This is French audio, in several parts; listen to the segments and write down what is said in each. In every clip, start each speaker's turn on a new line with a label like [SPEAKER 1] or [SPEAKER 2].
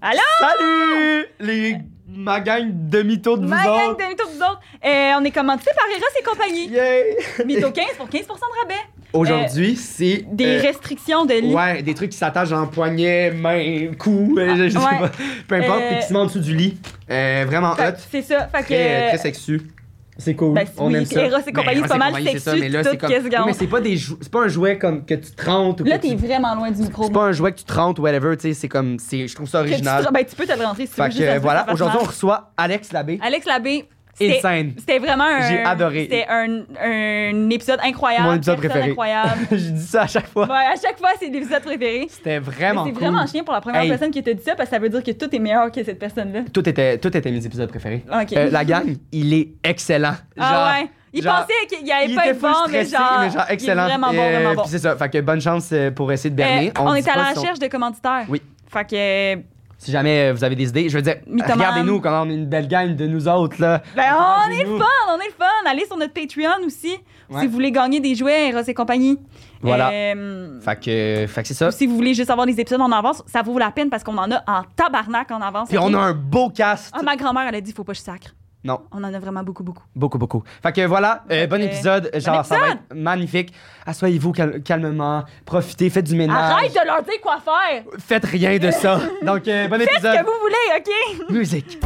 [SPEAKER 1] Allô?
[SPEAKER 2] Salut! Les, ma gang de mythos de vous
[SPEAKER 1] Ma gang
[SPEAKER 2] autres.
[SPEAKER 1] de mythos, vous autres. Euh, on est commandité par Eros et compagnie.
[SPEAKER 2] Yay!
[SPEAKER 1] Mytho 15 pour 15 de rabais.
[SPEAKER 2] Aujourd'hui, c'est...
[SPEAKER 1] Des
[SPEAKER 2] euh,
[SPEAKER 1] restrictions de lit.
[SPEAKER 2] Ouais, des trucs qui s'attachent en poignet, main, cou, euh, je sais
[SPEAKER 1] ouais.
[SPEAKER 2] pas. Peu importe,
[SPEAKER 1] Euh,
[SPEAKER 2] puis qui se met en dessous du lit. Euh, vraiment
[SPEAKER 1] Fait que
[SPEAKER 2] hot,
[SPEAKER 1] C'est ça. Fait
[SPEAKER 2] très,
[SPEAKER 1] que. euh,
[SPEAKER 2] très sexu. C'est cool,
[SPEAKER 1] Ben, si
[SPEAKER 2] on
[SPEAKER 1] oui,
[SPEAKER 2] aime ça.
[SPEAKER 1] Eros et compagnie,
[SPEAKER 2] Ben,
[SPEAKER 1] c'est pas mal
[SPEAKER 2] Eros et compagnie, c'est ça,
[SPEAKER 1] sexu,
[SPEAKER 2] mais là,
[SPEAKER 1] tout
[SPEAKER 2] c'est comme...
[SPEAKER 1] qu'est-ce
[SPEAKER 2] Oui,
[SPEAKER 1] qu'on-
[SPEAKER 2] mais c'est pas, des jou- c'est pas un jouet comme que tu trentes ou
[SPEAKER 1] là,
[SPEAKER 2] que tu...
[SPEAKER 1] t'es vraiment loin du micro.
[SPEAKER 2] C'est pas un jouet que tu trentes, whatever, tu sais, c'est comme... c'est- Je trouve ça
[SPEAKER 1] Que tu
[SPEAKER 2] original.
[SPEAKER 1] tra- ben, tu peux te le rentrer si tu veux.
[SPEAKER 2] Fait
[SPEAKER 1] juste
[SPEAKER 2] que
[SPEAKER 1] à
[SPEAKER 2] euh,
[SPEAKER 1] ce
[SPEAKER 2] voilà,
[SPEAKER 1] que ça fasse
[SPEAKER 2] aujourd'hui, on
[SPEAKER 1] mal.
[SPEAKER 2] reçoit Alex Labbé.
[SPEAKER 1] Alex Labbé, c'était
[SPEAKER 2] Insane.
[SPEAKER 1] c'était vraiment un.
[SPEAKER 2] J'ai adoré.
[SPEAKER 1] C'était un, un épisode incroyable.
[SPEAKER 2] Mon épisode
[SPEAKER 1] personne
[SPEAKER 2] préféré.
[SPEAKER 1] incroyable.
[SPEAKER 2] Je dis ça à chaque fois.
[SPEAKER 1] Ouais, à chaque fois, c'est l'épisode préféré.
[SPEAKER 2] C'était
[SPEAKER 1] Mais
[SPEAKER 2] vraiment
[SPEAKER 1] C'est
[SPEAKER 2] cool.
[SPEAKER 1] vraiment chien pour la première
[SPEAKER 2] Hey.
[SPEAKER 1] personne qui te dit ça parce que ça veut dire que tout est meilleur que cette personne-là.
[SPEAKER 2] Tout était, tout était mes épisodes préférés.
[SPEAKER 1] Ok.
[SPEAKER 2] Euh, la gang, il est excellent.
[SPEAKER 1] ah ouais. Il
[SPEAKER 2] genre-
[SPEAKER 1] pensait qu'il allait
[SPEAKER 2] il
[SPEAKER 1] pas
[SPEAKER 2] était
[SPEAKER 1] être
[SPEAKER 2] full
[SPEAKER 1] bon, mais
[SPEAKER 2] stressé,
[SPEAKER 1] genre,
[SPEAKER 2] mais genre excellent.
[SPEAKER 1] Il est vraiment bon,
[SPEAKER 2] Euh,
[SPEAKER 1] vraiment bon.
[SPEAKER 2] Puis c'est ça. Fait que bonne chance euh, pour essayer de berner.
[SPEAKER 1] Euh, on,
[SPEAKER 2] dit
[SPEAKER 1] est à
[SPEAKER 2] pas
[SPEAKER 1] la
[SPEAKER 2] si on-
[SPEAKER 1] recherche de commanditaires.
[SPEAKER 2] Oui.
[SPEAKER 1] Fait que. Ben,
[SPEAKER 2] Si jamais euh, vous avez des idées, je veux dire,
[SPEAKER 1] Mythomane. Ben,
[SPEAKER 2] regardez-nous comment on est une belle gang de nous autres là.
[SPEAKER 1] on est le
[SPEAKER 2] Regardez-nous.
[SPEAKER 1] fun, on est le fun. Allez sur notre Patreon aussi
[SPEAKER 2] Ouais.
[SPEAKER 1] si vous voulez gagner des jouets, Ross et compagnie.
[SPEAKER 2] Voilà.
[SPEAKER 1] Euh,
[SPEAKER 2] Fait que, fait que c'est ça.
[SPEAKER 1] si vous voulez juste avoir les épisodes en avance, ça vaut la peine parce qu'on en a en tabarnak en avance.
[SPEAKER 2] Puis
[SPEAKER 1] ok?
[SPEAKER 2] on a un beau cast.
[SPEAKER 1] Ah, ma grand-mère, elle a dit faut pas que je sacre.
[SPEAKER 2] Non.
[SPEAKER 1] On en a vraiment beaucoup, beaucoup.
[SPEAKER 2] Beaucoup, beaucoup. Fait que voilà, euh,
[SPEAKER 1] Fait
[SPEAKER 2] bon
[SPEAKER 1] que-
[SPEAKER 2] épisode. Genre, ça va
[SPEAKER 1] épisode.
[SPEAKER 2] être magnifique. Asseyez-vous cal- calmement, profitez, faites du ménage.
[SPEAKER 1] Arrête de leur dire quoi faire!
[SPEAKER 2] Faites rien de ça. Donc, euh, bon
[SPEAKER 1] Faites ce
[SPEAKER 2] épisode.
[SPEAKER 1] que vous voulez, OK?
[SPEAKER 2] Musique.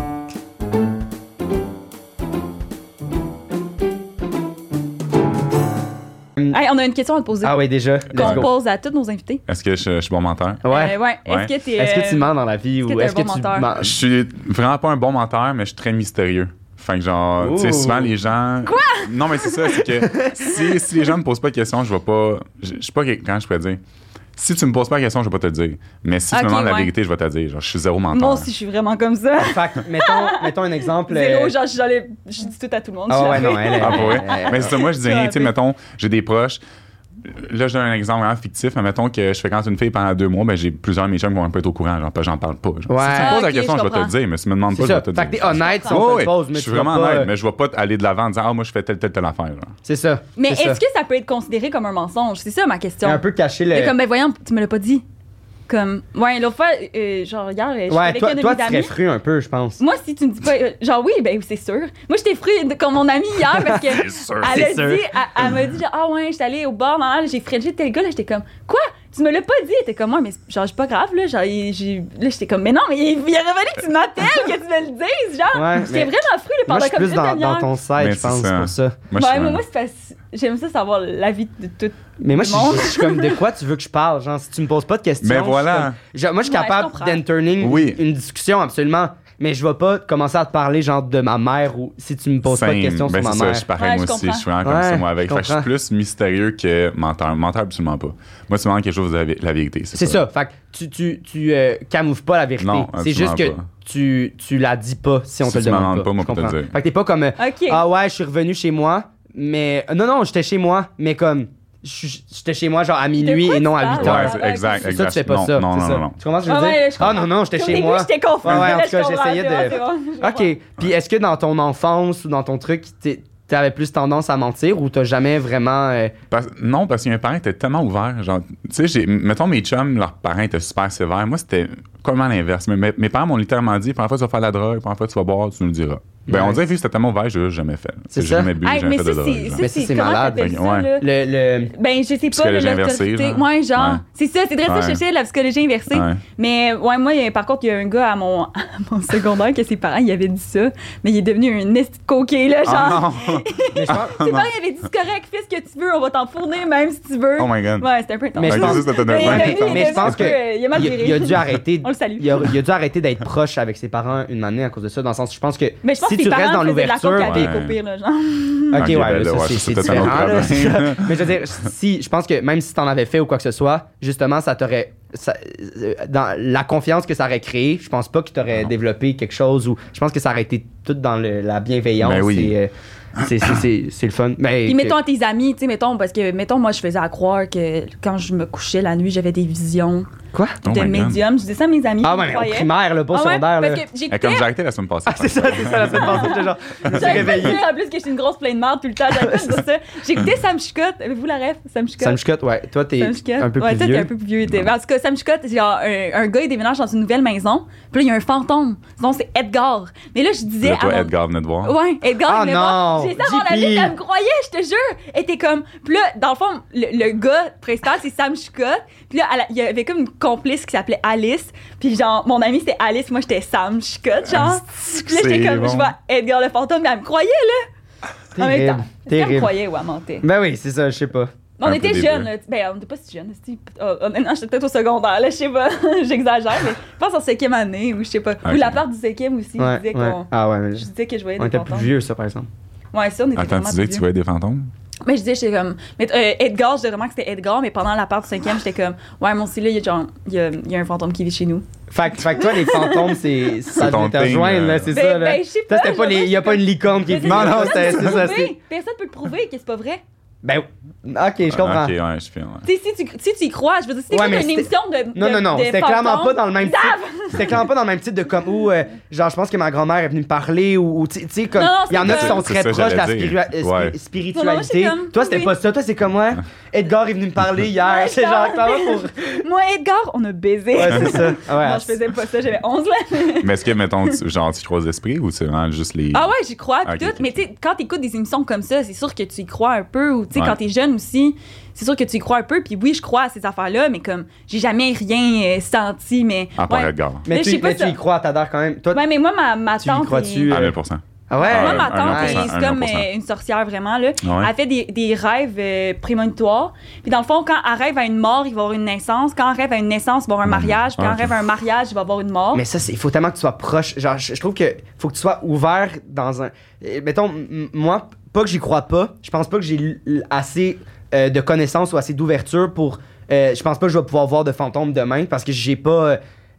[SPEAKER 1] Hey, on a une question à te poser.
[SPEAKER 2] Ah ouais, déjà. Let's
[SPEAKER 1] qu'on
[SPEAKER 2] go.
[SPEAKER 1] pose à tous nos invités.
[SPEAKER 3] Est-ce que je, je suis bon menteur?
[SPEAKER 2] Ouais.
[SPEAKER 1] Euh, ouais.
[SPEAKER 3] Ouais.
[SPEAKER 1] Est-ce que t'es.
[SPEAKER 2] Est-ce que tu
[SPEAKER 1] euh,
[SPEAKER 2] mens dans la vie
[SPEAKER 1] est-ce que
[SPEAKER 2] ou
[SPEAKER 1] t'es un
[SPEAKER 2] est-ce que
[SPEAKER 1] bon
[SPEAKER 2] tu
[SPEAKER 1] menteur?
[SPEAKER 2] mens?
[SPEAKER 3] Je suis vraiment pas un bon menteur, mais je suis très mystérieux. Fait que genre, tu sais,
[SPEAKER 2] Ouh.
[SPEAKER 3] souvent les gens. Quoi? Non, mais c'est ça, c'est que si, si les gens me posent pas de questions, je vais pas. Je je suis pas quelqu'un, je pourrais dire. Si tu me poses pas de questions, je vais pas te le dire. Mais si
[SPEAKER 1] Ok,
[SPEAKER 3] tu me demandes la
[SPEAKER 1] ouais.
[SPEAKER 3] vérité, je vais te le dire. Genre, je suis zéro menteur.
[SPEAKER 1] Moi aussi, je suis vraiment comme ça.
[SPEAKER 2] Fait que, mettons, mettons un exemple.
[SPEAKER 1] Zéro,
[SPEAKER 2] euh,
[SPEAKER 1] genre, je, suis dans les- je dis tout à tout le monde.
[SPEAKER 2] Ah
[SPEAKER 1] je
[SPEAKER 2] ouais,
[SPEAKER 1] l'avoue.
[SPEAKER 2] non, elle est-
[SPEAKER 3] Ah, pour vrai?
[SPEAKER 2] Euh,
[SPEAKER 3] Mais c'est ça, moi, je dis
[SPEAKER 1] Ça
[SPEAKER 3] rien. Tu sais,
[SPEAKER 1] va.
[SPEAKER 3] mettons, j'ai des proches. Là, je donne un exemple vraiment fictif. Mais mettons que je fréquente une fille pendant deux mois, ben, j'ai plusieurs de mes chums qui vont un peu être au courant. Genre, pas- j'en parle pas. Genre, Si tu
[SPEAKER 2] Ouais.
[SPEAKER 3] me
[SPEAKER 1] Ah,
[SPEAKER 3] poses la
[SPEAKER 1] ok,
[SPEAKER 3] question,
[SPEAKER 1] je
[SPEAKER 3] je vais te le
[SPEAKER 1] comprends.
[SPEAKER 3] dire, mais si tu me demandes
[SPEAKER 2] C'est
[SPEAKER 3] pas,
[SPEAKER 2] ça.
[SPEAKER 3] je vais te
[SPEAKER 2] Fait
[SPEAKER 3] le
[SPEAKER 2] que
[SPEAKER 3] dire.
[SPEAKER 2] t'es honnête si on te
[SPEAKER 3] Ouais,
[SPEAKER 2] le pose, mais
[SPEAKER 3] je
[SPEAKER 2] tu
[SPEAKER 3] suis
[SPEAKER 2] vas
[SPEAKER 3] vraiment
[SPEAKER 2] pas, euh,
[SPEAKER 3] honnête, mais je vais pas t- aller de l'avant en disant Ah, moi, je fais telle, telle, telle affaire. genre.
[SPEAKER 2] C'est ça.
[SPEAKER 1] Mais
[SPEAKER 2] c'est
[SPEAKER 1] est-ce
[SPEAKER 2] ça.
[SPEAKER 1] que ça peut être considéré comme un mensonge? C'est ça ma question.
[SPEAKER 2] un peu caché
[SPEAKER 1] De
[SPEAKER 2] le.
[SPEAKER 1] comme, ben voyons, tu me l'as pas dit. Comme, ouais, l'autre fois, euh, genre, hier, euh, j'étais
[SPEAKER 2] Ouais,
[SPEAKER 1] avec
[SPEAKER 2] toi,
[SPEAKER 1] un de
[SPEAKER 2] toi
[SPEAKER 1] mes
[SPEAKER 2] tu serais
[SPEAKER 1] amis.
[SPEAKER 2] fru un peu, je pense.
[SPEAKER 1] Moi, si tu me dis pas, euh, genre, oui, ben c'est sûr. Moi, j'étais fruit de- comme mon amie hier parce que.
[SPEAKER 3] C'est sûr.
[SPEAKER 1] Elle a
[SPEAKER 2] sûr.
[SPEAKER 1] dit, elle, elle m'a dit, genre, ah ouais, j'étais allée au bar, nan, nan, j'ai fredgé tel gars, là, j'étais comme, quoi? Tu me l'as pas dit? T'es comme, ouais, mais c'est- genre, c'est pas grave, là, genre, il- j'ai- là, j'étais comme, mais non, mais il, il aurait fallu que tu m'appelles, que tu me le dises, genre,
[SPEAKER 2] Ouais, mais-
[SPEAKER 1] j'étais vraiment fru, là,
[SPEAKER 2] Moi, je
[SPEAKER 1] pendant
[SPEAKER 2] suis
[SPEAKER 1] comme
[SPEAKER 2] plus
[SPEAKER 1] une
[SPEAKER 2] dans, dans
[SPEAKER 1] demi-heure.
[SPEAKER 2] ton side,
[SPEAKER 3] Mais
[SPEAKER 2] je
[SPEAKER 3] c'est
[SPEAKER 2] pense,
[SPEAKER 3] ça.
[SPEAKER 2] pour ça.
[SPEAKER 3] Moi, je
[SPEAKER 1] Ouais,
[SPEAKER 3] suis
[SPEAKER 1] mais
[SPEAKER 3] un-
[SPEAKER 1] moi, c'est parce j'aime ça savoir la vie de tout.
[SPEAKER 2] Mais moi, je
[SPEAKER 1] Bon.
[SPEAKER 2] je- je suis comme, de quoi tu veux que je parle? Genre, si tu me poses pas de questions.
[SPEAKER 3] Mais
[SPEAKER 2] je suis
[SPEAKER 3] Ben voilà.
[SPEAKER 2] comme- je- moi, je suis
[SPEAKER 1] Ouais, je
[SPEAKER 2] capable
[SPEAKER 1] comprends.
[SPEAKER 2] d'enterning
[SPEAKER 3] Oui.
[SPEAKER 2] une discussion, absolument. Mais je vais pas commencer à te parler, genre, de ma mère ou si tu me poses pas de
[SPEAKER 3] Same.
[SPEAKER 2] questions
[SPEAKER 3] Ben,
[SPEAKER 2] sur ma
[SPEAKER 3] c'est ça,
[SPEAKER 2] mère.
[SPEAKER 3] je suis pareil,
[SPEAKER 1] Ouais,
[SPEAKER 3] moi
[SPEAKER 1] je
[SPEAKER 3] aussi.
[SPEAKER 1] comprends.
[SPEAKER 3] Je suis vraiment comme
[SPEAKER 2] Ouais,
[SPEAKER 3] ça, moi, avec.
[SPEAKER 2] je
[SPEAKER 3] Fait que je suis
[SPEAKER 2] comprends.
[SPEAKER 3] plus mystérieux que menteur. Menteur, absolument pas. Moi, tu me demandes quelque chose, la, vi- la vérité.
[SPEAKER 2] C'est ça. Fait que tu, tu, tu euh, camoufles pas la vérité.
[SPEAKER 3] Non,
[SPEAKER 2] C'est juste que
[SPEAKER 3] absolument pas.
[SPEAKER 2] tu, tu la dis pas si on
[SPEAKER 3] Si
[SPEAKER 2] te le
[SPEAKER 3] tu m'en
[SPEAKER 2] demande
[SPEAKER 3] demandes
[SPEAKER 2] pas.
[SPEAKER 3] pas, moi,
[SPEAKER 2] je
[SPEAKER 3] pour te le
[SPEAKER 2] comprends.
[SPEAKER 3] dire.
[SPEAKER 2] Fait que t'es pas comme euh,
[SPEAKER 1] Ok.
[SPEAKER 2] Ah ouais, je suis revenu chez moi, mais. euh, Non, non, j'étais chez moi, mais comme. je- je- J'étais chez moi genre à minuit
[SPEAKER 1] quoi
[SPEAKER 2] et
[SPEAKER 1] tu
[SPEAKER 2] non à
[SPEAKER 1] parles?
[SPEAKER 2] 8
[SPEAKER 3] Ouais,
[SPEAKER 2] heures.
[SPEAKER 3] c'est- exact,
[SPEAKER 2] C'est
[SPEAKER 3] exact.
[SPEAKER 2] ça, tu fais pas
[SPEAKER 3] non,
[SPEAKER 2] ça.
[SPEAKER 3] Non,
[SPEAKER 2] c'est
[SPEAKER 3] non,
[SPEAKER 2] ça.
[SPEAKER 3] non, non.
[SPEAKER 2] Tu comprends ce que je
[SPEAKER 1] Ah
[SPEAKER 2] veux
[SPEAKER 1] ouais,
[SPEAKER 2] dire?
[SPEAKER 1] je
[SPEAKER 2] Ah
[SPEAKER 1] comprends.
[SPEAKER 2] non, non, j'étais
[SPEAKER 1] Au
[SPEAKER 2] chez
[SPEAKER 1] début,
[SPEAKER 2] moi.
[SPEAKER 1] J'étais confus.
[SPEAKER 2] Ouais, ouais,
[SPEAKER 1] mais là,
[SPEAKER 2] en tout cas,
[SPEAKER 1] je comprends,
[SPEAKER 2] j'essayais
[SPEAKER 1] c'est
[SPEAKER 2] de-
[SPEAKER 1] bon, c'est bon, je
[SPEAKER 2] Ok, puis est-ce que dans ton enfance ou dans ton truc, t'es- t'avais plus tendance à mentir ou t'as jamais vraiment. euh,
[SPEAKER 3] Parce- non, parce que mes parents étaient tellement ouverts. Genre, tu sais, j'ai- mettons mes chums, leurs parents étaient super sévères. Moi, c'était comment l'inverse. Mais mes, mes parents m'ont littéralement dit première fois tu vas faire de la drogue, première fois tu vas boire, tu nous le diras. Ben, on
[SPEAKER 2] Nice.
[SPEAKER 3] dirait, vu que c'était tellement ouvert, j'ai juste jamais fait.
[SPEAKER 2] C'est
[SPEAKER 3] J'ai
[SPEAKER 2] ça.
[SPEAKER 3] jamais bu,
[SPEAKER 1] comprends.
[SPEAKER 3] j'ai
[SPEAKER 1] Hey, mais
[SPEAKER 3] jamais fait
[SPEAKER 1] ça,
[SPEAKER 3] de drogue.
[SPEAKER 1] c'est- ça,
[SPEAKER 2] Mais
[SPEAKER 3] genre.
[SPEAKER 2] ça,
[SPEAKER 1] c'est
[SPEAKER 2] c'est
[SPEAKER 1] comment
[SPEAKER 2] malade.
[SPEAKER 1] t'appelles ça,
[SPEAKER 3] Ouais.
[SPEAKER 1] là?
[SPEAKER 2] Le. le...
[SPEAKER 1] Ben, je sais pas,
[SPEAKER 3] Psychologie
[SPEAKER 1] là,
[SPEAKER 3] inversée,
[SPEAKER 1] l'autorité.
[SPEAKER 3] genre.
[SPEAKER 1] Ouais, genre.
[SPEAKER 3] Ouais.
[SPEAKER 1] C'est ça, c'est très ça,
[SPEAKER 3] Ouais.
[SPEAKER 1] je cherchais la psychologie inversée.
[SPEAKER 3] Ouais.
[SPEAKER 1] Mais, ouais, moi, il y a- par contre, il y a un gars à mon, à mon secondaire que ses parents, il avait dit ça, mais il est devenu un esti de coquet, là, genre.
[SPEAKER 3] Ah, non.
[SPEAKER 2] Mais je pense-
[SPEAKER 1] ses parents, il avait dit c'est correct, fais ce que tu veux, on va t'en fournir même si tu veux.
[SPEAKER 3] Oh my god.
[SPEAKER 1] Ouais, c'était un peu intense.
[SPEAKER 2] Mais
[SPEAKER 3] Ok,
[SPEAKER 2] je pense-
[SPEAKER 3] ça, c'était
[SPEAKER 1] Mais il
[SPEAKER 3] un-
[SPEAKER 1] est
[SPEAKER 2] mais-
[SPEAKER 1] devenu- il
[SPEAKER 2] mais
[SPEAKER 1] est
[SPEAKER 2] je
[SPEAKER 1] devenu
[SPEAKER 2] pense
[SPEAKER 1] un peu,
[SPEAKER 2] que
[SPEAKER 1] euh, Il a mal
[SPEAKER 2] il,
[SPEAKER 1] viré.
[SPEAKER 2] il a dû arrêter.
[SPEAKER 1] On le salue.
[SPEAKER 2] Il a, il a dû arrêter d'être proche avec ses parents une année à cause de ça, dans le sens, je pense que
[SPEAKER 1] Mais je pense
[SPEAKER 2] si
[SPEAKER 1] que
[SPEAKER 2] tu
[SPEAKER 1] ses parents
[SPEAKER 2] restes dans
[SPEAKER 1] faisaient de la coke
[SPEAKER 2] l'ouverture,
[SPEAKER 1] avec,
[SPEAKER 3] Ouais.
[SPEAKER 1] au pire, là, genre.
[SPEAKER 2] Ok,
[SPEAKER 3] Ok,
[SPEAKER 2] ouais,
[SPEAKER 3] ben
[SPEAKER 2] là,
[SPEAKER 3] là,
[SPEAKER 2] ça,
[SPEAKER 3] ouais,
[SPEAKER 2] c'est, c'est
[SPEAKER 3] ça, c'est peut-être un
[SPEAKER 2] différent.
[SPEAKER 3] autre
[SPEAKER 2] là,
[SPEAKER 3] problème.
[SPEAKER 2] c'est ça. mais je veux dire, si, je pense que même si t'en avais fait ou quoi que ce soit, justement, ça t'aurait. ça- euh, dans la confiance que ça aurait créé, je pense pas que t'aurais
[SPEAKER 3] Ah Non.
[SPEAKER 2] développé quelque chose ou. Je pense que ça aurait été tout dans le- la bienveillance.
[SPEAKER 3] Ben oui.
[SPEAKER 2] et, euh, c'est, c'est, c'est- c'est le fun. Mais,
[SPEAKER 1] Puis
[SPEAKER 2] que-
[SPEAKER 1] mettons à tes amis, tu sais, mettons, parce que, mettons, moi, je faisais à croire que quand je me couchais la nuit, j'avais des visions.
[SPEAKER 2] Quoi?
[SPEAKER 3] Oh
[SPEAKER 1] de
[SPEAKER 3] my God.
[SPEAKER 1] médium. Je disais ça à mes amis.
[SPEAKER 2] Ah
[SPEAKER 1] ils me
[SPEAKER 2] ouais, mais au
[SPEAKER 1] croyaient.
[SPEAKER 2] primaire, le beau
[SPEAKER 1] Ah ouais,
[SPEAKER 2] secondaire. là.
[SPEAKER 1] parce que
[SPEAKER 3] Eh, Comme
[SPEAKER 1] j'écoutais
[SPEAKER 3] j'ai arrêté la semaine passée.
[SPEAKER 2] Ah, c'est ça, c'est ça la semaine passée. j'étais genre, Je me suis
[SPEAKER 1] J'arrête pas de
[SPEAKER 2] réveillé.
[SPEAKER 1] dire en plus que j'étais une grosse pleine de merde tout le temps. J'arrête pas de dire ça. J'écoutais Sam Chicotte. Avez-vous la ref? Sam Chicotte.
[SPEAKER 2] Sam Scott, ouais. Toi, t'es
[SPEAKER 1] Sam Chicotte.
[SPEAKER 2] un peu
[SPEAKER 1] ouais,
[SPEAKER 2] plus
[SPEAKER 1] toi, t'es
[SPEAKER 2] vieux.
[SPEAKER 1] un peu plus vieux. t'es- En tout cas, Sam Chicotte, genre, un, un gars, il déménage dans une nouvelle maison. Puis là, il y a un fantôme. Sinon, c'est Edgar. Mais là, je disais.
[SPEAKER 3] Là, toi,
[SPEAKER 1] à mon-
[SPEAKER 3] Edgar venait de voir.
[SPEAKER 1] Ouais, Edgar,
[SPEAKER 2] Ah
[SPEAKER 1] il venait voir.
[SPEAKER 2] non,
[SPEAKER 1] J'ai ça dans la
[SPEAKER 2] JP.
[SPEAKER 1] liste, elle me croyait, je te jure. Elle était comme. Puis là, dans le fond, le, le gars principal, c'est Sam Chicotte. Puis là, elle a- il y avait comme une complice qui s'appelait Alice. Puis genre, mon amie, c'était Alice, moi, j'étais Sam Chicotte, genre.
[SPEAKER 2] Ah,
[SPEAKER 1] Puis là, j'étais
[SPEAKER 3] c'est
[SPEAKER 1] comme,
[SPEAKER 3] bon.
[SPEAKER 1] je vois Edgar le fantôme, mais elle me croyait, là, en même
[SPEAKER 2] Terrible.
[SPEAKER 1] temps. Est-ce qu'elle me
[SPEAKER 2] Terrible.
[SPEAKER 1] croyait ou elle mentait?
[SPEAKER 2] Ben oui, c'est ça, je sais pas.
[SPEAKER 1] Mais on
[SPEAKER 3] Un peu
[SPEAKER 1] était
[SPEAKER 3] des
[SPEAKER 1] jeunes,
[SPEAKER 3] deux.
[SPEAKER 1] là. Ben, on n'était pas si jeunes. c'est- oh, Honnêtement, j'étais peut-être au secondaire, là, je sais pas. J'exagère, mais je pense en cinquième année, ou je sais pas. Ou
[SPEAKER 3] Ok.
[SPEAKER 1] la part du cinquième aussi, je
[SPEAKER 2] Ouais,
[SPEAKER 1] disais
[SPEAKER 2] ouais.
[SPEAKER 1] qu'on.
[SPEAKER 2] Ah ouais, mais
[SPEAKER 1] Je disais que je voyais
[SPEAKER 2] on
[SPEAKER 1] des
[SPEAKER 2] était plus
[SPEAKER 1] fantômes.
[SPEAKER 2] vieux, ça, par exemple.
[SPEAKER 1] Ouais, ça, on était
[SPEAKER 3] Attends,
[SPEAKER 1] vraiment
[SPEAKER 3] tu disais
[SPEAKER 1] plus
[SPEAKER 3] que tu
[SPEAKER 1] vieux.
[SPEAKER 3] voyais des fantômes?
[SPEAKER 1] Mais je disais, j'étais comme. Mais euh, Edgar, je disais vraiment que c'était Edgar, mais pendant la part du cinquième, j'étais comme, ouais, mon style, là, il y a genre- il y, a- il y a un fantôme qui vit chez nous.
[SPEAKER 2] Fait, que- fait que toi, les fantômes, c'est, ça
[SPEAKER 3] C'est ton
[SPEAKER 2] devait te
[SPEAKER 3] thing,
[SPEAKER 2] rejoindre, là,
[SPEAKER 3] euh.
[SPEAKER 2] c'est
[SPEAKER 1] Ben-
[SPEAKER 2] ça, là.
[SPEAKER 1] ben, je sais
[SPEAKER 2] Toi,
[SPEAKER 1] pas,
[SPEAKER 2] c'était pas les,
[SPEAKER 1] j'aurais-
[SPEAKER 2] y a pas une licorne qui est
[SPEAKER 1] Mais
[SPEAKER 2] venue.
[SPEAKER 1] c'est-
[SPEAKER 2] Non, non,
[SPEAKER 1] personne
[SPEAKER 2] c'était,
[SPEAKER 1] peut
[SPEAKER 2] c'est
[SPEAKER 1] le
[SPEAKER 2] ça,
[SPEAKER 1] prouver.
[SPEAKER 2] c'est.
[SPEAKER 1] Personne peut le prouver que c'est pas vrai.
[SPEAKER 2] Ben, ok, je comprends.
[SPEAKER 3] Ah, Ok, ouais, je filme.
[SPEAKER 1] Tu sais, si tu, si tu y crois, je veux dire, si
[SPEAKER 2] Ouais,
[SPEAKER 1] t'écoutes
[SPEAKER 2] mais
[SPEAKER 1] une
[SPEAKER 2] c'était-
[SPEAKER 1] émission de.
[SPEAKER 2] Non,
[SPEAKER 1] de-
[SPEAKER 2] non, non,
[SPEAKER 1] de
[SPEAKER 2] c'était clairement
[SPEAKER 1] fantômes,
[SPEAKER 2] pas dans le même titre. C'était clairement pas dans le même titre de comme où, euh, genre, je pense que ma grand-mère est venue me parler ou, ou tu tu sais, comme.
[SPEAKER 1] Non, non,
[SPEAKER 2] Il y en a
[SPEAKER 1] c'est
[SPEAKER 2] qui sont
[SPEAKER 3] comme-
[SPEAKER 2] très
[SPEAKER 3] C'est ça,
[SPEAKER 2] proches de la
[SPEAKER 3] j'allais
[SPEAKER 2] spirua-
[SPEAKER 3] dire.
[SPEAKER 2] euh, spi-
[SPEAKER 3] Ouais.
[SPEAKER 2] spiritualité.
[SPEAKER 1] Non, non, moi, c'est comme-
[SPEAKER 2] Toi, c'était
[SPEAKER 1] oui.
[SPEAKER 2] pas ça. Toi, c'est comme, ouais, Edgar est venu me parler hier. C'est genre, ça va pour.
[SPEAKER 1] Moi, Edgar, on a baisé.
[SPEAKER 2] Ouais, c'est ça. Ouais.
[SPEAKER 1] non, je faisais pas ça, j'avais 11 ans.
[SPEAKER 3] Mais est-ce que, mettons, tu- genre, tu croises l'esprit ou c'est vraiment juste les.
[SPEAKER 1] Ah ouais, j'y crois, pis
[SPEAKER 3] Ok,
[SPEAKER 1] tout.
[SPEAKER 3] ok,
[SPEAKER 1] Mais
[SPEAKER 3] ok.
[SPEAKER 1] tu sais, quand t'écoutes des émissions comme ça, c'est sûr que tu y crois un peu. Ou tu sais,
[SPEAKER 3] Ouais.
[SPEAKER 1] quand t'es jeune aussi, c'est sûr que tu y crois un peu. Puis oui, je crois à ces affaires-là, mais comme, j'ai jamais rien euh, senti, mais.
[SPEAKER 3] À part
[SPEAKER 1] Ouais.
[SPEAKER 3] Edgar.
[SPEAKER 1] Mais
[SPEAKER 2] Mais,
[SPEAKER 1] je
[SPEAKER 2] tu,
[SPEAKER 1] sais pas
[SPEAKER 2] mais tu
[SPEAKER 1] ça.
[SPEAKER 2] y crois, t'adores quand même. Toi,
[SPEAKER 1] Ouais, mais moi, ma, ma
[SPEAKER 2] Tu y
[SPEAKER 1] tante.
[SPEAKER 2] crois-tu,
[SPEAKER 1] est-
[SPEAKER 2] euh,
[SPEAKER 3] À 1000%.
[SPEAKER 2] ah ouais.
[SPEAKER 1] Moi,
[SPEAKER 3] Ah
[SPEAKER 1] ma
[SPEAKER 3] un- un
[SPEAKER 1] tante,
[SPEAKER 3] 1%,
[SPEAKER 1] c'est comme
[SPEAKER 3] 1%.
[SPEAKER 1] euh, une sorcière vraiment. Là.
[SPEAKER 3] Ah ouais?
[SPEAKER 1] Elle fait des, des rêves euh, prémonitoires. Puis dans le fond, quand elle rêve à une mort, il va y avoir une naissance. Quand elle rêve à une naissance, il va y avoir un mariage. Puis
[SPEAKER 3] Ah,
[SPEAKER 1] quand
[SPEAKER 3] ok.
[SPEAKER 1] elle rêve à un mariage, il va y avoir une mort.
[SPEAKER 2] Mais ça, c'est- il faut tellement que tu sois proche. Genre, je, je trouve que faut que tu sois ouvert dans un. Euh, Mettons, m- moi, pas que j'y crois pas. Je pense pas que j'ai l- l- assez euh, de connaissances ou assez d'ouverture pour. euh, je pense pas que je vais pouvoir voir de fantômes demain parce que j'ai pas. euh,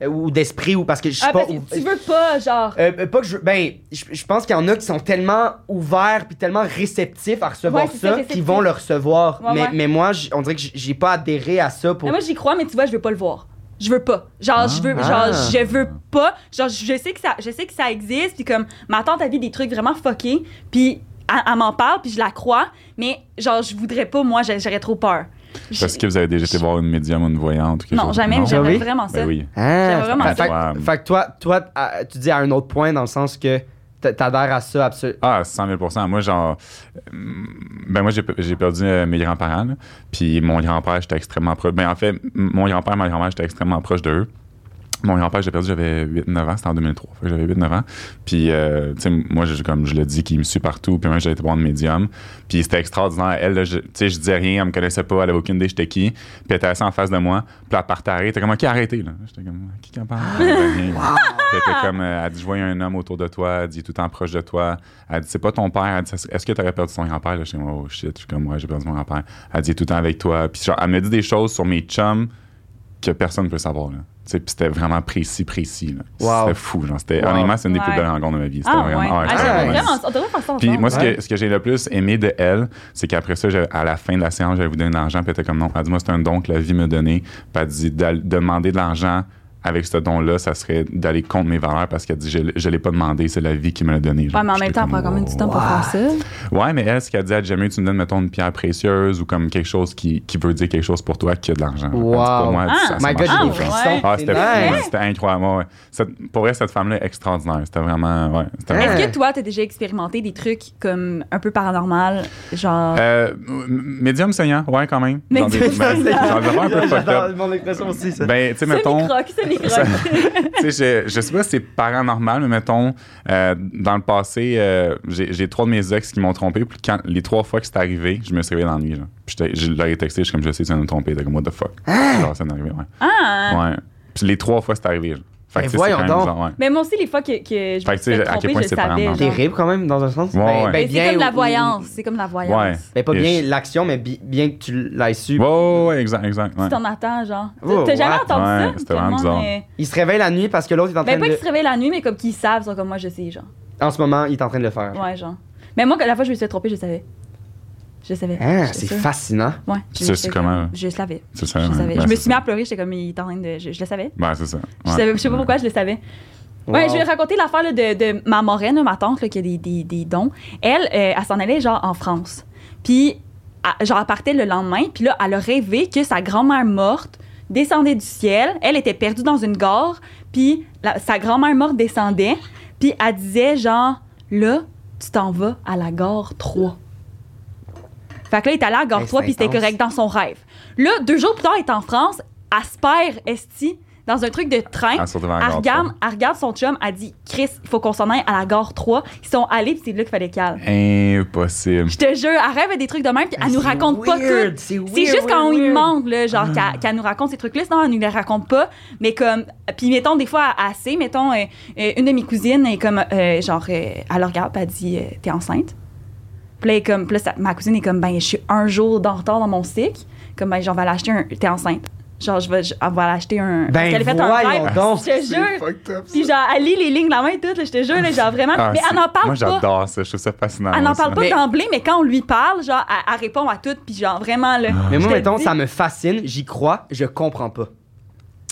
[SPEAKER 2] ou d'esprit ou parce que je suis
[SPEAKER 1] Ah,
[SPEAKER 2] pas.
[SPEAKER 1] parce que
[SPEAKER 2] ou-
[SPEAKER 1] tu veux pas, genre.
[SPEAKER 2] Euh, euh, pas que je. Ben, je, je pense qu'il y en a qui sont tellement ouverts puis tellement réceptifs à recevoir
[SPEAKER 1] Ouais, c'est ça,
[SPEAKER 2] ça,
[SPEAKER 1] réceptifs.
[SPEAKER 2] qu'ils vont le recevoir.
[SPEAKER 1] Ouais,
[SPEAKER 2] mais,
[SPEAKER 1] ouais.
[SPEAKER 2] mais moi, j- on dirait que j- j'ai pas adhéré à ça pour.
[SPEAKER 1] Mais moi, j'y crois, mais tu vois, je veux pas le voir. Je veux pas. Genre, je veux,
[SPEAKER 2] Ah.
[SPEAKER 1] genre, je veux pas. Genre, je sais que ça, je sais que ça existe. Puis comme, ma tante a vu des trucs vraiment fuckés. Puis elle, elle m'en parle, puis je la crois. Mais genre, je voudrais pas, moi, j'ai- j'aurais trop peur.
[SPEAKER 3] Parce que vous avez déjà été voir une médium ou une voyante ou quelque
[SPEAKER 1] Non,
[SPEAKER 3] chose?
[SPEAKER 1] jamais, mais j'aimerais
[SPEAKER 2] j'avais- Ah oui?
[SPEAKER 1] vraiment ça.
[SPEAKER 3] Ben oui.
[SPEAKER 2] Ah,
[SPEAKER 1] J'aime vraiment
[SPEAKER 2] fait-
[SPEAKER 1] ça.
[SPEAKER 2] fait-
[SPEAKER 3] Ouais.
[SPEAKER 2] Fait que toi, toi à- tu dis à un autre point dans le sens que t'a- t'adhères à ça absolument.
[SPEAKER 3] Ah, 100 000 Moi, genre. euh, Ben, moi, j'ai pe- j'ai perdu euh, mes grands-parents. là. Puis mon grand-père, j'étais extrêmement proche. Ben, en fait, m- mon grand-père, ma grand-mère, j'étais extrêmement proche d'eux. Mon grand-père, j'ai perdu, j'avais 8-9 ans, c'était en 2003. Fait que j'avais 8-9 ans. Puis, euh, tu sais, moi, je- comme je l'ai dit, qu'il me suit partout. Puis, moi, j'ai été voir un médium. Puis, c'était extraordinaire. Elle, là, je- tu sais, je disais rien, elle me connaissait pas, elle avait aucune idée, j'étais qui. Puis, elle était assise en face de moi. Puis, elle partait arrêter. T'es comme, OK, arrêtez, là. J'étais comme, qui qu'en parle? Elle savait rien. Puis, elle était comme, euh, elle dit, je vois un homme autour de toi. Elle dit, il est tout le temps proche de toi. Elle dit, c'est pas ton père. Elle dit, est-ce que t'aurais perdu ton grand-père? Là, je suis comme, oh shit, je suis comme, ouais, j'ai perdu mon grand-père. Elle dit, il est tout le temps avec toi. Puis, genre, elle me dit des choses sur mes chums que personne ne peut savoir. Là. Tu sais, Puis c'était vraiment précis, précis. là.
[SPEAKER 2] Wow.
[SPEAKER 3] C'était fou. Genre, c'était,
[SPEAKER 2] Wow.
[SPEAKER 3] Honnêtement, c'est une des plus
[SPEAKER 1] Ouais.
[SPEAKER 3] belles rencontres de ma vie. C'était
[SPEAKER 1] Ah, ouais.
[SPEAKER 3] vraiment, ouais,
[SPEAKER 1] Ah,
[SPEAKER 3] c'était
[SPEAKER 1] j'aimerais
[SPEAKER 2] ouais.
[SPEAKER 1] vraiment ça. On devrait faire ça.
[SPEAKER 3] Puis
[SPEAKER 1] ensemble.
[SPEAKER 3] moi, ce
[SPEAKER 2] Ouais.
[SPEAKER 3] que, ce que j'ai le plus aimé de elle, c'est qu'après ça, j'ai- à la fin de la séance, j'allais vous donner de l'argent. Puis elle était comme non. Elle dit, moi, c'est un don que la vie me donnait. Puis elle dit, d'al- demander de l'argent avec ce don-là, ça serait d'aller contre mes valeurs parce qu'elle dit, je ne l'ai pas demandé, c'est la vie qui me l'a donné. Genre,
[SPEAKER 1] Ouais, mais en
[SPEAKER 3] j'étais
[SPEAKER 1] même temps, on
[SPEAKER 3] comme,
[SPEAKER 1] prend quand même du temps pour
[SPEAKER 2] wow.
[SPEAKER 1] faire ça.
[SPEAKER 3] Ouais, mais elle, ce qu'elle dit, elle dit jamais tu me donnes, mettons, une pierre précieuse ou comme quelque chose qui, qui veut dire quelque chose pour toi qui a de l'argent. Elle dit,
[SPEAKER 2] Wow.
[SPEAKER 3] Pour moi, elle dit,
[SPEAKER 1] Ah.
[SPEAKER 3] ça, ça
[SPEAKER 2] My God,
[SPEAKER 3] marche
[SPEAKER 2] j'ai
[SPEAKER 1] Ah,
[SPEAKER 2] des
[SPEAKER 1] ouais.
[SPEAKER 2] frissons.
[SPEAKER 3] ah,
[SPEAKER 2] C'est
[SPEAKER 3] c'était fou,
[SPEAKER 2] nice.
[SPEAKER 3] c'était incroyable. ouais, ouais. Cette- pour vrai, cette femme-là est extraordinaire. C'était vraiment. Ouais, c'était
[SPEAKER 2] Hey.
[SPEAKER 3] vraiment-
[SPEAKER 1] Est-ce que toi, t'as déjà expérimenté des trucs comme un peu paranormal, genre.
[SPEAKER 3] Euh, m- médium saignant, ouais, quand même. Dans des-
[SPEAKER 1] Médium
[SPEAKER 3] ben,
[SPEAKER 1] saignant.
[SPEAKER 3] j'en avais un peu fucked
[SPEAKER 2] J'adore
[SPEAKER 3] up.
[SPEAKER 2] mon expression aussi, ça.
[SPEAKER 3] Ben, tu sais, mettons.
[SPEAKER 1] Semi-croque, semi-croque.
[SPEAKER 3] tu sais, je, je sais pas si c'est paranormal, mais mettons, euh, dans le passé, euh, j'ai j'ai trois de mes ex qui m'ont trompé. Puis quand, les trois fois que c'est arrivé, je me suis réveillé dans la nuit. Genre. Puis j'étais- je leur ai texté, je suis comme, je sais, tu viens de me tromper. T'es comme, what the fuck. Genre, ça m'est arrivé, ouais.
[SPEAKER 1] Ah!
[SPEAKER 3] ouais. Puis les trois fois, c'est arrivé. Genre. Fait
[SPEAKER 2] Ben
[SPEAKER 3] que, tu sais, c'est
[SPEAKER 2] voyons
[SPEAKER 3] quand même
[SPEAKER 2] donc.
[SPEAKER 3] bizarre, ouais.
[SPEAKER 1] Mais moi aussi, les fois que, que je me
[SPEAKER 3] Fait que tu sais,
[SPEAKER 1] suis fait
[SPEAKER 3] à quel
[SPEAKER 1] tromper,
[SPEAKER 3] point
[SPEAKER 1] je
[SPEAKER 3] c'est
[SPEAKER 1] savais.
[SPEAKER 3] paranormal.
[SPEAKER 1] genre.
[SPEAKER 2] Terrible quand même, dans un sens. Ben,
[SPEAKER 3] Ouais, ouais.
[SPEAKER 1] Mais c'est comme
[SPEAKER 2] ou-
[SPEAKER 1] la voyance. C'est comme la voyance.
[SPEAKER 3] Ouais.
[SPEAKER 2] Ben, pas
[SPEAKER 3] Ish.
[SPEAKER 2] bien l'action, mais bi- bien que tu l'aies su.
[SPEAKER 3] Ouais, ouais, ouais, exact, exact.
[SPEAKER 1] Tu
[SPEAKER 3] ouais.
[SPEAKER 1] t'en attends, genre. Tu-
[SPEAKER 2] Oh,
[SPEAKER 1] T'as jamais
[SPEAKER 2] what?
[SPEAKER 1] entendu
[SPEAKER 3] Ouais,
[SPEAKER 1] ça?
[SPEAKER 3] c'était
[SPEAKER 1] tout le
[SPEAKER 3] vraiment
[SPEAKER 1] monde
[SPEAKER 3] bizarre.
[SPEAKER 1] est-
[SPEAKER 2] Il se réveille la nuit parce que l'autre est en train
[SPEAKER 1] Ben, pas
[SPEAKER 2] de.
[SPEAKER 1] qu'ils se réveillent la nuit, mais comme qu'ils savent, sont comme moi, je sais, genre.
[SPEAKER 2] En ce moment, il est en train de le faire.
[SPEAKER 1] Ouais, genre. Mais moi, la fois que je me suis fait tromper, je savais. Je le savais.
[SPEAKER 2] Ah,
[SPEAKER 1] J'étais
[SPEAKER 2] c'est
[SPEAKER 1] sûre.
[SPEAKER 2] fascinant.
[SPEAKER 1] Ouais.
[SPEAKER 3] Tu
[SPEAKER 1] je
[SPEAKER 3] sais,
[SPEAKER 1] le
[SPEAKER 3] c'est
[SPEAKER 1] savais.
[SPEAKER 3] comment, là?
[SPEAKER 1] Je le savais.
[SPEAKER 3] C'est
[SPEAKER 1] Je
[SPEAKER 3] ça.
[SPEAKER 1] le
[SPEAKER 3] ouais.
[SPEAKER 1] savais.
[SPEAKER 3] Ouais,
[SPEAKER 1] je me
[SPEAKER 3] c'est
[SPEAKER 1] suis
[SPEAKER 3] ça.
[SPEAKER 1] mis à pleurer, j'étais comme, il est en train de. Je, je le savais.
[SPEAKER 3] Ouais, Ben, c'est ça.
[SPEAKER 1] Je
[SPEAKER 3] Ouais.
[SPEAKER 1] savais, je sais pas pourquoi je le savais. Ouais, je vais raconter l'affaire là, de, de ma moraine, ma tante, là, qui a des, des, des dons. Elle, euh, elle s'en allait genre en France. Puis, elle- genre, elle partait le lendemain. Puis là, elle a rêvé que sa grand-mère morte descendait du ciel. Elle était perdue dans une gare. Puis, la- sa grand-mère morte descendait. Puis, elle disait genre, là, tu t'en vas à la gare 3. Fait que là, il est allé à la gare
[SPEAKER 2] Hey,
[SPEAKER 1] 3,
[SPEAKER 2] c'est
[SPEAKER 1] puis c'était
[SPEAKER 2] intense.
[SPEAKER 1] correct dans son rêve. Là, deux jours plus tard, elle est en France. Elle se perd, esti, dans un truc de train.
[SPEAKER 3] Elle sort devant la
[SPEAKER 1] Elle Ah,
[SPEAKER 3] garde,
[SPEAKER 1] regarde, elle regarde son chum, elle dit Chris, il faut qu'on s'en aille à la gare 3. Ils sont allés, puis c'est là qu'il fallait qu'elle.
[SPEAKER 3] toi. Impossible.
[SPEAKER 1] Je te jure, elle rêve des trucs de même, puis
[SPEAKER 2] Ah,
[SPEAKER 1] elle nous raconte pas tout.
[SPEAKER 2] C'est
[SPEAKER 1] C'est juste quand on lui demande, là, genre,
[SPEAKER 3] Ah.
[SPEAKER 1] qu'elle qu'elle nous raconte ces trucs-là, sinon elle nous les raconte pas. Mais comme, puis mettons, des fois, elle sait, mettons, euh, euh, une de mes cousines est comme, euh, genre, euh, elle le regarde, puis elle dit, euh, t'es enceinte. Puis là, elle est comme, puis là, sa- ma cousine est comme, ben, je suis un jour dans retard dans mon cycle. Comme, ben, genre, va l'acheter un, t'es enceinte. Genre, je vais, je- elle va l'acheter un. parce
[SPEAKER 2] Ben,
[SPEAKER 1] qu'elle a fait un rêve.
[SPEAKER 2] voyons donc.
[SPEAKER 1] Je te jure, puis genre, elle lit les lignes de la main et tout, là, je te jure, là, genre vraiment.
[SPEAKER 3] Ah,
[SPEAKER 1] mais
[SPEAKER 3] c'est-
[SPEAKER 1] elle n'en parle
[SPEAKER 3] Moi,
[SPEAKER 1] pas.
[SPEAKER 3] j'adore ça. Je trouve ça fascinant.
[SPEAKER 1] Elle n'en
[SPEAKER 3] ça.
[SPEAKER 1] parle pas
[SPEAKER 2] Mais-
[SPEAKER 1] d'emblée, mais quand on lui parle, genre, elle, elle répond à tout, puis genre vraiment, là.
[SPEAKER 3] Ah.
[SPEAKER 2] Mais
[SPEAKER 1] je
[SPEAKER 2] moi,
[SPEAKER 1] te
[SPEAKER 2] mettons,
[SPEAKER 1] dis-
[SPEAKER 2] ça me fascine, j'y crois, je comprends pas.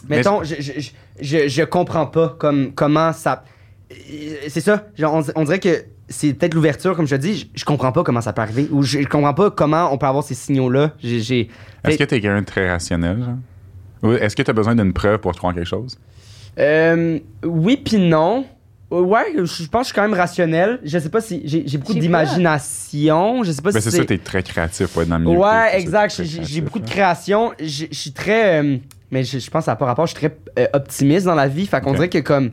[SPEAKER 3] Mais
[SPEAKER 2] Mettons, je, je, je, je- je comprends pas comme, comment ça. Euh, C'est ça, genre, on, on dirait que c'est peut-être l'ouverture, comme je te dis, je, je comprends pas comment ça peut arriver, ou je, je comprends pas comment on peut avoir ces signaux-là. J'ai- j'ai-
[SPEAKER 3] Est-ce que t'es quelqu'un de très rationnel, genre? Ou est-ce que t'as besoin d'une preuve pour croire en quelque chose?
[SPEAKER 2] Euh, oui, puis non. Euh, Ouais, je je pense que je suis quand même rationnel. Je sais pas si. J'ai j'ai beaucoup
[SPEAKER 1] J'ai pas.
[SPEAKER 2] d'imagination, je sais pas
[SPEAKER 3] Ben,
[SPEAKER 2] si.
[SPEAKER 3] c'est ça, t'es très créatif pour être dans le milieu. T'es- t'es-
[SPEAKER 2] Ouais,
[SPEAKER 3] t'es
[SPEAKER 2] exact.
[SPEAKER 3] très
[SPEAKER 2] J'ai- J'ai
[SPEAKER 3] créatif,
[SPEAKER 2] beaucoup de
[SPEAKER 3] hein.
[SPEAKER 2] création. Je je suis très. euh, mais je, je pense que ça n'a pas rapport. Je suis très euh, optimiste dans la vie. Fait qu'on
[SPEAKER 3] Ok.
[SPEAKER 2] dirait que comme.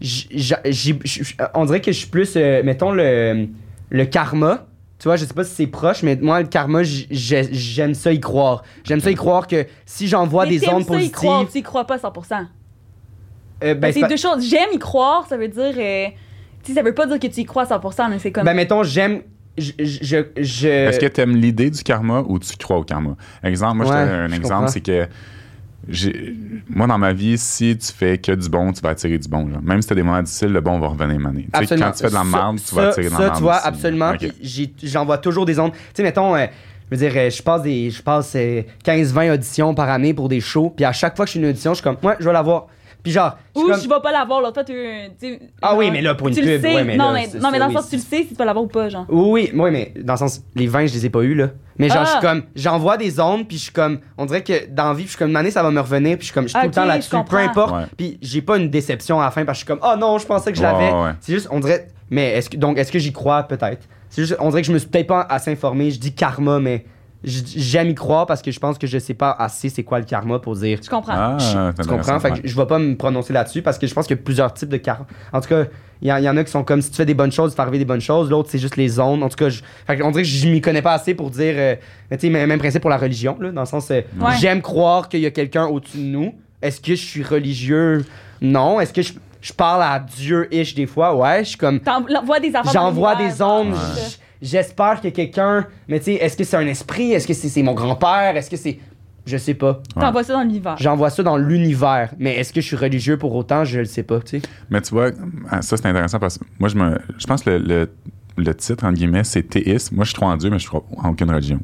[SPEAKER 2] j- j'a- j'ai- je- je- on dirait que je suis plus. euh, mettons le, le karma. Tu vois, je sais pas si c'est proche, mais moi, le karma, j- j'ai- j'aime ça y croire. J'aime ça y croire que si j'envoie
[SPEAKER 1] Mais
[SPEAKER 2] des
[SPEAKER 1] t'aimes
[SPEAKER 2] ondes
[SPEAKER 1] ça, y croire,
[SPEAKER 2] positives.
[SPEAKER 1] tu y crois pas 100%.
[SPEAKER 2] euh, ben, c'est
[SPEAKER 1] c'est
[SPEAKER 2] pas-
[SPEAKER 1] deux choses. J'aime y croire, ça veut dire. euh, tu sais, ça veut pas dire que tu y crois 100%, mais c'est comme.
[SPEAKER 2] ben, mettons, j'aime. Je, je, je-
[SPEAKER 3] Est-ce que t'aimes l'idée du karma ou tu crois au karma? Exemple, moi, je te
[SPEAKER 2] Ouais,
[SPEAKER 3] donne un
[SPEAKER 2] je
[SPEAKER 3] exemple,
[SPEAKER 2] comprends.
[SPEAKER 3] c'est que j'ai- moi, dans ma vie, si tu fais que du bon, tu vas attirer du bon. genre. Même si t'as des moments difficiles, le bon va revenir mané. Tu sais,
[SPEAKER 2] Absolument.
[SPEAKER 3] Quand tu fais de la merde,
[SPEAKER 2] Ça-
[SPEAKER 3] tu vas attirer de la
[SPEAKER 2] ça,
[SPEAKER 3] merde.
[SPEAKER 2] Ça, tu vois,
[SPEAKER 3] aussi.
[SPEAKER 2] absolument.
[SPEAKER 3] Ok.
[SPEAKER 2] Puis j'ai- J'envoie toujours des ondes. Tu sais, mettons, euh, je veux dire, euh, je passe, des, je passe 15-20 auditions par année pour des shows. Puis à chaque fois que je suis une audition, je suis comme, ouais, je vais la voir. Puis genre, je
[SPEAKER 1] Ou
[SPEAKER 2] suis
[SPEAKER 1] je
[SPEAKER 2] comme,
[SPEAKER 1] vais pas l'avoir, l'autre fois, tu. tu sais,
[SPEAKER 2] Ah
[SPEAKER 1] genre,
[SPEAKER 2] oui, mais là, pour une
[SPEAKER 1] tu le
[SPEAKER 2] pub,
[SPEAKER 1] sais.
[SPEAKER 2] ouais, mais
[SPEAKER 1] non,
[SPEAKER 2] là,
[SPEAKER 1] mais,
[SPEAKER 2] c'est
[SPEAKER 1] non, mais
[SPEAKER 2] ça,
[SPEAKER 1] dans le
[SPEAKER 2] oui.
[SPEAKER 1] sens, tu le sais si tu vas l'avoir ou pas, genre.
[SPEAKER 2] oui, oui, oui, mais dans le sens, les 20, je les ai pas eus, là. Mais genre, je suis
[SPEAKER 1] Ah.
[SPEAKER 2] comme, j'envoie des ondes, puis je suis comme, on dirait que dans la vie, puis je suis comme, une année, ça va me revenir, puis je suis comme, je suis tout
[SPEAKER 1] Ok,
[SPEAKER 2] le temps
[SPEAKER 1] je
[SPEAKER 2] là-dessus, peu
[SPEAKER 1] comprends.
[SPEAKER 2] importe.
[SPEAKER 3] Ouais.
[SPEAKER 2] Puis j'ai pas une déception à la fin, parce que je suis comme, oh non, je pensais que je
[SPEAKER 3] Ouais,
[SPEAKER 2] l'avais.
[SPEAKER 3] ouais, ouais.
[SPEAKER 2] C'est juste, on dirait, mais est-ce que, donc, est-ce que j'y crois peut-être? C'est juste, on dirait que je me suis peut-être pas assez informé, je dis karma, mais j- j'aime y croire parce que je pense que je sais pas assez c'est quoi le karma pour dire.
[SPEAKER 1] Je comprends.
[SPEAKER 3] Ah, c'est
[SPEAKER 2] tu
[SPEAKER 3] intéressant,
[SPEAKER 2] comprends? Fait
[SPEAKER 3] ouais.
[SPEAKER 2] que je vais pas me prononcer là-dessus parce que je pense qu'il y a plusieurs types de karma. En tout cas, il y, en- il y en a qui sont comme si tu fais des bonnes choses, tu fais arriver des bonnes choses. L'autre, c'est juste les zones. En tout cas, je, fait que on dirait que je m'y connais pas assez pour dire. euh, mais tu sais, même même principe pour la religion, là, dans le sens, euh,
[SPEAKER 1] Ouais.
[SPEAKER 2] j'aime croire qu'il y a quelqu'un au-dessus de nous. Est-ce que je suis religieux? Non. Est-ce que je, je parle à Dieu-ish des fois? Ouais, je suis comme.
[SPEAKER 1] T'envoies des affaires. dans
[SPEAKER 2] J'envoie
[SPEAKER 1] l'univers,
[SPEAKER 2] des ondes.
[SPEAKER 1] genre,
[SPEAKER 3] Ouais.
[SPEAKER 1] c'est ça.
[SPEAKER 2] j- J'espère que quelqu'un. Mais tu sais, est-ce que c'est un esprit? Est-ce que c'est c'est mon grand-père? Est-ce que c'est. Je sais pas.
[SPEAKER 3] Ouais.
[SPEAKER 1] T'envoies ça dans l'univers.
[SPEAKER 2] Ah. J'envoie ça dans l'univers. Mais est-ce que je suis religieux pour autant? Je le sais pas, tu sais.
[SPEAKER 3] Mais tu vois, ah, ça c'est intéressant parce que moi je me, je pense que le, le, le titre entre guillemets c'est théiste. Moi je crois en Dieu mais je crois en aucune religion.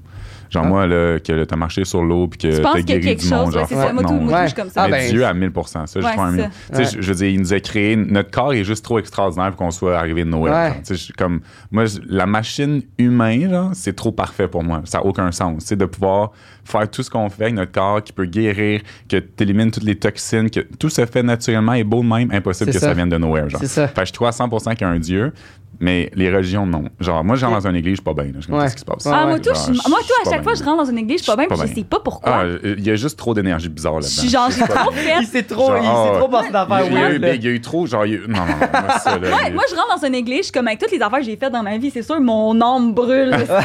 [SPEAKER 3] Genre
[SPEAKER 2] Ah.
[SPEAKER 3] moi là, que t'as marché sur l'eau puis que
[SPEAKER 1] Tu
[SPEAKER 3] t'as
[SPEAKER 1] penses qu'il y a
[SPEAKER 3] guéri
[SPEAKER 1] quelque
[SPEAKER 3] du
[SPEAKER 1] chose,
[SPEAKER 3] monde.
[SPEAKER 1] ouais,
[SPEAKER 3] genre,
[SPEAKER 1] c'est ça. Moi, tout,
[SPEAKER 3] non,
[SPEAKER 1] moi,
[SPEAKER 3] là.
[SPEAKER 1] tout,
[SPEAKER 2] ouais.
[SPEAKER 1] je suis comme
[SPEAKER 3] Mais
[SPEAKER 1] ça.
[SPEAKER 2] Ah, ben,
[SPEAKER 3] Dieu à 1000 ça je
[SPEAKER 1] Ouais,
[SPEAKER 3] crois en
[SPEAKER 1] c'est
[SPEAKER 3] 1000. Tu sais,
[SPEAKER 2] Ouais.
[SPEAKER 3] je, je veux dire, il nous a créé, notre corps est juste trop extraordinaire pour qu'on soit arrivé de Noël.
[SPEAKER 2] Ouais.
[SPEAKER 3] genre. Tu sais, je suis comme, moi, je- la machine humaine, genre, c'est trop parfait pour moi. Ça n'a aucun sens. C'est de pouvoir faire tout ce qu'on fait avec notre corps, qui peut guérir, que tu élimines toutes les toxines, que tout se fait naturellement et beau de même, impossible
[SPEAKER 2] C'est
[SPEAKER 3] que ça.
[SPEAKER 2] ça.
[SPEAKER 3] vienne de nowhere. Genre.
[SPEAKER 2] C'est ça.
[SPEAKER 3] Fait que je crois à 100% qu'il y a un Dieu, mais les religions, non. Genre, moi, je rentre dans une église, je suis pas bien. là. Je suis comme,
[SPEAKER 2] Ouais.
[SPEAKER 3] Qu'est-ce qui se passe?
[SPEAKER 1] Ah, moi,
[SPEAKER 2] Ouais,
[SPEAKER 1] tout,
[SPEAKER 3] Genre,
[SPEAKER 1] je- moi, tout,
[SPEAKER 3] suis
[SPEAKER 1] à
[SPEAKER 3] pas
[SPEAKER 1] chaque
[SPEAKER 3] bien.
[SPEAKER 1] fois, je rentre dans une église, je suis pas bien, puis je sais pas
[SPEAKER 3] Ah,
[SPEAKER 1] pourquoi.
[SPEAKER 3] il y a juste trop d'énergie bizarre
[SPEAKER 1] Je
[SPEAKER 3] là-dedans.
[SPEAKER 1] suis genre, j'ai trop fait.
[SPEAKER 2] s'est trop,
[SPEAKER 3] Genre, ah, ouais.
[SPEAKER 2] passé d'affaires
[SPEAKER 3] Il y, a eu,
[SPEAKER 2] weird, là.
[SPEAKER 3] big, il y a eu trop, genre, il y a eu- non, non, non, moi, ça, là,
[SPEAKER 1] Ouais,
[SPEAKER 3] il-
[SPEAKER 1] moi, je rentre dans une église, je suis comme avec toutes les affaires que j'ai faites dans ma vie, c'est sûr, mon âme brûle. là, si, genre,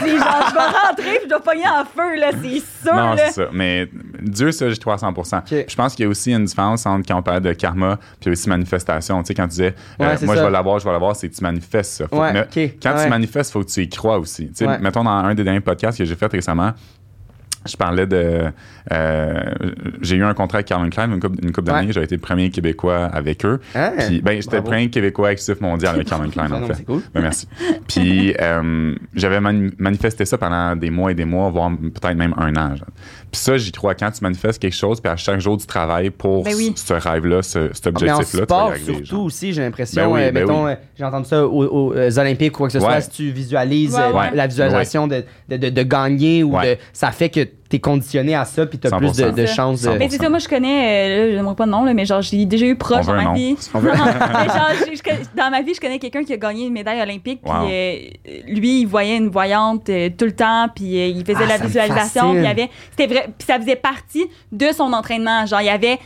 [SPEAKER 1] je vais rentrer, puis je vais pogner en feu, là, c'est sûr.
[SPEAKER 3] non,
[SPEAKER 1] là.
[SPEAKER 3] c'est ça. Mais Dieu, ça, j'ai 300
[SPEAKER 2] Ok.
[SPEAKER 3] Je pense qu'il y a aussi une différence entre quand on parle de karma puis aussi manifestation. Tu sais, quand tu disais, euh,
[SPEAKER 2] Ouais, c'est
[SPEAKER 3] moi, je
[SPEAKER 2] ça.
[SPEAKER 3] vais l'avoir, je vais l'avoir, c'est que tu manifestes ça. Faut
[SPEAKER 2] Ouais,
[SPEAKER 3] que-
[SPEAKER 2] ok.
[SPEAKER 3] Quand
[SPEAKER 2] Ouais.
[SPEAKER 3] tu manifestes, faut que tu y crois aussi. Tu sais,
[SPEAKER 2] Ouais.
[SPEAKER 3] mettons dans un des derniers podcasts que j'ai fait récemment, Je parlais de. euh, j'ai eu un contrat avec Calvin Klein une couple, une couple
[SPEAKER 2] Ouais.
[SPEAKER 3] d'années. J'ai été le premier Québécois avec eux.
[SPEAKER 2] Hein?
[SPEAKER 3] Puis, ben, j'étais le
[SPEAKER 2] Bravo.
[SPEAKER 3] premier Québécois actif mondial avec Calvin Klein,
[SPEAKER 2] Ah
[SPEAKER 3] en
[SPEAKER 2] non,
[SPEAKER 3] fait.
[SPEAKER 2] c'est cool.
[SPEAKER 3] Ben, merci. Puis euh, j'avais mani- manifesté ça pendant des mois et des mois, voire peut-être même un an. genre. Puis ça, j'y crois quand tu manifestes quelque chose, puis à chaque jour du travail pour
[SPEAKER 1] Ben oui.
[SPEAKER 3] ce ce rêve-là, ce- cet
[SPEAKER 2] Ah, Mais en
[SPEAKER 3] objectif-là, tu vas y
[SPEAKER 2] sport,
[SPEAKER 3] arriver,
[SPEAKER 2] surtout
[SPEAKER 3] genre.
[SPEAKER 2] aussi, j'ai l'impression,
[SPEAKER 3] Ben oui,
[SPEAKER 2] euh,
[SPEAKER 3] ben
[SPEAKER 2] mettons,
[SPEAKER 3] oui.
[SPEAKER 2] euh, j'ai entendu ça aux, aux, euh, Olympiques ou quoi que ce
[SPEAKER 3] Ouais.
[SPEAKER 2] soit, si tu visualises euh,
[SPEAKER 1] Ouais, ouais.
[SPEAKER 2] la visualisation de, de, de, de gagner ou
[SPEAKER 3] Ouais.
[SPEAKER 2] de, ça fait que t'es conditionné à ça puis t'as plus de,
[SPEAKER 3] 100%.
[SPEAKER 2] de chances de...
[SPEAKER 1] Mais c'est ça, moi je connais, euh, là, je n'aimerais pas de nom, là, mais genre j'ai déjà eu proche
[SPEAKER 3] On veut
[SPEAKER 1] dans ma
[SPEAKER 3] un nom.
[SPEAKER 1] vie. Mais genre, je- je connais- dans ma vie, je connais quelqu'un qui a gagné une médaille olympique, puis
[SPEAKER 3] Wow.
[SPEAKER 1] euh, lui, il voyait une voyante euh, tout le temps, puis euh, il faisait
[SPEAKER 2] Ah,
[SPEAKER 1] de la
[SPEAKER 2] ça me
[SPEAKER 1] visualisation, puis il
[SPEAKER 2] fascine.
[SPEAKER 1] y avait, c'était vrai, puis ça faisait partie de son entraînement. Genre, il y avait,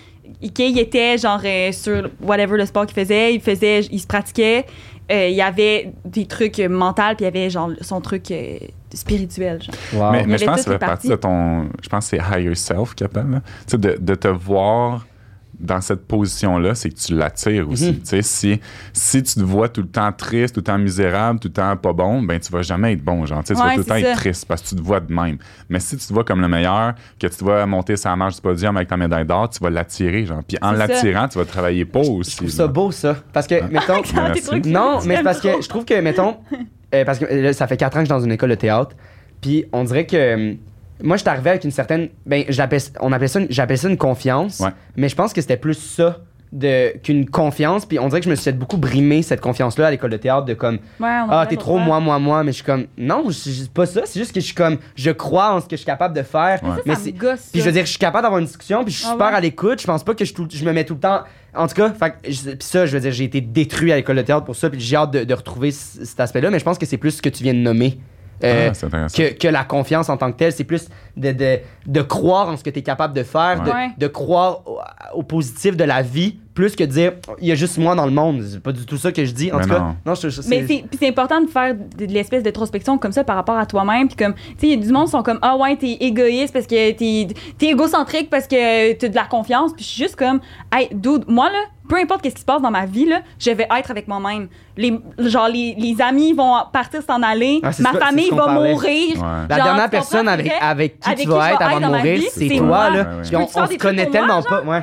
[SPEAKER 1] ok, il était genre euh, sur whatever le sport qu'il faisait, il faisait, il se pratiquait, euh, il y avait des trucs euh, mentaux, puis il y avait genre son truc euh, spirituel. Genre.
[SPEAKER 2] Wow.
[SPEAKER 3] Mais, mais
[SPEAKER 1] Il
[SPEAKER 3] je
[SPEAKER 1] y avait
[SPEAKER 3] pense que
[SPEAKER 1] tout
[SPEAKER 3] ça fait
[SPEAKER 1] qui est parti.
[SPEAKER 3] partie de ton. Je pense que c'est higher self qui appelle. là. Tu sais, de, de te voir dans cette position-là, c'est que tu l'attires aussi.
[SPEAKER 2] Mhm.
[SPEAKER 3] Tu sais, si, si tu te vois tout le temps triste, tout le temps misérable, tout le temps pas bon, ben tu vas jamais être bon. Genre, tu sais, tu
[SPEAKER 1] Ouais,
[SPEAKER 3] vas tout le temps
[SPEAKER 1] c'est
[SPEAKER 3] être
[SPEAKER 1] ça.
[SPEAKER 3] triste parce que tu te vois de même. Mais si tu te vois comme le meilleur, que tu te vois monter sa marche du podium avec ta médaille d'or, tu vas l'attirer. Genre. Puis en
[SPEAKER 1] C'est ça.
[SPEAKER 3] l'attirant, tu vas travailler pas aussi.
[SPEAKER 2] Je trouve ça
[SPEAKER 3] là.
[SPEAKER 2] beau, ça. Parce
[SPEAKER 3] Ah.
[SPEAKER 2] que,
[SPEAKER 1] Genre,
[SPEAKER 2] mettons...
[SPEAKER 1] des
[SPEAKER 3] merci.
[SPEAKER 1] trucs
[SPEAKER 2] Non, mais c'est
[SPEAKER 1] j'aime
[SPEAKER 2] parce
[SPEAKER 1] trop.
[SPEAKER 2] que je trouve que, mettons, euh, parce que euh, là, ça fait 4 ans que je suis dans une école de théâtre, puis on dirait que. euh, moi, je suis arrivé avec une certaine. Ben, j'appelle, on appelait ça, une- j'appelais ça une confiance,
[SPEAKER 3] Ouais.
[SPEAKER 2] mais je pense que c'était plus ça de, qu'une confiance, puis on dirait que je me suis fait beaucoup brimer cette confiance-là à l'école de théâtre, de comme.
[SPEAKER 1] Ouais, on en
[SPEAKER 2] Ah,
[SPEAKER 1] parlait
[SPEAKER 2] t'es trop
[SPEAKER 1] l'autre
[SPEAKER 2] moi, moi, moi, mais je suis comme. Non, je- c'est juste pas ça, c'est juste que je suis comme. Je crois en ce que je suis capable de faire,
[SPEAKER 3] Ouais.
[SPEAKER 1] fois. Ça,
[SPEAKER 2] mais
[SPEAKER 1] ça me
[SPEAKER 2] c'est.
[SPEAKER 1] gosse,
[SPEAKER 2] Puis je
[SPEAKER 1] ça.
[SPEAKER 2] veux dire, je suis capable d'avoir une discussion, puis je suis
[SPEAKER 1] Ah
[SPEAKER 2] super
[SPEAKER 1] ouais.
[SPEAKER 2] à l'écoute. Je pense pas que je, tout- je me mets tout le temps. En tout cas, fait, que je- puis ça, je veux dire, j'ai été détruit à l'école de théâtre pour ça, puis j'ai hâte de, de retrouver c- cet aspect-là, mais je pense que c'est plus ce que tu viens de nommer. euh,
[SPEAKER 3] Ah, c'est intéressant.
[SPEAKER 2] que, que la confiance en tant que telle, c'est plus de, de, de croire en ce que tu es capable de faire, de-
[SPEAKER 1] Ouais.
[SPEAKER 2] De, croire au, au positif de la vie, plus que de dire il y a juste moi dans le monde. C'est pas du tout ça que je dis. En
[SPEAKER 3] Mais
[SPEAKER 2] tout cas,
[SPEAKER 3] non.
[SPEAKER 2] non, je, je-
[SPEAKER 1] Mais c'est puis c'est important de faire de, de l'espèce d'introspection comme ça par rapport à toi-même. Puis comme, tu sais, il y a du monde qui sont comme, ah ouais, t'es égoïste parce que t'es t'es égocentrique parce que t'as de la confiance. Puis je suis juste comme, hey, dude, moi là, peu importe qu'est-ce qui se passe dans ma vie là, je vais être avec moi-même. Les, genre, les, les amis vont partir s'en aller,
[SPEAKER 2] Ah, c'est
[SPEAKER 1] ma
[SPEAKER 2] ça- c'est
[SPEAKER 1] famille
[SPEAKER 2] ce qu'on
[SPEAKER 1] va
[SPEAKER 2] parlait.
[SPEAKER 1] mourir.
[SPEAKER 3] Ouais.
[SPEAKER 2] La
[SPEAKER 1] Genre,
[SPEAKER 2] dernière
[SPEAKER 1] tu comprends
[SPEAKER 2] personne
[SPEAKER 1] ce
[SPEAKER 2] avec,
[SPEAKER 1] que-
[SPEAKER 2] avec qui
[SPEAKER 1] avec
[SPEAKER 2] tu
[SPEAKER 1] qui
[SPEAKER 2] vas
[SPEAKER 1] je
[SPEAKER 2] être
[SPEAKER 1] vais
[SPEAKER 2] avant
[SPEAKER 1] être
[SPEAKER 2] de
[SPEAKER 1] dans ma
[SPEAKER 2] mourir,
[SPEAKER 1] vie,
[SPEAKER 2] c'est
[SPEAKER 1] c'est
[SPEAKER 2] toi,
[SPEAKER 1] moi.
[SPEAKER 2] là.
[SPEAKER 3] Ouais, ouais.
[SPEAKER 2] Puis on,
[SPEAKER 1] Peux-tu faire
[SPEAKER 2] on se
[SPEAKER 1] des trucs
[SPEAKER 2] connaît
[SPEAKER 1] pour moi,
[SPEAKER 2] tellement
[SPEAKER 1] genre?
[SPEAKER 2] pas. Ouais.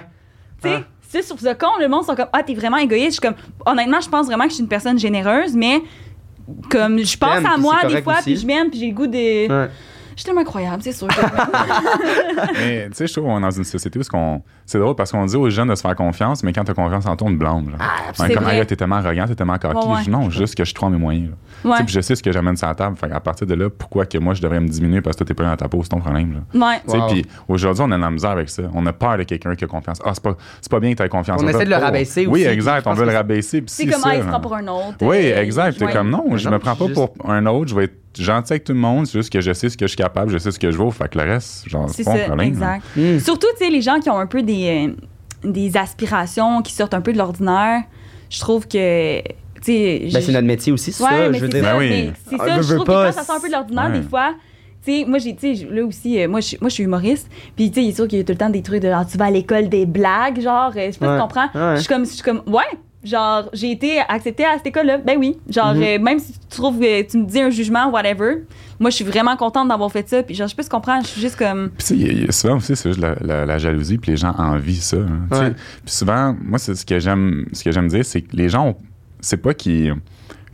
[SPEAKER 1] Tu sais,
[SPEAKER 2] Ah.
[SPEAKER 1] c'est sur ce con, le monde sont comme Ah, t'es vraiment égoïste. Je suis comme Honnêtement, je pense vraiment que je suis une personne généreuse, mais comme je pense
[SPEAKER 2] t'aimes,
[SPEAKER 1] à
[SPEAKER 2] puis
[SPEAKER 1] moi
[SPEAKER 2] c'est
[SPEAKER 1] des
[SPEAKER 2] correct
[SPEAKER 1] fois,
[SPEAKER 2] aussi.
[SPEAKER 1] puis je m'aime, puis j'ai le goût de.
[SPEAKER 2] Ouais.
[SPEAKER 1] Je suis tellement incroyable, c'est sûr.
[SPEAKER 3] Mais tu sais, je trouve qu'on est dans une société où ce qu'on- c'est drôle parce qu'on dit aux jeunes de se faire confiance, mais quand t'as confiance en toi, on te blâme. Genre.
[SPEAKER 1] Ah, c'est
[SPEAKER 3] comme,
[SPEAKER 1] vrai.
[SPEAKER 3] Hey, là, t'es tellement arrogant, t'es tellement coquille.
[SPEAKER 1] Ouais, ouais.
[SPEAKER 3] Je dis, Non, juste que je suis trop en mes moyens. là. Tu
[SPEAKER 1] Ouais.
[SPEAKER 3] sais, puis je sais ce que j'amène sur la table. Fait à partir de là, pourquoi que moi, je devrais me diminuer parce que toi, t'es pas dans ta peau, c'est ton problème. genre.
[SPEAKER 1] ouais.
[SPEAKER 3] Tu sais,
[SPEAKER 2] Wow.
[SPEAKER 3] Puis aujourd'hui, on a de la misère avec ça. On a peur de quelqu'un qui a confiance. Ah, c'est pas, c'est pas bien que t'aies confiance.
[SPEAKER 2] On
[SPEAKER 3] en
[SPEAKER 2] essaie
[SPEAKER 3] toi.
[SPEAKER 2] de le
[SPEAKER 3] Oh.
[SPEAKER 2] rabaisser
[SPEAKER 3] Oui,
[SPEAKER 2] aussi,
[SPEAKER 3] exact.
[SPEAKER 2] puis je
[SPEAKER 3] On
[SPEAKER 2] pense
[SPEAKER 3] veut
[SPEAKER 2] que
[SPEAKER 3] le rabaisser. puis
[SPEAKER 1] C'est
[SPEAKER 3] si,
[SPEAKER 1] comme
[SPEAKER 3] ça, hein.
[SPEAKER 1] Ah, il se
[SPEAKER 3] genre.
[SPEAKER 1] prend pour un autre.
[SPEAKER 3] Oui,
[SPEAKER 1] euh,
[SPEAKER 3] exact. T'es
[SPEAKER 1] ouais.
[SPEAKER 3] comme non, je
[SPEAKER 2] Non,
[SPEAKER 3] me prends pas
[SPEAKER 2] juste-
[SPEAKER 3] pour un autre. Je vais être gentil avec tout le monde. C'est juste que je sais ce que je suis capable, je sais ce que je vaux. Fait que le reste, genre,
[SPEAKER 1] C'est
[SPEAKER 3] c'est pas mon
[SPEAKER 1] ça,
[SPEAKER 3] problème. là.
[SPEAKER 1] exact.
[SPEAKER 2] Hmm.
[SPEAKER 1] Surtout, tu sais, les gens qui ont un peu des, euh, des aspirations, qui sortent un peu de l'ordinaire, je trouve que. Tu sais,
[SPEAKER 2] Ben,
[SPEAKER 1] je-
[SPEAKER 2] c'est notre métier aussi, ça.
[SPEAKER 1] Ouais, mais
[SPEAKER 2] je veux
[SPEAKER 1] c'est
[SPEAKER 2] dire,
[SPEAKER 1] ça,
[SPEAKER 3] Ben oui.
[SPEAKER 1] mais c'est
[SPEAKER 2] Ah,
[SPEAKER 1] ça,
[SPEAKER 2] veux,
[SPEAKER 1] je
[SPEAKER 2] veux
[SPEAKER 1] trouve
[SPEAKER 2] pas,
[SPEAKER 1] que quand ça sort un peu de l'ordinaire,
[SPEAKER 3] Ouais.
[SPEAKER 1] des fois, tu sais, moi, j'ai, tu sais, là aussi, euh, moi, je, moi, je suis humoriste, puis, tu sais, il est sûr qu'il y a tout le temps des trucs de genre, tu vas à l'école des blagues, genre, euh, je sais pas si
[SPEAKER 2] Ouais.
[SPEAKER 1] tu comprends.
[SPEAKER 2] Ouais.
[SPEAKER 1] Je suis comme, je suis comme, ouais, genre, j'ai été acceptée à cette école-là, ben oui. Genre,
[SPEAKER 2] Mhm.
[SPEAKER 1] euh, même si tu trouves, que tu me dis un jugement, whatever, moi, je suis vraiment contente d'avoir fait ça, puis genre, je peux se comprendre, je suis juste comme,
[SPEAKER 3] Puis, tu sais, il y a- il y a souvent aussi, c'est juste la, la- la jalousie, puis les gens envient ça. hein, tu sais.
[SPEAKER 2] Ouais.
[SPEAKER 3] Puis souvent, moi, c'est ce que j'aime ce que j'aime dire, c'est que les gens, ont- c'est pas qu'ils.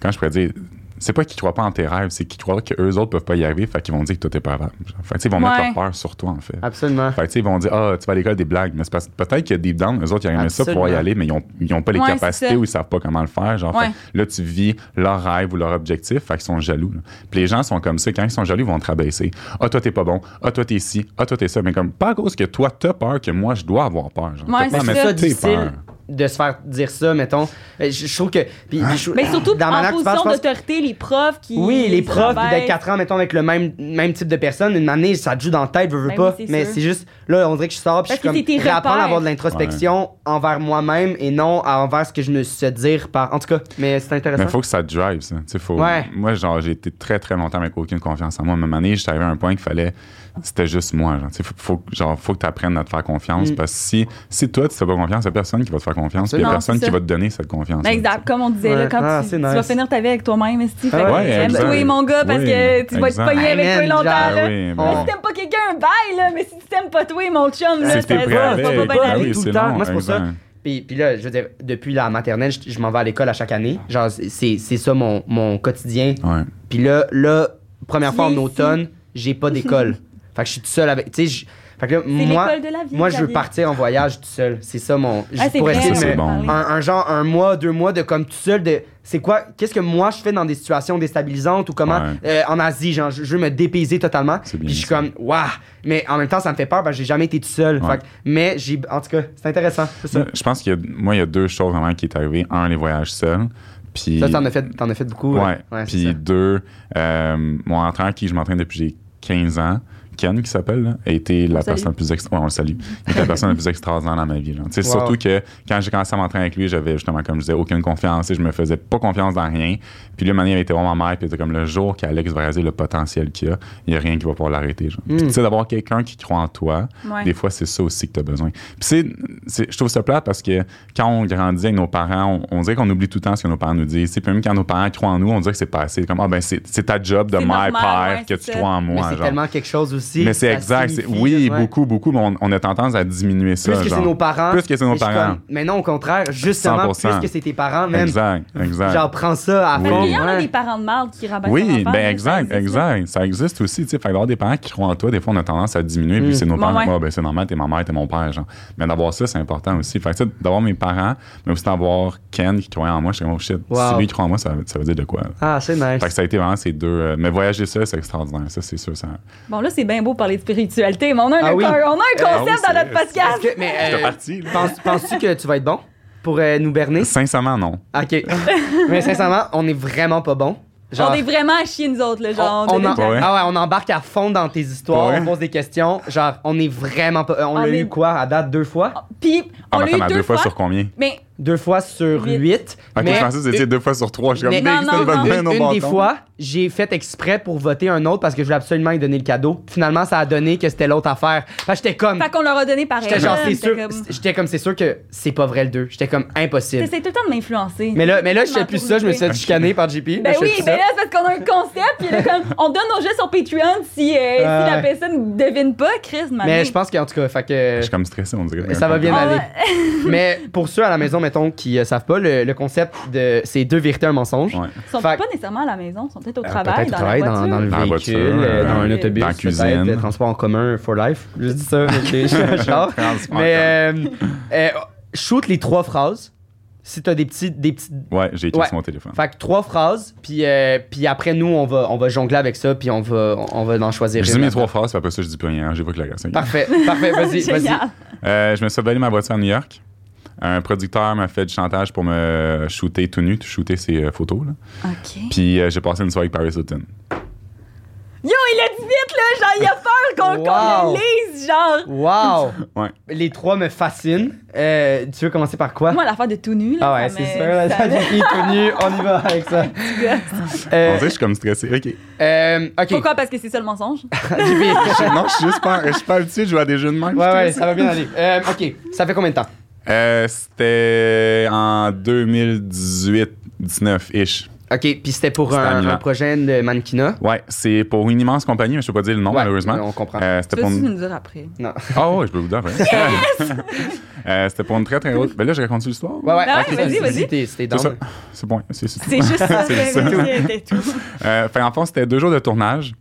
[SPEAKER 3] Quand je pourrais dire. C'est pas qu'ils croient pas en tes rêves, c'est qu'ils croient qu'eux autres peuvent pas y arriver, fait qu'ils vont dire que toi, t'es pas capable. genre. Fait que, tu sais, ils vont mettre
[SPEAKER 1] Ouais.
[SPEAKER 3] leur peur sur toi, en fait.
[SPEAKER 2] Absolument.
[SPEAKER 3] Fait que, tu sais, ils vont dire, ah, tu vas à l'école des blagues, mais c'est parce que peut-être que deep down, eux autres, ils aimeraient ça pour y
[SPEAKER 2] Absolument.
[SPEAKER 3] aller, mais ils ont, ils ont pas les
[SPEAKER 1] Ouais, c'est
[SPEAKER 3] capacités
[SPEAKER 1] ça.
[SPEAKER 3] ou ils savent pas comment le faire. Genre,
[SPEAKER 1] Ouais.
[SPEAKER 3] fait que là, tu vis leur rêve ou leur objectif, fait qu'ils sont jaloux. là. Puis les gens sont comme ça, quand ils sont jaloux, ils vont te rabaisser. Ah, toi, t'es pas bon. Ah, toi, t'es ci. Ah, toi, t'es ça. Mais comme, pas à cause que toi, t'as peur que moi, je dois avoir peur. Genre,
[SPEAKER 1] Ouais,
[SPEAKER 3] T'as pas
[SPEAKER 1] c'est
[SPEAKER 3] à
[SPEAKER 2] Mais
[SPEAKER 1] Mais
[SPEAKER 2] c'est
[SPEAKER 3] mettre
[SPEAKER 2] ça
[SPEAKER 3] tes
[SPEAKER 2] difficile
[SPEAKER 3] peurs.
[SPEAKER 2] de se faire dire ça, mettons. Euh, Je, je trouve que. Puis,
[SPEAKER 3] Hein?
[SPEAKER 2] puis je-
[SPEAKER 1] mais ben, surtout,
[SPEAKER 2] dans ma
[SPEAKER 1] en
[SPEAKER 2] langue, tu parles,
[SPEAKER 1] position
[SPEAKER 2] je pense-
[SPEAKER 1] d'autorité, les profs qui.
[SPEAKER 2] Oui, les profs, puis d'être
[SPEAKER 1] rabaissent.
[SPEAKER 2] 4 ans, mettons, avec le même, même type de personne, une année, ça te joue dans la tête, veux, veux
[SPEAKER 1] Ben
[SPEAKER 2] pas.
[SPEAKER 1] oui, c'est
[SPEAKER 2] mais
[SPEAKER 1] sûr.
[SPEAKER 2] c'est juste, là, on dirait que je sors, puis
[SPEAKER 1] Parce
[SPEAKER 2] je suis
[SPEAKER 1] que c'est
[SPEAKER 2] comme,
[SPEAKER 1] tes
[SPEAKER 2] réapprendre à
[SPEAKER 1] repères.
[SPEAKER 2] avoir de l'introspection envers moi-même et non à envers ce que je me suis fait dire par. En tout cas, mais c'est
[SPEAKER 3] Mais
[SPEAKER 2] intéressant.
[SPEAKER 3] faut que ça te drive, ça. Tu sais, faut...
[SPEAKER 2] Ouais.
[SPEAKER 3] Moi, genre, j'ai été très, très longtemps avec aucune confiance en moi. Même année, j'étais arrivé à un point qu'il fallait. C'était juste moi. Genre, tu sais, faut, faut, que- genre, faut que tu apprennes à te faire confiance. Parce que si, si toi, tu te fais pas confiance, il n'y a personne qui va te faire faire confiance. Puis il n'y a
[SPEAKER 1] Non,
[SPEAKER 3] personne
[SPEAKER 1] c'est
[SPEAKER 3] qui
[SPEAKER 1] ça.
[SPEAKER 3] va te donner cette confiance.
[SPEAKER 1] Ben, exact, comme on disait, là,
[SPEAKER 2] Ouais.
[SPEAKER 1] quand
[SPEAKER 2] Ah,
[SPEAKER 1] tu,
[SPEAKER 2] c'est
[SPEAKER 1] tu
[SPEAKER 2] nice.
[SPEAKER 1] vas finir ta vie avec toi-même, esti. Fait que,
[SPEAKER 2] ouais,
[SPEAKER 1] aime
[SPEAKER 3] exact.
[SPEAKER 1] toi, mon gars, parce
[SPEAKER 3] Oui,
[SPEAKER 1] que tu vas te
[SPEAKER 3] exact.
[SPEAKER 1] pogner avec toi
[SPEAKER 2] Amen,
[SPEAKER 1] longtemps.
[SPEAKER 2] genre.
[SPEAKER 1] là.
[SPEAKER 3] Ben oui,
[SPEAKER 1] Mais si
[SPEAKER 3] bon.
[SPEAKER 1] t'aimes pas quelqu'un, bye, là. Mais si tu t'aimes pas toi, mon chum, là,
[SPEAKER 3] Si
[SPEAKER 1] ça-
[SPEAKER 3] t'es
[SPEAKER 1] ça
[SPEAKER 3] prêt
[SPEAKER 1] va pas
[SPEAKER 3] avec,
[SPEAKER 1] bien
[SPEAKER 2] ben
[SPEAKER 3] ah
[SPEAKER 1] aller.
[SPEAKER 2] oui.
[SPEAKER 3] oui,
[SPEAKER 2] tout le
[SPEAKER 3] c'est
[SPEAKER 2] temps.
[SPEAKER 3] long.
[SPEAKER 2] Moi, c'est pour ça.
[SPEAKER 3] exact.
[SPEAKER 2] Puis, puis là, je veux dire, depuis la maternelle, je, je m'en vais à l'école à chaque année. Genre, c'est- c'est c'est ça mon, mon quotidien.
[SPEAKER 3] Ouais.
[SPEAKER 2] Puis là, là première
[SPEAKER 1] Tu
[SPEAKER 2] fois en
[SPEAKER 1] viens ici.
[SPEAKER 2] automne, j'ai pas d'école. fait que je suis tout seul avec. Tu sais, je- fait que là, moi,
[SPEAKER 1] l'école de la vie,
[SPEAKER 2] moi je
[SPEAKER 1] la
[SPEAKER 2] veux
[SPEAKER 1] vie.
[SPEAKER 2] partir en voyage tout seul. C'est ça mon.
[SPEAKER 1] Ah, c'est
[SPEAKER 2] pour
[SPEAKER 1] vrai,
[SPEAKER 2] rester,
[SPEAKER 3] Ça, c'est
[SPEAKER 2] mais
[SPEAKER 3] bon.
[SPEAKER 1] parler.
[SPEAKER 2] un, un genre un mois, deux mois de comme tout seul de. C'est quoi Qu'est-ce que moi je fais dans des situations déstabilisantes ou comment
[SPEAKER 3] Ouais.
[SPEAKER 2] euh, en Asie, genre, je, je veux me dépayser totalement.
[SPEAKER 3] C'est
[SPEAKER 2] Puis
[SPEAKER 3] bien
[SPEAKER 2] je suis
[SPEAKER 3] ça.
[SPEAKER 2] comme, waouh. Mais en même temps, ça me fait peur parce que j'ai jamais été tout seul.
[SPEAKER 3] Ouais.
[SPEAKER 2] Fait que- mais j'ai, en tout cas, c'est intéressant. C'est ça.
[SPEAKER 3] Moi, Je pense qu'il y a, moi, il y a deux choses vraiment qui est arrivé. Un, les voyages seuls. Puis,
[SPEAKER 2] Ça, t'en as fait, t'en as fait beaucoup.
[SPEAKER 3] ouais.
[SPEAKER 2] c'est
[SPEAKER 3] Puis
[SPEAKER 2] ça.
[SPEAKER 3] deux, euh, mon entraîneur qui je m'entraîne depuis que j'ai 15 ans, Ken qui s'appelle, là, a été
[SPEAKER 1] le
[SPEAKER 3] la
[SPEAKER 1] salue.
[SPEAKER 3] personne la plus extra. ouais, on le salue. Il était la personne la plus extraordinaire dans ma vie. là. Tu sais,
[SPEAKER 2] Wow.
[SPEAKER 3] Surtout que quand j'ai commencé à m'entraîner avec lui, j'avais justement, comme je disais, aucune confiance et je me faisais pas confiance dans rien. Puis lui, un moment donné, il était voir ma mère, puis il était comme le jour qu'Alex va réaliser le potentiel qu'il a, il n'y a rien qui va pouvoir l'arrêter. genre.
[SPEAKER 2] Hmm.
[SPEAKER 3] Puis tu sais, d'avoir quelqu'un qui croit en toi,
[SPEAKER 1] Ouais.
[SPEAKER 3] des fois, c'est ça aussi que tu as besoin. Puis c'est, c'est- je trouve ça plate parce que quand on grandit avec nos parents, on, on dirait qu'on oublie tout le temps ce que nos parents nous disent. Tu sais, Puis même quand nos parents croient en nous, on dirait que c'est pas assez. Comme, ah ben, c'est, c'est ta job de
[SPEAKER 1] C'est normal,
[SPEAKER 3] mère, père,
[SPEAKER 1] ouais,
[SPEAKER 3] que
[SPEAKER 1] c'est
[SPEAKER 3] tu
[SPEAKER 1] ça.
[SPEAKER 3] crois en
[SPEAKER 2] Mais
[SPEAKER 3] moi.
[SPEAKER 2] c'est
[SPEAKER 3] genre.
[SPEAKER 2] tellement quelque chose aussi.
[SPEAKER 3] Mais c'est
[SPEAKER 2] ça
[SPEAKER 3] exact. c'est-
[SPEAKER 2] signifie,
[SPEAKER 3] oui,
[SPEAKER 2] ouais.
[SPEAKER 3] beaucoup, beaucoup, mais on, on a tendance à diminuer ça.
[SPEAKER 2] Plus que c'est
[SPEAKER 3] genre.
[SPEAKER 2] nos parents.
[SPEAKER 3] Plus que c'est nos
[SPEAKER 2] mais je suis
[SPEAKER 3] parents.
[SPEAKER 2] comme, mais non, au contraire, justement,
[SPEAKER 3] 100%.
[SPEAKER 2] plus que c'est tes parents, même.
[SPEAKER 3] Exact, exact.
[SPEAKER 2] Genre, prends ça à
[SPEAKER 3] Oui.
[SPEAKER 1] Parce
[SPEAKER 2] fond.
[SPEAKER 1] qu'il y en a
[SPEAKER 2] ouais.
[SPEAKER 1] des parents de marde qui rabattent leur
[SPEAKER 3] Oui,
[SPEAKER 1] enfant, là,
[SPEAKER 3] ben
[SPEAKER 1] ça
[SPEAKER 3] exact,
[SPEAKER 1] existe, là.
[SPEAKER 3] exact. Ça existe aussi, tu sais. Fait d'avoir des parents qui croient en toi, des fois, on a tendance à diminuer,
[SPEAKER 2] Mm.
[SPEAKER 3] puis c'est nos
[SPEAKER 1] Ouais,
[SPEAKER 3] parents.
[SPEAKER 1] ouais.
[SPEAKER 3] Ah, ben c'est normal, t'es ma mère, t'es mon père, genre. Mais d'avoir ça, c'est important aussi. Fait que, tu sais, d'avoir mes parents, mais aussi d'avoir Ken qui croyait en moi, je suis comme, oh shit, si
[SPEAKER 2] Wow.
[SPEAKER 3] lui croit en moi, ça, ça veut dire de quoi. là.
[SPEAKER 2] Ah, c'est nice.
[SPEAKER 3] Fait que ça a été vraiment ces deux. euh, mais voyager seul, c'est extraordinaire, ça, c'est sûr. Ça,
[SPEAKER 1] Bon, là, c'est bien beau de parler de spiritualité, mais on a un,
[SPEAKER 2] Ah oui.
[SPEAKER 1] on a un
[SPEAKER 3] Ah oui,
[SPEAKER 1] concept
[SPEAKER 3] c'est-
[SPEAKER 1] dans notre podcast.
[SPEAKER 2] Est-ce que- mais,
[SPEAKER 3] J'étais
[SPEAKER 2] euh,
[SPEAKER 3] parti, là.
[SPEAKER 2] penses- Penses-tu que tu vas être bon pour euh, nous berner?
[SPEAKER 3] Sincèrement, non. Ah,
[SPEAKER 2] OK. mais sincèrement, on est vraiment pas bon. Genre,
[SPEAKER 1] on est vraiment à chier, nous autres, là, genre.
[SPEAKER 2] on, on
[SPEAKER 1] de-
[SPEAKER 2] en-
[SPEAKER 1] de-
[SPEAKER 3] Ouais.
[SPEAKER 2] ah ouais, on embarque à fond dans tes histoires,
[SPEAKER 3] Ouais.
[SPEAKER 2] on pose des questions. Genre, on est vraiment pas... euh, On
[SPEAKER 1] On
[SPEAKER 2] l'a
[SPEAKER 1] est-
[SPEAKER 2] eu quoi, à date, deux fois?
[SPEAKER 1] Puis, on
[SPEAKER 3] Ah,
[SPEAKER 1] l'a
[SPEAKER 3] ben, attends,
[SPEAKER 1] eu
[SPEAKER 3] mais
[SPEAKER 1] deux,
[SPEAKER 3] deux fois,
[SPEAKER 1] fois.
[SPEAKER 3] sur combien?
[SPEAKER 1] Mais
[SPEAKER 2] Deux fois sur
[SPEAKER 1] Huit.
[SPEAKER 2] huit.
[SPEAKER 3] Ok,
[SPEAKER 2] mais
[SPEAKER 3] je pensais que c'était deux fois sur trois. Je suis comme,
[SPEAKER 2] mais-
[SPEAKER 3] mais
[SPEAKER 1] Non,
[SPEAKER 3] c'est
[SPEAKER 1] non,
[SPEAKER 3] une bonne
[SPEAKER 1] non.
[SPEAKER 3] peine,
[SPEAKER 2] une,
[SPEAKER 3] au
[SPEAKER 2] une des
[SPEAKER 3] bâton.
[SPEAKER 2] fois, j'ai fait exprès pour voter un autre parce que je voulais absolument lui donner le cadeau. Finalement, ça a donné que c'était l'autre affaire. Fait que j'étais comme.
[SPEAKER 1] Fait qu'on leur a donné pareil.
[SPEAKER 2] J'étais genre,
[SPEAKER 1] là,
[SPEAKER 2] c'est
[SPEAKER 1] j'étais
[SPEAKER 2] sûr.
[SPEAKER 1] comme-
[SPEAKER 2] J'étais comme, c'est sûr que c'est pas vrai le 2. J'étais comme, impossible.
[SPEAKER 1] T'essayes tout le temps de m'influencer.
[SPEAKER 2] Mais là, mais là
[SPEAKER 1] Je
[SPEAKER 2] j'étais
[SPEAKER 1] m'en
[SPEAKER 2] plus
[SPEAKER 1] fous,
[SPEAKER 2] ça. Je me
[SPEAKER 1] tu
[SPEAKER 2] suis fait
[SPEAKER 1] sais.
[SPEAKER 2] chicaner par JP.
[SPEAKER 1] Ben
[SPEAKER 2] je
[SPEAKER 1] oui,
[SPEAKER 2] suis plus
[SPEAKER 1] mais
[SPEAKER 2] ça.
[SPEAKER 1] là, c'est parce qu'on a un concept, puis là, comme, on donne nos jeux sur Patreon si, euh, si la
[SPEAKER 2] Ouais.
[SPEAKER 1] personne devine pas, Chris, ma
[SPEAKER 2] Mais je pense qu'en tout cas, fait que.
[SPEAKER 3] Je suis comme stressé, on dirait.
[SPEAKER 2] Ça va bien
[SPEAKER 1] Ah,
[SPEAKER 2] aller.
[SPEAKER 1] ouais.
[SPEAKER 2] Mais pour ceux à la maison, mettons, qui euh, savent pas, le, le concept de c'est deux vérités, un mensonge.
[SPEAKER 3] Ouais.
[SPEAKER 1] Ils sont
[SPEAKER 2] Fait-
[SPEAKER 1] pas nécessairement à la maison, ils sont peut-être au
[SPEAKER 2] Euh,
[SPEAKER 1] travail,
[SPEAKER 2] peut-être
[SPEAKER 1] dans
[SPEAKER 2] au travail,
[SPEAKER 1] la
[SPEAKER 2] dans,
[SPEAKER 1] voiture.
[SPEAKER 2] dans le
[SPEAKER 3] Dans la
[SPEAKER 2] véhicule,
[SPEAKER 3] voiture,
[SPEAKER 2] euh, dans un
[SPEAKER 1] euh,
[SPEAKER 2] autobus,
[SPEAKER 3] dans la cuisine.
[SPEAKER 2] peut-être, euh, transport en commun, for life. Je dis ça, mais c'est- je suis un char.
[SPEAKER 3] Transport
[SPEAKER 2] Mais euh, euh, shoot les trois phrases. Si t'as des petits, des petits,
[SPEAKER 3] Ouais, j'ai écrit
[SPEAKER 2] Ouais.
[SPEAKER 3] sur mon téléphone.
[SPEAKER 2] fait que trois phrases, puis euh, puis après nous on va on va jongler avec ça, puis on va on va en choisir.
[SPEAKER 3] Je
[SPEAKER 2] une
[SPEAKER 3] dis mes
[SPEAKER 2] après.
[SPEAKER 3] trois phrases, puis après ça, je dis plus rien. J'ai pas que la grâce.
[SPEAKER 2] Parfait, parfait. Vas-y, vas-y.
[SPEAKER 1] Génial.
[SPEAKER 3] Euh, je me suis fait voler ma voiture à New York. Un producteur m'a fait du chantage pour me shooter tout nu, shooter ses euh, photos. là.
[SPEAKER 1] OK.
[SPEAKER 3] Puis euh, j'ai passé une soirée avec Paris Hilton.
[SPEAKER 1] Yo, il a dit vite, là, genre, il a peur qu'on qu'on
[SPEAKER 2] Wow.
[SPEAKER 1] le lise, genre.
[SPEAKER 2] Wow.
[SPEAKER 3] Ouais.
[SPEAKER 2] Les trois me fascinent. Euh, tu veux commencer par quoi?
[SPEAKER 1] Moi, l'affaire de tout nu, là.
[SPEAKER 2] ah ouais,
[SPEAKER 1] ça
[SPEAKER 2] c'est
[SPEAKER 1] me-
[SPEAKER 2] sûr. là,
[SPEAKER 1] ça
[SPEAKER 2] Ça
[SPEAKER 1] me-
[SPEAKER 2] décrit connu. On y va avec ça.
[SPEAKER 3] On
[SPEAKER 2] Euh,
[SPEAKER 3] dirait que je suis comme stressé. OK.
[SPEAKER 2] euh, ok.
[SPEAKER 1] Pourquoi? Parce que c'est ça le mensonge?
[SPEAKER 2] J'y vais.
[SPEAKER 3] non, je suis juste pas, je suis pas habitué de jouer à des jeux de même.
[SPEAKER 2] Ouais, ouais,
[SPEAKER 3] je suis stressé.
[SPEAKER 2] ça va bien aller. Euh, ok. Ça fait combien de temps?
[SPEAKER 3] Euh, C'était en 2018-19-ish.
[SPEAKER 2] Ok. Puis c'était pour
[SPEAKER 3] C'était à
[SPEAKER 2] un,
[SPEAKER 3] Milan.
[SPEAKER 2] un projet de mannequinat.
[SPEAKER 3] Ouais, c'est pour une immense compagnie, mais je peux pas dire le nom,
[SPEAKER 2] Ouais,
[SPEAKER 3] malheureusement.
[SPEAKER 2] On comprend.
[SPEAKER 3] Euh, C'était
[SPEAKER 1] Tu
[SPEAKER 3] pour
[SPEAKER 1] vas-tu
[SPEAKER 3] une...
[SPEAKER 1] nous dire après?
[SPEAKER 2] Non.
[SPEAKER 3] Ah ouais, je peux vous dire après. Euh, C'était pour une très, très haute... Ben là, je raconte l'histoire?
[SPEAKER 2] Ouais, ouais.
[SPEAKER 1] Ben ouais,
[SPEAKER 2] ok,
[SPEAKER 1] vas-y,
[SPEAKER 2] c'est-
[SPEAKER 1] vas-y.
[SPEAKER 2] c'est- C'était c'était
[SPEAKER 3] C'est ça.
[SPEAKER 2] down.
[SPEAKER 3] C'est bon. C'est c'est tout.
[SPEAKER 1] C'est juste ça,
[SPEAKER 3] C'est
[SPEAKER 1] c'est
[SPEAKER 3] ça.
[SPEAKER 1] tout. C'était tout.
[SPEAKER 3] Euh, fait, en fond, c'était deux jours de tournage.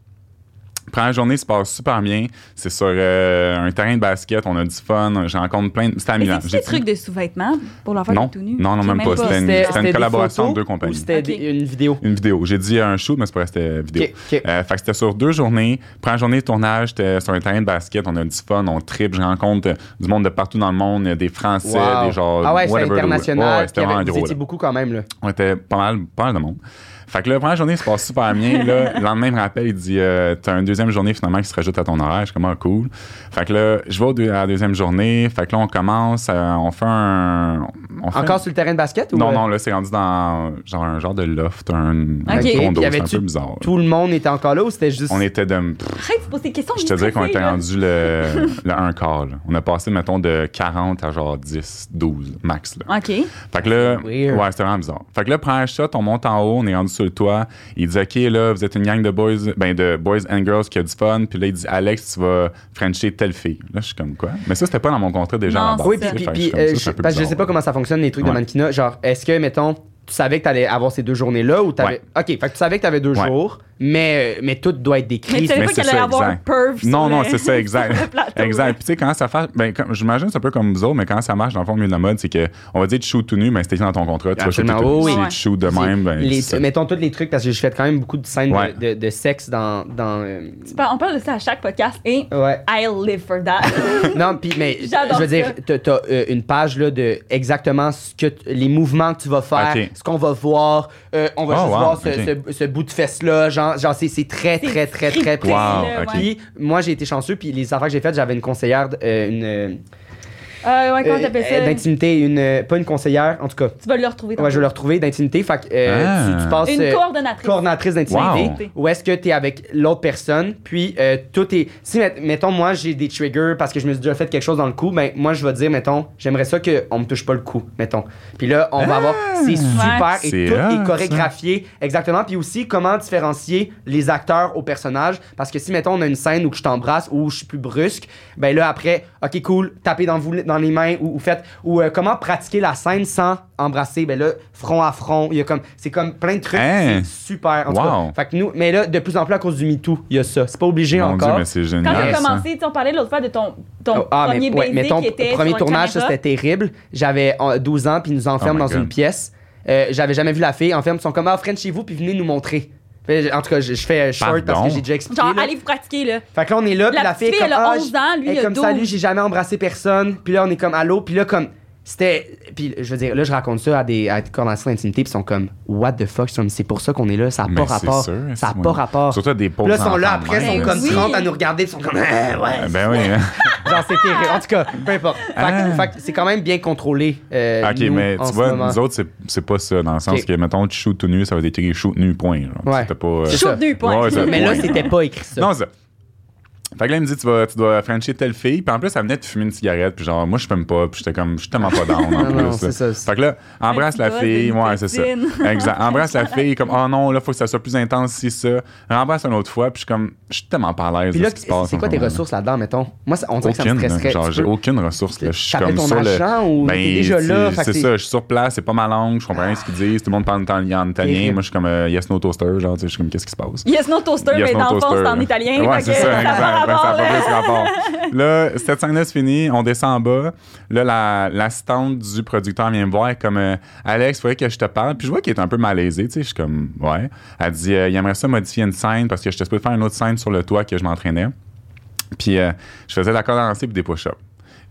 [SPEAKER 3] Première journée se passe super bien. C'est sur euh, un terrain de basket, on a du fun, j'ai rencontre plein de. C'était à
[SPEAKER 1] Mais
[SPEAKER 3] Milan.
[SPEAKER 1] c'est
[SPEAKER 3] J'ai
[SPEAKER 1] des trucs de sous-vêtements pour l'enfant
[SPEAKER 3] Non.
[SPEAKER 1] tout nu?
[SPEAKER 3] Non, non,
[SPEAKER 1] J'ai
[SPEAKER 3] même pas. C'était une-
[SPEAKER 2] C'était-
[SPEAKER 3] c'était une
[SPEAKER 2] des
[SPEAKER 3] collaboration
[SPEAKER 2] photos
[SPEAKER 3] de deux
[SPEAKER 2] ou
[SPEAKER 3] compagnies.
[SPEAKER 2] C'était des-
[SPEAKER 1] Ok.
[SPEAKER 2] une vidéo.
[SPEAKER 3] Une vidéo. J'ai dit un shoot, mais c'est pas c'était vidéo.
[SPEAKER 2] Ok, ok.
[SPEAKER 3] Euh, fait que c'était sur deux journées. Première journée de tournage, c'était sur un terrain de basket. On a du fun, on tripe. Je rencontre euh, du monde de partout dans le monde, euh, des Français,
[SPEAKER 2] Wow.
[SPEAKER 3] des genres.
[SPEAKER 2] ah ouais, c'était international. puis il
[SPEAKER 3] c'était
[SPEAKER 2] y avait-
[SPEAKER 3] vraiment
[SPEAKER 2] vous
[SPEAKER 3] gros. là.
[SPEAKER 2] étiez beaucoup quand même, là.
[SPEAKER 3] On était pas mal, pas mal de monde. Fait que là, la première journée, se passe super bien. Là, le lendemain, il me rappelle, il dit euh, T'as une deuxième journée finalement qui se rajoute à ton horaire. Je suis comme Ah, cool. Fait que là, je vais au deux- à la deuxième journée. Fait que là, on commence, euh, on fait un. on fait-
[SPEAKER 2] Encore sur le terrain de basket ou
[SPEAKER 3] Non,
[SPEAKER 2] euh,
[SPEAKER 3] non, là, c'est rendu dans genre, un genre de loft, un, un
[SPEAKER 1] Ok.
[SPEAKER 3] condo.
[SPEAKER 2] Puis
[SPEAKER 3] C'est un
[SPEAKER 2] avais-tu
[SPEAKER 3] peu bizarre.
[SPEAKER 2] tout le monde était encore là ou c'était juste.
[SPEAKER 3] On était de.
[SPEAKER 1] Arrête de se poser des questions.
[SPEAKER 3] Je te dirais qu'on
[SPEAKER 1] stressée,
[SPEAKER 3] était
[SPEAKER 1] là.
[SPEAKER 3] rendu le, le un quart. là. On a passé, mettons, de 40 à genre 10, 12 max. Là.
[SPEAKER 1] OK.
[SPEAKER 3] Fait que là,
[SPEAKER 2] Weird.
[SPEAKER 3] ouais, c'était vraiment bizarre. Fait que là, première shot, on monte en haut, on est rendu sur le toit. Il dit, OK, là, vous êtes une gang de boys, ben, de boys and girls qui a du fun. Puis là, il dit, Alex, tu vas Frencher telle fille. Là, je suis comme quoi? Mais ça, c'était pas dans mon contrat déjà.
[SPEAKER 1] Non,
[SPEAKER 3] à la base,
[SPEAKER 2] Oui,
[SPEAKER 3] tu
[SPEAKER 2] puis, puis,
[SPEAKER 3] sais. Fait que
[SPEAKER 2] puis,
[SPEAKER 3] suis comme,
[SPEAKER 2] euh,
[SPEAKER 3] ça,
[SPEAKER 2] je-
[SPEAKER 3] c'est un peu
[SPEAKER 2] parce que je
[SPEAKER 3] bizarre,
[SPEAKER 2] sais pas
[SPEAKER 3] là.
[SPEAKER 2] comment ça fonctionne les trucs de
[SPEAKER 3] Ouais.
[SPEAKER 2] mannequinat. Genre, est-ce que, mettons, tu savais que t'allais avoir ces deux journées-là ou t'avais.
[SPEAKER 3] Ouais.
[SPEAKER 2] Ok, fait que tu savais que t'avais deux
[SPEAKER 3] Ouais.
[SPEAKER 2] jours, mais, euh, mais tout doit être
[SPEAKER 1] Mais
[SPEAKER 2] décrit.
[SPEAKER 1] tu savais
[SPEAKER 3] Mais
[SPEAKER 1] pas
[SPEAKER 3] c'est
[SPEAKER 1] qu'elle allait
[SPEAKER 3] ça,
[SPEAKER 1] avoir un
[SPEAKER 3] exact.
[SPEAKER 1] perv. sur
[SPEAKER 3] Non, non,
[SPEAKER 1] le-
[SPEAKER 3] c'est ça, exact.
[SPEAKER 1] sur le plateau,
[SPEAKER 3] exact.
[SPEAKER 1] là.
[SPEAKER 3] Puis tu sais, comment ça fait. Ben, comme- j'imagine c'est un peu comme vous autres, mais quand ça marche, dans le fond, au milieu de la mode, c'est que, on va dire, tu shoots tout nu, mais c'était dans ton contrat, tu vas shooter
[SPEAKER 2] Absolument,
[SPEAKER 3] tout nu.
[SPEAKER 2] oui,
[SPEAKER 1] oui.
[SPEAKER 3] Si tu shoots de même, ben.
[SPEAKER 2] Les-
[SPEAKER 3] c'est-
[SPEAKER 2] mettons tous les trucs, parce que j'ai fait quand même beaucoup de scènes de-
[SPEAKER 3] Ouais.
[SPEAKER 2] de, de sexe dans. dans euh,
[SPEAKER 1] Tu parles- On parle de ça à chaque podcast et
[SPEAKER 2] ouais.
[SPEAKER 1] I live for that.
[SPEAKER 2] Non, puis mais
[SPEAKER 1] J'adore
[SPEAKER 2] je veux dire,
[SPEAKER 1] ça.
[SPEAKER 2] t'as- t'as euh, une page là de exactement ce que t- les mouvements que tu vas faire,
[SPEAKER 3] Ok.
[SPEAKER 2] ce qu'on va voir. euh, on va
[SPEAKER 3] Oh,
[SPEAKER 2] juste
[SPEAKER 3] wow,
[SPEAKER 2] voir ce,
[SPEAKER 3] ok.
[SPEAKER 2] ce- ce bout de fesse là, genre, genre c'est, c'est très
[SPEAKER 1] C'est
[SPEAKER 2] très très très
[SPEAKER 1] scripté,
[SPEAKER 2] précis.
[SPEAKER 1] là,
[SPEAKER 3] Wow, ok.
[SPEAKER 1] ouais.
[SPEAKER 2] Puis moi j'ai été chanceux, puis les affaires que j'ai faites, j'avais une conseillère, d- euh, une euh,
[SPEAKER 1] Euh, ouais, comment t'appelles
[SPEAKER 2] euh,
[SPEAKER 1] ça?
[SPEAKER 2] d'intimité, une euh, pas une conseillère, en tout cas.
[SPEAKER 1] Tu vas le retrouver.
[SPEAKER 2] Ouais, je vais
[SPEAKER 1] tantôt.
[SPEAKER 2] le retrouver d'intimité. Fait que euh,
[SPEAKER 3] Ah.
[SPEAKER 2] tu, tu passes
[SPEAKER 1] Une
[SPEAKER 2] euh,
[SPEAKER 1] coordonnatrice.
[SPEAKER 2] coordonnatrice d'intimité ou est-ce que tu es avec l'autre personne puis euh, tout est si met- mettons moi j'ai des triggers parce que je me suis déjà fait quelque chose dans le cou ben moi je vais dire mettons j'aimerais ça que on me touche pas le cou mettons puis là on va avoir c'est super et
[SPEAKER 3] Ah! C'est
[SPEAKER 2] tout
[SPEAKER 3] hot,
[SPEAKER 2] est
[SPEAKER 3] ça.
[SPEAKER 2] chorégraphié exactement puis aussi comment différencier les acteurs aux personnages parce que si mettons on a une scène où que je t'embrasse ou je suis plus brusque ben là après OK cool tapez dans vous dans les mains ou, ou faites ou euh, comment pratiquer la scène sans embrasser ben là front à front il y a comme c'est comme plein de trucs
[SPEAKER 3] Hein?
[SPEAKER 2] c'est super en tout
[SPEAKER 3] Wow.
[SPEAKER 2] cas. Fait que nous, mais là, de plus en plus à cause du MeToo, il y a ça. C'est pas obligé
[SPEAKER 3] Mon Dieu,
[SPEAKER 2] encore.
[SPEAKER 3] mais c'est
[SPEAKER 1] Quand t'as
[SPEAKER 3] génial. ça.
[SPEAKER 1] commencé, tu sais, on parlait l'autre fois de ton, ton
[SPEAKER 2] Oh, ah,
[SPEAKER 1] premier
[SPEAKER 2] mais, ouais,
[SPEAKER 1] baiser
[SPEAKER 2] mais ton
[SPEAKER 1] qui était
[SPEAKER 2] premier
[SPEAKER 1] sur
[SPEAKER 2] tournage,
[SPEAKER 1] une
[SPEAKER 2] ça c'était terrible. J'avais euh, 12 ans, puis ils nous enferment
[SPEAKER 3] Oh
[SPEAKER 2] dans
[SPEAKER 3] my
[SPEAKER 2] une
[SPEAKER 3] God.
[SPEAKER 2] pièce. Euh, J'avais jamais vu la fille. Enferme, ils sont comme, ah, French chez vous, puis venez nous montrer. Fait, en tout cas, je, je fais euh, short parce
[SPEAKER 3] Pardon.
[SPEAKER 2] que j'ai déjà expliqué.
[SPEAKER 1] Genre,
[SPEAKER 2] là.
[SPEAKER 1] allez vous pratiquer, là.
[SPEAKER 2] Fait que là, on est là, puis
[SPEAKER 1] La
[SPEAKER 2] la, fille est
[SPEAKER 1] petite
[SPEAKER 2] comme,
[SPEAKER 1] fille, elle a
[SPEAKER 2] ah,
[SPEAKER 1] 11
[SPEAKER 2] je-
[SPEAKER 1] ans, lui,
[SPEAKER 2] elle est
[SPEAKER 1] il a
[SPEAKER 2] comme,
[SPEAKER 1] 12.
[SPEAKER 2] salut, j'ai jamais embrassé personne. Puis là, on est comme, allô, puis là, comme, c'était. Puis je veux dire, là, je raconte ça à des, à des coordinations d'intimité, puis ils sont comme, what the fuck, c'est pour ça qu'on est là, ça n'a
[SPEAKER 3] Mais
[SPEAKER 2] pas
[SPEAKER 3] Ben, c'est
[SPEAKER 2] rapport.
[SPEAKER 3] sûr, hein,
[SPEAKER 2] ça n'a
[SPEAKER 3] c'est-
[SPEAKER 2] pas rapport.
[SPEAKER 3] Surtout à des pauvres
[SPEAKER 2] Puis là, ils sont là
[SPEAKER 3] enfants de
[SPEAKER 2] après, ils
[SPEAKER 3] même,
[SPEAKER 2] sont
[SPEAKER 1] Ben
[SPEAKER 3] là.
[SPEAKER 2] comme
[SPEAKER 1] oui.
[SPEAKER 2] 30 à nous regarder, ils sont comme, Ah, ouais.
[SPEAKER 3] Ben oui, hein.
[SPEAKER 2] Genre, c'est terrible. En tout cas, peu importe. Fait que-
[SPEAKER 3] Ah.
[SPEAKER 2] fait que c'est quand même bien contrôlé. euh,
[SPEAKER 3] Ok,
[SPEAKER 2] nous,
[SPEAKER 3] mais
[SPEAKER 2] en
[SPEAKER 3] tu
[SPEAKER 2] ce
[SPEAKER 3] vois,
[SPEAKER 2] moment.
[SPEAKER 3] nous autres, c'est- c'est pas ça, dans le sens
[SPEAKER 2] Ok.
[SPEAKER 3] que, mettons, tu shoot tout nu, ça va être écrit shoot nu, point. genre.
[SPEAKER 2] Ouais.
[SPEAKER 3] C'était pas. euh,
[SPEAKER 2] C'est ça.
[SPEAKER 1] Chaud deux points.
[SPEAKER 3] Ouais, ça-
[SPEAKER 2] Mais là,
[SPEAKER 3] Ouais.
[SPEAKER 2] c'était pas écrit ça.
[SPEAKER 3] Non, ça. Fait que là, il me dit, tu, vas, tu dois franchir telle fille. Puis en plus, elle venait de fumer une cigarette. Puis genre, moi, je fume pas. Puis j'étais comme, je suis tellement pas down. en
[SPEAKER 2] Non, non,
[SPEAKER 3] plus.
[SPEAKER 2] c'est ça, c'est-
[SPEAKER 3] Fait que là, embrasse la
[SPEAKER 1] petit
[SPEAKER 3] fille.
[SPEAKER 1] buzz de
[SPEAKER 3] Ouais, c'est ça.
[SPEAKER 1] nicotine.
[SPEAKER 3] Exact. Embrasse la fille. Comme, oh non, là, faut que ça soit plus intense, si ça. Embrasse une autre fois. Puis je suis comme, je suis tellement pas à l'aise
[SPEAKER 2] Puis
[SPEAKER 3] de
[SPEAKER 2] là,
[SPEAKER 3] ce qui se passe.
[SPEAKER 2] c'est
[SPEAKER 3] en
[SPEAKER 2] quoi
[SPEAKER 3] ce
[SPEAKER 2] tes
[SPEAKER 3] moment.
[SPEAKER 2] ressources là-dedans, mettons? Moi, ça- on dirait que ça me
[SPEAKER 3] Aucune,
[SPEAKER 2] stresserait.
[SPEAKER 3] genre,
[SPEAKER 2] Tu
[SPEAKER 3] j'ai
[SPEAKER 2] peux-
[SPEAKER 3] aucune ressource. Là. Je suis
[SPEAKER 2] T'appelles
[SPEAKER 3] comme
[SPEAKER 2] ton
[SPEAKER 3] sur le-
[SPEAKER 2] agent ou
[SPEAKER 3] Ben,
[SPEAKER 2] t'es déjà
[SPEAKER 3] tu-
[SPEAKER 2] là, fait que
[SPEAKER 3] C'est
[SPEAKER 2] t'es-
[SPEAKER 3] ça, je suis sur place, c'est pas ma langue, je comprends rien de ce qu'ils disent. Tout le monde parle en italien. en italien.
[SPEAKER 2] Terrible.
[SPEAKER 3] Moi, je suis comme euh, yes, no toaster. Genre, tu sais, je suis comme qu'est-ce qui se passe?
[SPEAKER 1] Yes, no toaster,
[SPEAKER 3] Yes,
[SPEAKER 1] mais
[SPEAKER 3] no
[SPEAKER 1] dans le fond,
[SPEAKER 3] toaster,
[SPEAKER 1] c'est en
[SPEAKER 3] là.
[SPEAKER 1] italien.
[SPEAKER 3] Ouais,
[SPEAKER 1] fait
[SPEAKER 3] c'est
[SPEAKER 1] que
[SPEAKER 3] ça,
[SPEAKER 1] va
[SPEAKER 3] exact. Ben,
[SPEAKER 1] avoir,
[SPEAKER 3] ça a pas
[SPEAKER 1] là.
[SPEAKER 3] plus rapport. Là, cette scène-là, c'est fini. On descend en bas. Là, la- l'assistante du producteur vient me voir. elle est comme euh, Alex, il faudrait que je te parle. Puis je vois qu'il est un peu malaisé. Tu sais, je suis comme, ouais. Elle dit, euh, il aimerait ça modifier une scène parce que je te faire une autre scène sur le toit que je m'entraînais. Puis euh, je faisais de la corde à lancer puis des push-ups.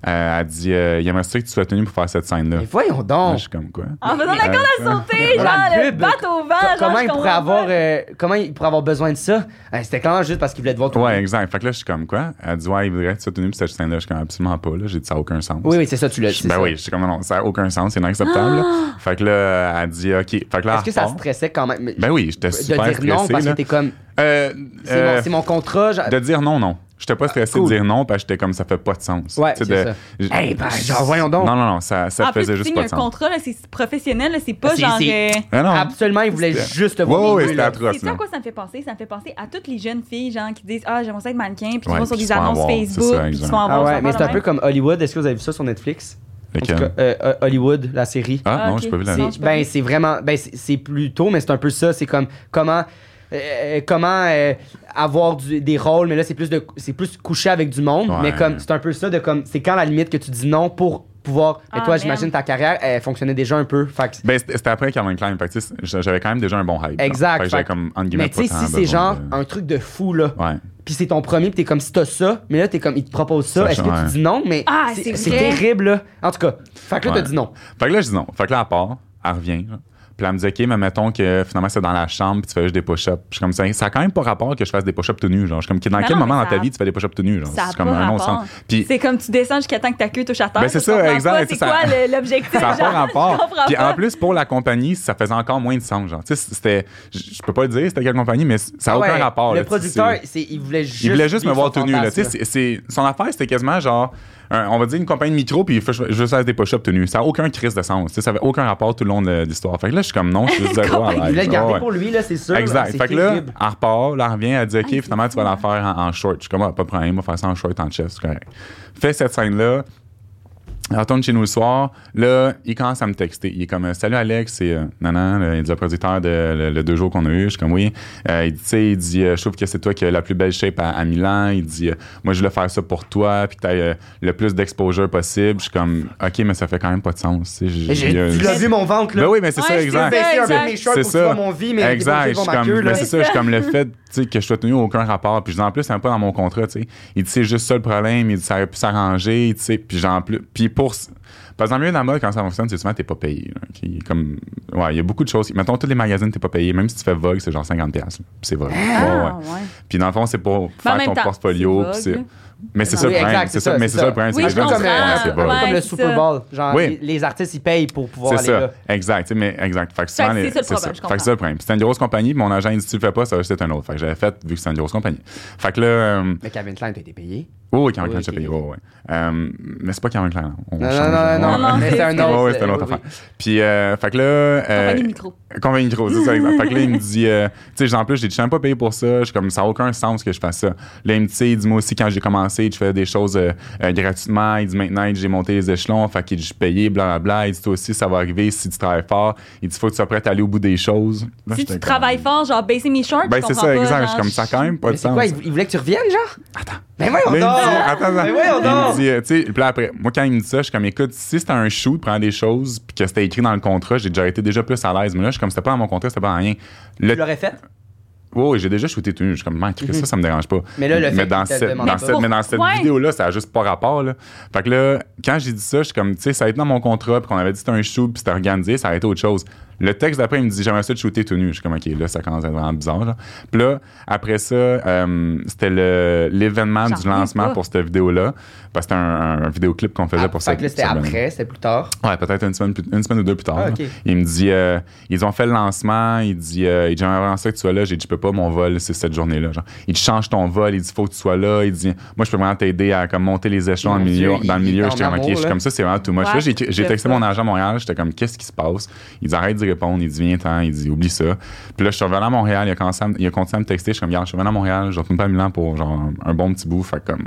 [SPEAKER 3] Euh, elle dit, euh, il aimerait ça que tu sois tenu pour faire cette scène-là.
[SPEAKER 2] Mais voyons
[SPEAKER 3] Là,
[SPEAKER 2] donc.
[SPEAKER 3] je suis comme quoi?
[SPEAKER 1] En faisant la corde à sauter,
[SPEAKER 2] Dans
[SPEAKER 1] genre,
[SPEAKER 2] la
[SPEAKER 1] le
[SPEAKER 2] pub,
[SPEAKER 1] bateau au vent. genre,
[SPEAKER 2] Comment
[SPEAKER 1] je
[SPEAKER 2] il pourrait
[SPEAKER 1] comprends
[SPEAKER 2] avoir,
[SPEAKER 1] pas.
[SPEAKER 2] euh, comment il pourrait avoir besoin de ça? Hein, C'était clairement juste parce qu'il voulait te voir tourner.
[SPEAKER 3] Ouais, exact. Fait que là, je suis comme quoi? Elle dit, ouais, il voudrait que tu sois tenu pour cette scène-là. Je suis comme absolument pas. Là, j'ai dit, ça n'a aucun sens.
[SPEAKER 2] Oui, oui, c'est ça, tu l'as.
[SPEAKER 3] Je-
[SPEAKER 2] c'est
[SPEAKER 3] Ben
[SPEAKER 2] ça. Ah!
[SPEAKER 3] oui, je suis comme non, non, ça n'a aucun sens, c'est inacceptable. là. fait que là, elle dit OK. Fait que là,
[SPEAKER 2] Est-ce
[SPEAKER 3] elle
[SPEAKER 2] que ça
[SPEAKER 3] repart.
[SPEAKER 2] stressait quand même? mais-
[SPEAKER 3] Ben oui, j'étais
[SPEAKER 2] De
[SPEAKER 3] super
[SPEAKER 2] dire non
[SPEAKER 3] stressé,
[SPEAKER 2] parce que
[SPEAKER 3] là.
[SPEAKER 2] t'es comme.
[SPEAKER 3] Euh,
[SPEAKER 2] C'est
[SPEAKER 3] euh,
[SPEAKER 2] mon- c'est mon, contrat. genre-
[SPEAKER 3] De dire non, non. J'étais pas stressé
[SPEAKER 2] cool.
[SPEAKER 3] de dire non parce que j'étais comme ça fait pas de sens.
[SPEAKER 2] Ouais,
[SPEAKER 3] Tu sais,
[SPEAKER 2] c'est
[SPEAKER 3] de-
[SPEAKER 2] ça.
[SPEAKER 3] j-
[SPEAKER 2] Hey, ben, genre, voyons donc.
[SPEAKER 3] Non, non, non, ça, ça
[SPEAKER 1] En plus,
[SPEAKER 3] faisait
[SPEAKER 1] Ah, tu
[SPEAKER 3] juste
[SPEAKER 1] signes
[SPEAKER 3] pas
[SPEAKER 1] un
[SPEAKER 3] de sens.
[SPEAKER 1] contrat, là, c'est professionnel, là, c'est pas
[SPEAKER 2] C'est-
[SPEAKER 1] genre.
[SPEAKER 2] c'est-
[SPEAKER 1] euh,
[SPEAKER 3] Ah, non.
[SPEAKER 2] Absolument, il voulait
[SPEAKER 3] C'était-
[SPEAKER 2] juste te
[SPEAKER 3] Ouais,
[SPEAKER 2] voir.
[SPEAKER 3] ouais,
[SPEAKER 2] nu,
[SPEAKER 3] Oh, c'était
[SPEAKER 2] là.
[SPEAKER 3] atroce.
[SPEAKER 1] C'est ça
[SPEAKER 3] là.
[SPEAKER 1] à quoi ça me fait penser? Ça me fait penser à toutes les jeunes filles genre, qui disent Ah, j'aimerais ça être mannequin, puis qui
[SPEAKER 3] Ouais,
[SPEAKER 1] vont sur
[SPEAKER 3] puis
[SPEAKER 1] des
[SPEAKER 3] se font
[SPEAKER 1] annonces
[SPEAKER 3] avoir,
[SPEAKER 1] Facebook,
[SPEAKER 3] c'est ça,
[SPEAKER 1] puis qui
[SPEAKER 3] exact.
[SPEAKER 1] sont
[SPEAKER 2] Ah ouais, mais c'est un peu comme Hollywood. Est-ce que vous avez vu ça sur Netflix? En tout
[SPEAKER 3] Lequel?
[SPEAKER 2] cas, euh, euh, Hollywood, la série.
[SPEAKER 3] Ah, non,
[SPEAKER 1] ok.
[SPEAKER 3] j'ai pas vu la
[SPEAKER 1] C'est-
[SPEAKER 2] C'est-
[SPEAKER 1] non, j'ai pas
[SPEAKER 2] ben
[SPEAKER 1] vu.
[SPEAKER 2] c'est vraiment ben c'est c'est plutôt mais c'est un peu ça c'est comme comment euh, comment euh, avoir du- des rôles mais là c'est plus de c'est plus coucher avec du monde
[SPEAKER 3] Ouais.
[SPEAKER 2] mais comme c'est un peu ça de comme c'est quand la limite que tu dis non pour pouvoir mais
[SPEAKER 1] Ah,
[SPEAKER 2] toi
[SPEAKER 1] man.
[SPEAKER 2] j'imagine ta carrière elle fonctionnait déjà un peu fait que-
[SPEAKER 3] Ben, c'était c'était après Calvin Klein. Fait que, tu sais, j'avais quand même déjà un bon hype. là.
[SPEAKER 2] exact
[SPEAKER 3] Fait que j'avais
[SPEAKER 2] fait que-
[SPEAKER 3] comme, entre guillemets,
[SPEAKER 2] mais tu sais
[SPEAKER 3] pas tant
[SPEAKER 2] si c'est
[SPEAKER 3] besoin
[SPEAKER 2] genre
[SPEAKER 3] de-
[SPEAKER 2] un truc de fou là
[SPEAKER 3] Ouais.
[SPEAKER 2] puis c'est ton premier puis t'es comme si t'as ça mais là t'es comme il te propose ça,
[SPEAKER 3] Ça,
[SPEAKER 2] est-ce que
[SPEAKER 3] ouais.
[SPEAKER 2] tu dis non mais
[SPEAKER 1] Ah,
[SPEAKER 2] c'est
[SPEAKER 1] c'est
[SPEAKER 2] c'est
[SPEAKER 1] vrai.
[SPEAKER 2] terrible là en tout cas fait que là
[SPEAKER 3] Ouais.
[SPEAKER 2] t'as dit non
[SPEAKER 3] Fait que là, je dis non. Fait que là, elle part, elle revient. là. Puis Puis elle me dit, OK, mais mettons que finalement, c'est dans la chambre, puis tu fais juste des push-ups. Puis Je suis comme, ça ça a quand même pas rapport que je fasse des push-ups tout nu. Genre, je suis comme, dans
[SPEAKER 1] Non,
[SPEAKER 3] quel
[SPEAKER 1] non,
[SPEAKER 3] moment
[SPEAKER 1] mais
[SPEAKER 3] dans ta
[SPEAKER 1] ça a-
[SPEAKER 3] vie tu fais des push-ups tout nu? Genre,
[SPEAKER 1] Ça a
[SPEAKER 3] c'est comme
[SPEAKER 1] pas
[SPEAKER 3] un
[SPEAKER 1] rapport.
[SPEAKER 3] non-sens. Puis
[SPEAKER 1] C'est comme tu descends jusqu'à temps que ta queue touche à terre.
[SPEAKER 3] Ben, c'est
[SPEAKER 1] je
[SPEAKER 3] ça,
[SPEAKER 1] comprends pas,
[SPEAKER 3] exact,
[SPEAKER 1] C'est
[SPEAKER 3] ça-
[SPEAKER 1] quoi le- l'objectif?
[SPEAKER 3] ça n'a pas
[SPEAKER 1] genre, je
[SPEAKER 3] rapport.
[SPEAKER 1] comprends
[SPEAKER 3] Puis
[SPEAKER 1] pas.
[SPEAKER 3] en plus, pour la compagnie, ça faisait encore moins de sens. Genre, tu sais, c'était, je je peux pas le dire, c'était quelle compagnie, mais ça n'a aucun
[SPEAKER 2] Ah Ouais,
[SPEAKER 3] rapport.
[SPEAKER 2] Le
[SPEAKER 3] là, tu sais,
[SPEAKER 2] producteur,
[SPEAKER 3] c'est-
[SPEAKER 2] c'est- il voulait juste.
[SPEAKER 3] il voulait juste me
[SPEAKER 2] vivre
[SPEAKER 3] voir
[SPEAKER 2] son
[SPEAKER 3] tout nu. Là.
[SPEAKER 2] fantasme,
[SPEAKER 3] Tu sais, c'est- c'est- son affaire, c'était quasiment genre, un- on va dire une compagnie de micro, puis il fait juste faire des push-ups tout nu. Ça n'a aucun crise de sens. Tu sais, Ça n'avait aucun rapport tout le long de l'histoire. Fait que là, je suis comme non, je suis juste zéro à
[SPEAKER 2] Il voulait
[SPEAKER 3] l'aise.
[SPEAKER 2] le garder
[SPEAKER 3] Ouais.
[SPEAKER 2] pour lui, là, c'est sûr. ah,
[SPEAKER 3] Exact.
[SPEAKER 2] C'est
[SPEAKER 3] Fait que là,
[SPEAKER 2] terrible.
[SPEAKER 3] elle repart, là, elle revient, elle dit OK,
[SPEAKER 1] c'est
[SPEAKER 3] finalement, tu vas la
[SPEAKER 1] fou,
[SPEAKER 3] faire en, en short. Je suis comme, ah, pas de problème, on va faire ça en short, en chest, c'est correct. Fais cette scène-là. Elle retourne chez nous le soir. Là, il commence à me texter. Il est comme euh, Salut Alex, c'est euh, Nanan, le, il dit, le producteur de le, le deux jours qu'on a eu. Je suis comme Oui. Euh, il dit Tu sais, il dit euh, Je trouve que c'est toi qui as la plus belle shape à, à Milan. Il dit euh, Moi, je voulais faire ça pour toi, puis que tu le plus d'exposure possible. Je suis comme OK, mais ça fait quand même pas de sens. tu sais,
[SPEAKER 2] Mais j'ai-
[SPEAKER 3] il y a-
[SPEAKER 2] Tu l'as vu mon ventre, là.
[SPEAKER 3] Ben oui, mais c'est
[SPEAKER 1] Ouais,
[SPEAKER 3] ça,
[SPEAKER 1] je
[SPEAKER 3] exact.
[SPEAKER 1] sais,
[SPEAKER 2] baissé un peu
[SPEAKER 1] exact.
[SPEAKER 2] mes shorts
[SPEAKER 3] C'est
[SPEAKER 2] pour que tu vois
[SPEAKER 3] ça.
[SPEAKER 2] mon vie, mais
[SPEAKER 3] Exact,
[SPEAKER 2] j'ai
[SPEAKER 3] je
[SPEAKER 2] pas
[SPEAKER 3] suis
[SPEAKER 2] ma
[SPEAKER 3] comme,
[SPEAKER 2] queue, là.
[SPEAKER 3] ben, c'est ça, je suis comme le fait tu sais, que je sois tenu aucun rapport. Puis en plus, c'est un peu dans mon contrat, tu sais. Il dit, c'est juste ça le problème, il dit, ça aurait pu s'arranger, tu sais. Puis j'en plus. Puis pour. Par exemple, dans la mode, quand ça fonctionne, c'est souvent, t'es pas payé. là, ok? Comme, ouais, il y a beaucoup de choses. Mettons, tous les magazines, t'es pas payé. Même si tu fais Vogue, c'est genre 50$. là. Puis c'est Vogue. Ouais, ouais.
[SPEAKER 1] Ah, ouais.
[SPEAKER 3] Puis dans le fond, c'est pour
[SPEAKER 1] en
[SPEAKER 3] faire
[SPEAKER 1] même
[SPEAKER 3] ton
[SPEAKER 1] temps,
[SPEAKER 3] portfolio.
[SPEAKER 1] c'est
[SPEAKER 3] puis c'est-
[SPEAKER 1] Vogue.
[SPEAKER 3] Mais c'est ça
[SPEAKER 2] Ah Oui,
[SPEAKER 3] le problème.
[SPEAKER 2] exact,
[SPEAKER 3] C'est ça, mais c'est ça le problème.
[SPEAKER 1] Oui,
[SPEAKER 3] c'est
[SPEAKER 1] je
[SPEAKER 3] que les gens
[SPEAKER 2] comme,
[SPEAKER 3] disent,
[SPEAKER 1] comprends.
[SPEAKER 3] ouais, c'est Vogue.
[SPEAKER 2] comme
[SPEAKER 1] Ouais,
[SPEAKER 2] le
[SPEAKER 1] c'est
[SPEAKER 2] Super
[SPEAKER 1] ça.
[SPEAKER 2] Bowl. Genre,
[SPEAKER 3] Oui.
[SPEAKER 2] les, les artistes, ils payent pour pouvoir
[SPEAKER 3] C'est
[SPEAKER 2] aller
[SPEAKER 3] ça,
[SPEAKER 2] là.
[SPEAKER 3] exact. tu sais, Mais exact. Fait que
[SPEAKER 1] Fait que
[SPEAKER 3] souvent,
[SPEAKER 1] c'est
[SPEAKER 3] les-
[SPEAKER 1] ça le
[SPEAKER 3] c'est
[SPEAKER 1] problème, je
[SPEAKER 3] Fait que c'est ça le problème. Puis C'était une grosse compagnie. Mon agent, il dit, tu le fais pas, ça, c'est un autre. Fait que j'avais fait, vu que c'est une grosse compagnie. Fait que là, euh,
[SPEAKER 2] Mais Calvin Klein, t'as été payé.
[SPEAKER 3] oh, oui, Calvin Klein,
[SPEAKER 2] Oui,
[SPEAKER 3] j'ai
[SPEAKER 2] ok.
[SPEAKER 3] payé. oh, ouais. Euh, mais c'est pas Calvin Klein. on
[SPEAKER 2] Non,
[SPEAKER 3] change,
[SPEAKER 2] non,
[SPEAKER 3] ouais.
[SPEAKER 2] non, Ah non,
[SPEAKER 1] non,
[SPEAKER 2] mais
[SPEAKER 1] c'est-
[SPEAKER 2] c'est un
[SPEAKER 1] c'est-
[SPEAKER 2] autre.
[SPEAKER 3] Ouais, ouais, c'est une autre
[SPEAKER 2] oui, oui.
[SPEAKER 3] affaire. Puis, euh, fait que là. euh,
[SPEAKER 1] Compagnie micro.
[SPEAKER 3] Compagnie micro, c'est ça, exact. Fait que là, il me dit, euh, tu sais, en plus, je dis, je suis pas payé pour ça. Je suis comme, ça n'a aucun sens que je fasse ça. Là, il me dit, tu sais, il dit, moi aussi, quand j'ai commencé, je faisais des choses euh, euh, gratuitement. Il dit, maintenant, il dit, j'ai monté les échelons. Fait qu'il dit, je suis payé, blablabla. Il dit, toi aussi, ça va arriver si tu travailles fort. Il dit, faut que tu sois prêt à aller au bout des choses. Là,
[SPEAKER 1] Si
[SPEAKER 3] j'étais
[SPEAKER 1] tu
[SPEAKER 3] comme-
[SPEAKER 1] travailles fort, genre baisser mes shorts,
[SPEAKER 3] Ben,
[SPEAKER 1] je
[SPEAKER 3] c'est
[SPEAKER 1] comprends
[SPEAKER 3] ça,
[SPEAKER 1] pas,
[SPEAKER 3] exact.
[SPEAKER 1] genre,
[SPEAKER 3] Je suis comme, ça a quand même pas
[SPEAKER 2] Mais
[SPEAKER 3] de
[SPEAKER 2] c'est
[SPEAKER 3] sens.
[SPEAKER 2] quoi, il, il voulait que tu reviennes, genre? Attends. Mais voyons
[SPEAKER 3] Là, il me dit,
[SPEAKER 2] donc!
[SPEAKER 3] attends, attends.
[SPEAKER 2] Mais voyons
[SPEAKER 3] Il me
[SPEAKER 2] donc!
[SPEAKER 3] dit, euh, tu sais, puis là, après, moi, quand il me dit ça, je suis comme, écoute, si c'était un shoot, prends des choses, puis que c'était écrit dans le contrat, j'ai déjà été déjà plus à l'aise. Mais là, je suis comme, c'était pas dans mon contrat, c'était pas dans rien. Le-
[SPEAKER 2] Tu l'aurais fait?
[SPEAKER 3] Oh, j'ai déjà shooté tout nu. Je suis comme, man, Chris, ça, ça me dérange pas.
[SPEAKER 2] Mhm. Mais là, le fait
[SPEAKER 3] dans,
[SPEAKER 2] qu'il te le
[SPEAKER 3] cette-
[SPEAKER 2] demande
[SPEAKER 3] dans
[SPEAKER 2] pas.
[SPEAKER 3] cette, mais dans cette
[SPEAKER 1] Ouais.
[SPEAKER 3] vidéo-là, ça a juste pas rapport. Là. Fait que là, quand j'ai dit ça, je suis comme, tu sais, ça a été dans mon contrat, puis qu'on avait dit c'était un shoot, puis c'était organisé, ça a été autre chose. Le texte d'après, il me dit, j'aimerais ça te shooter tout nu. Je suis comme, OK, là, ça commence à être vraiment bizarre. Là. Puis là, après ça, euh, c'était le- l'événement
[SPEAKER 1] J'en
[SPEAKER 3] du
[SPEAKER 1] reviens
[SPEAKER 3] lancement
[SPEAKER 1] pas.
[SPEAKER 3] pour cette vidéo-là. Parce que c'était un, un vidéoclip qu'on faisait
[SPEAKER 2] Ah,
[SPEAKER 3] pour
[SPEAKER 2] fait
[SPEAKER 3] cette
[SPEAKER 2] que là, c'était
[SPEAKER 3] cette-
[SPEAKER 2] après, c'était plus tard.
[SPEAKER 3] Ouais, peut-être une semaine, plus- une semaine ou deux plus tard.
[SPEAKER 2] Ah,
[SPEAKER 3] là.
[SPEAKER 2] ok.
[SPEAKER 3] Il me dit, euh, ils ont fait le lancement, il dit, euh, il dit, j'aimerais vraiment ça que tu sois là. J'ai dit, je peux pas, mon vol, c'est cette journée-là. Genre. Il dit, change ton vol, il dit, faut que tu sois là. Il dit, moi, je peux vraiment t'aider à comme, monter les échelons
[SPEAKER 2] Mon
[SPEAKER 3] dans le milieu.
[SPEAKER 2] Dieu,
[SPEAKER 3] dans le
[SPEAKER 2] il est
[SPEAKER 3] milieu,
[SPEAKER 2] en
[SPEAKER 3] j'étais comme,
[SPEAKER 2] amour,
[SPEAKER 3] ok, je suis
[SPEAKER 2] là.
[SPEAKER 3] comme ça, c'est vraiment too much.
[SPEAKER 1] Ouais,
[SPEAKER 3] Là, j'ai, j'ai
[SPEAKER 1] je
[SPEAKER 3] texté
[SPEAKER 1] sais
[SPEAKER 3] mon agent à Montréal, j'étais comme, qu'est-ce qui se passe? Il dit, arrête d'y répondre, il dit, viens-t'en, il dit, oublie ça. Puis là, je suis revenu à Montréal, il a, commencé à me- il a continué à me texter, je suis comme, regarde, je suis revenu à Montréal, je retourne pas à Milan pour genre un bon petit bout, fait que, comme,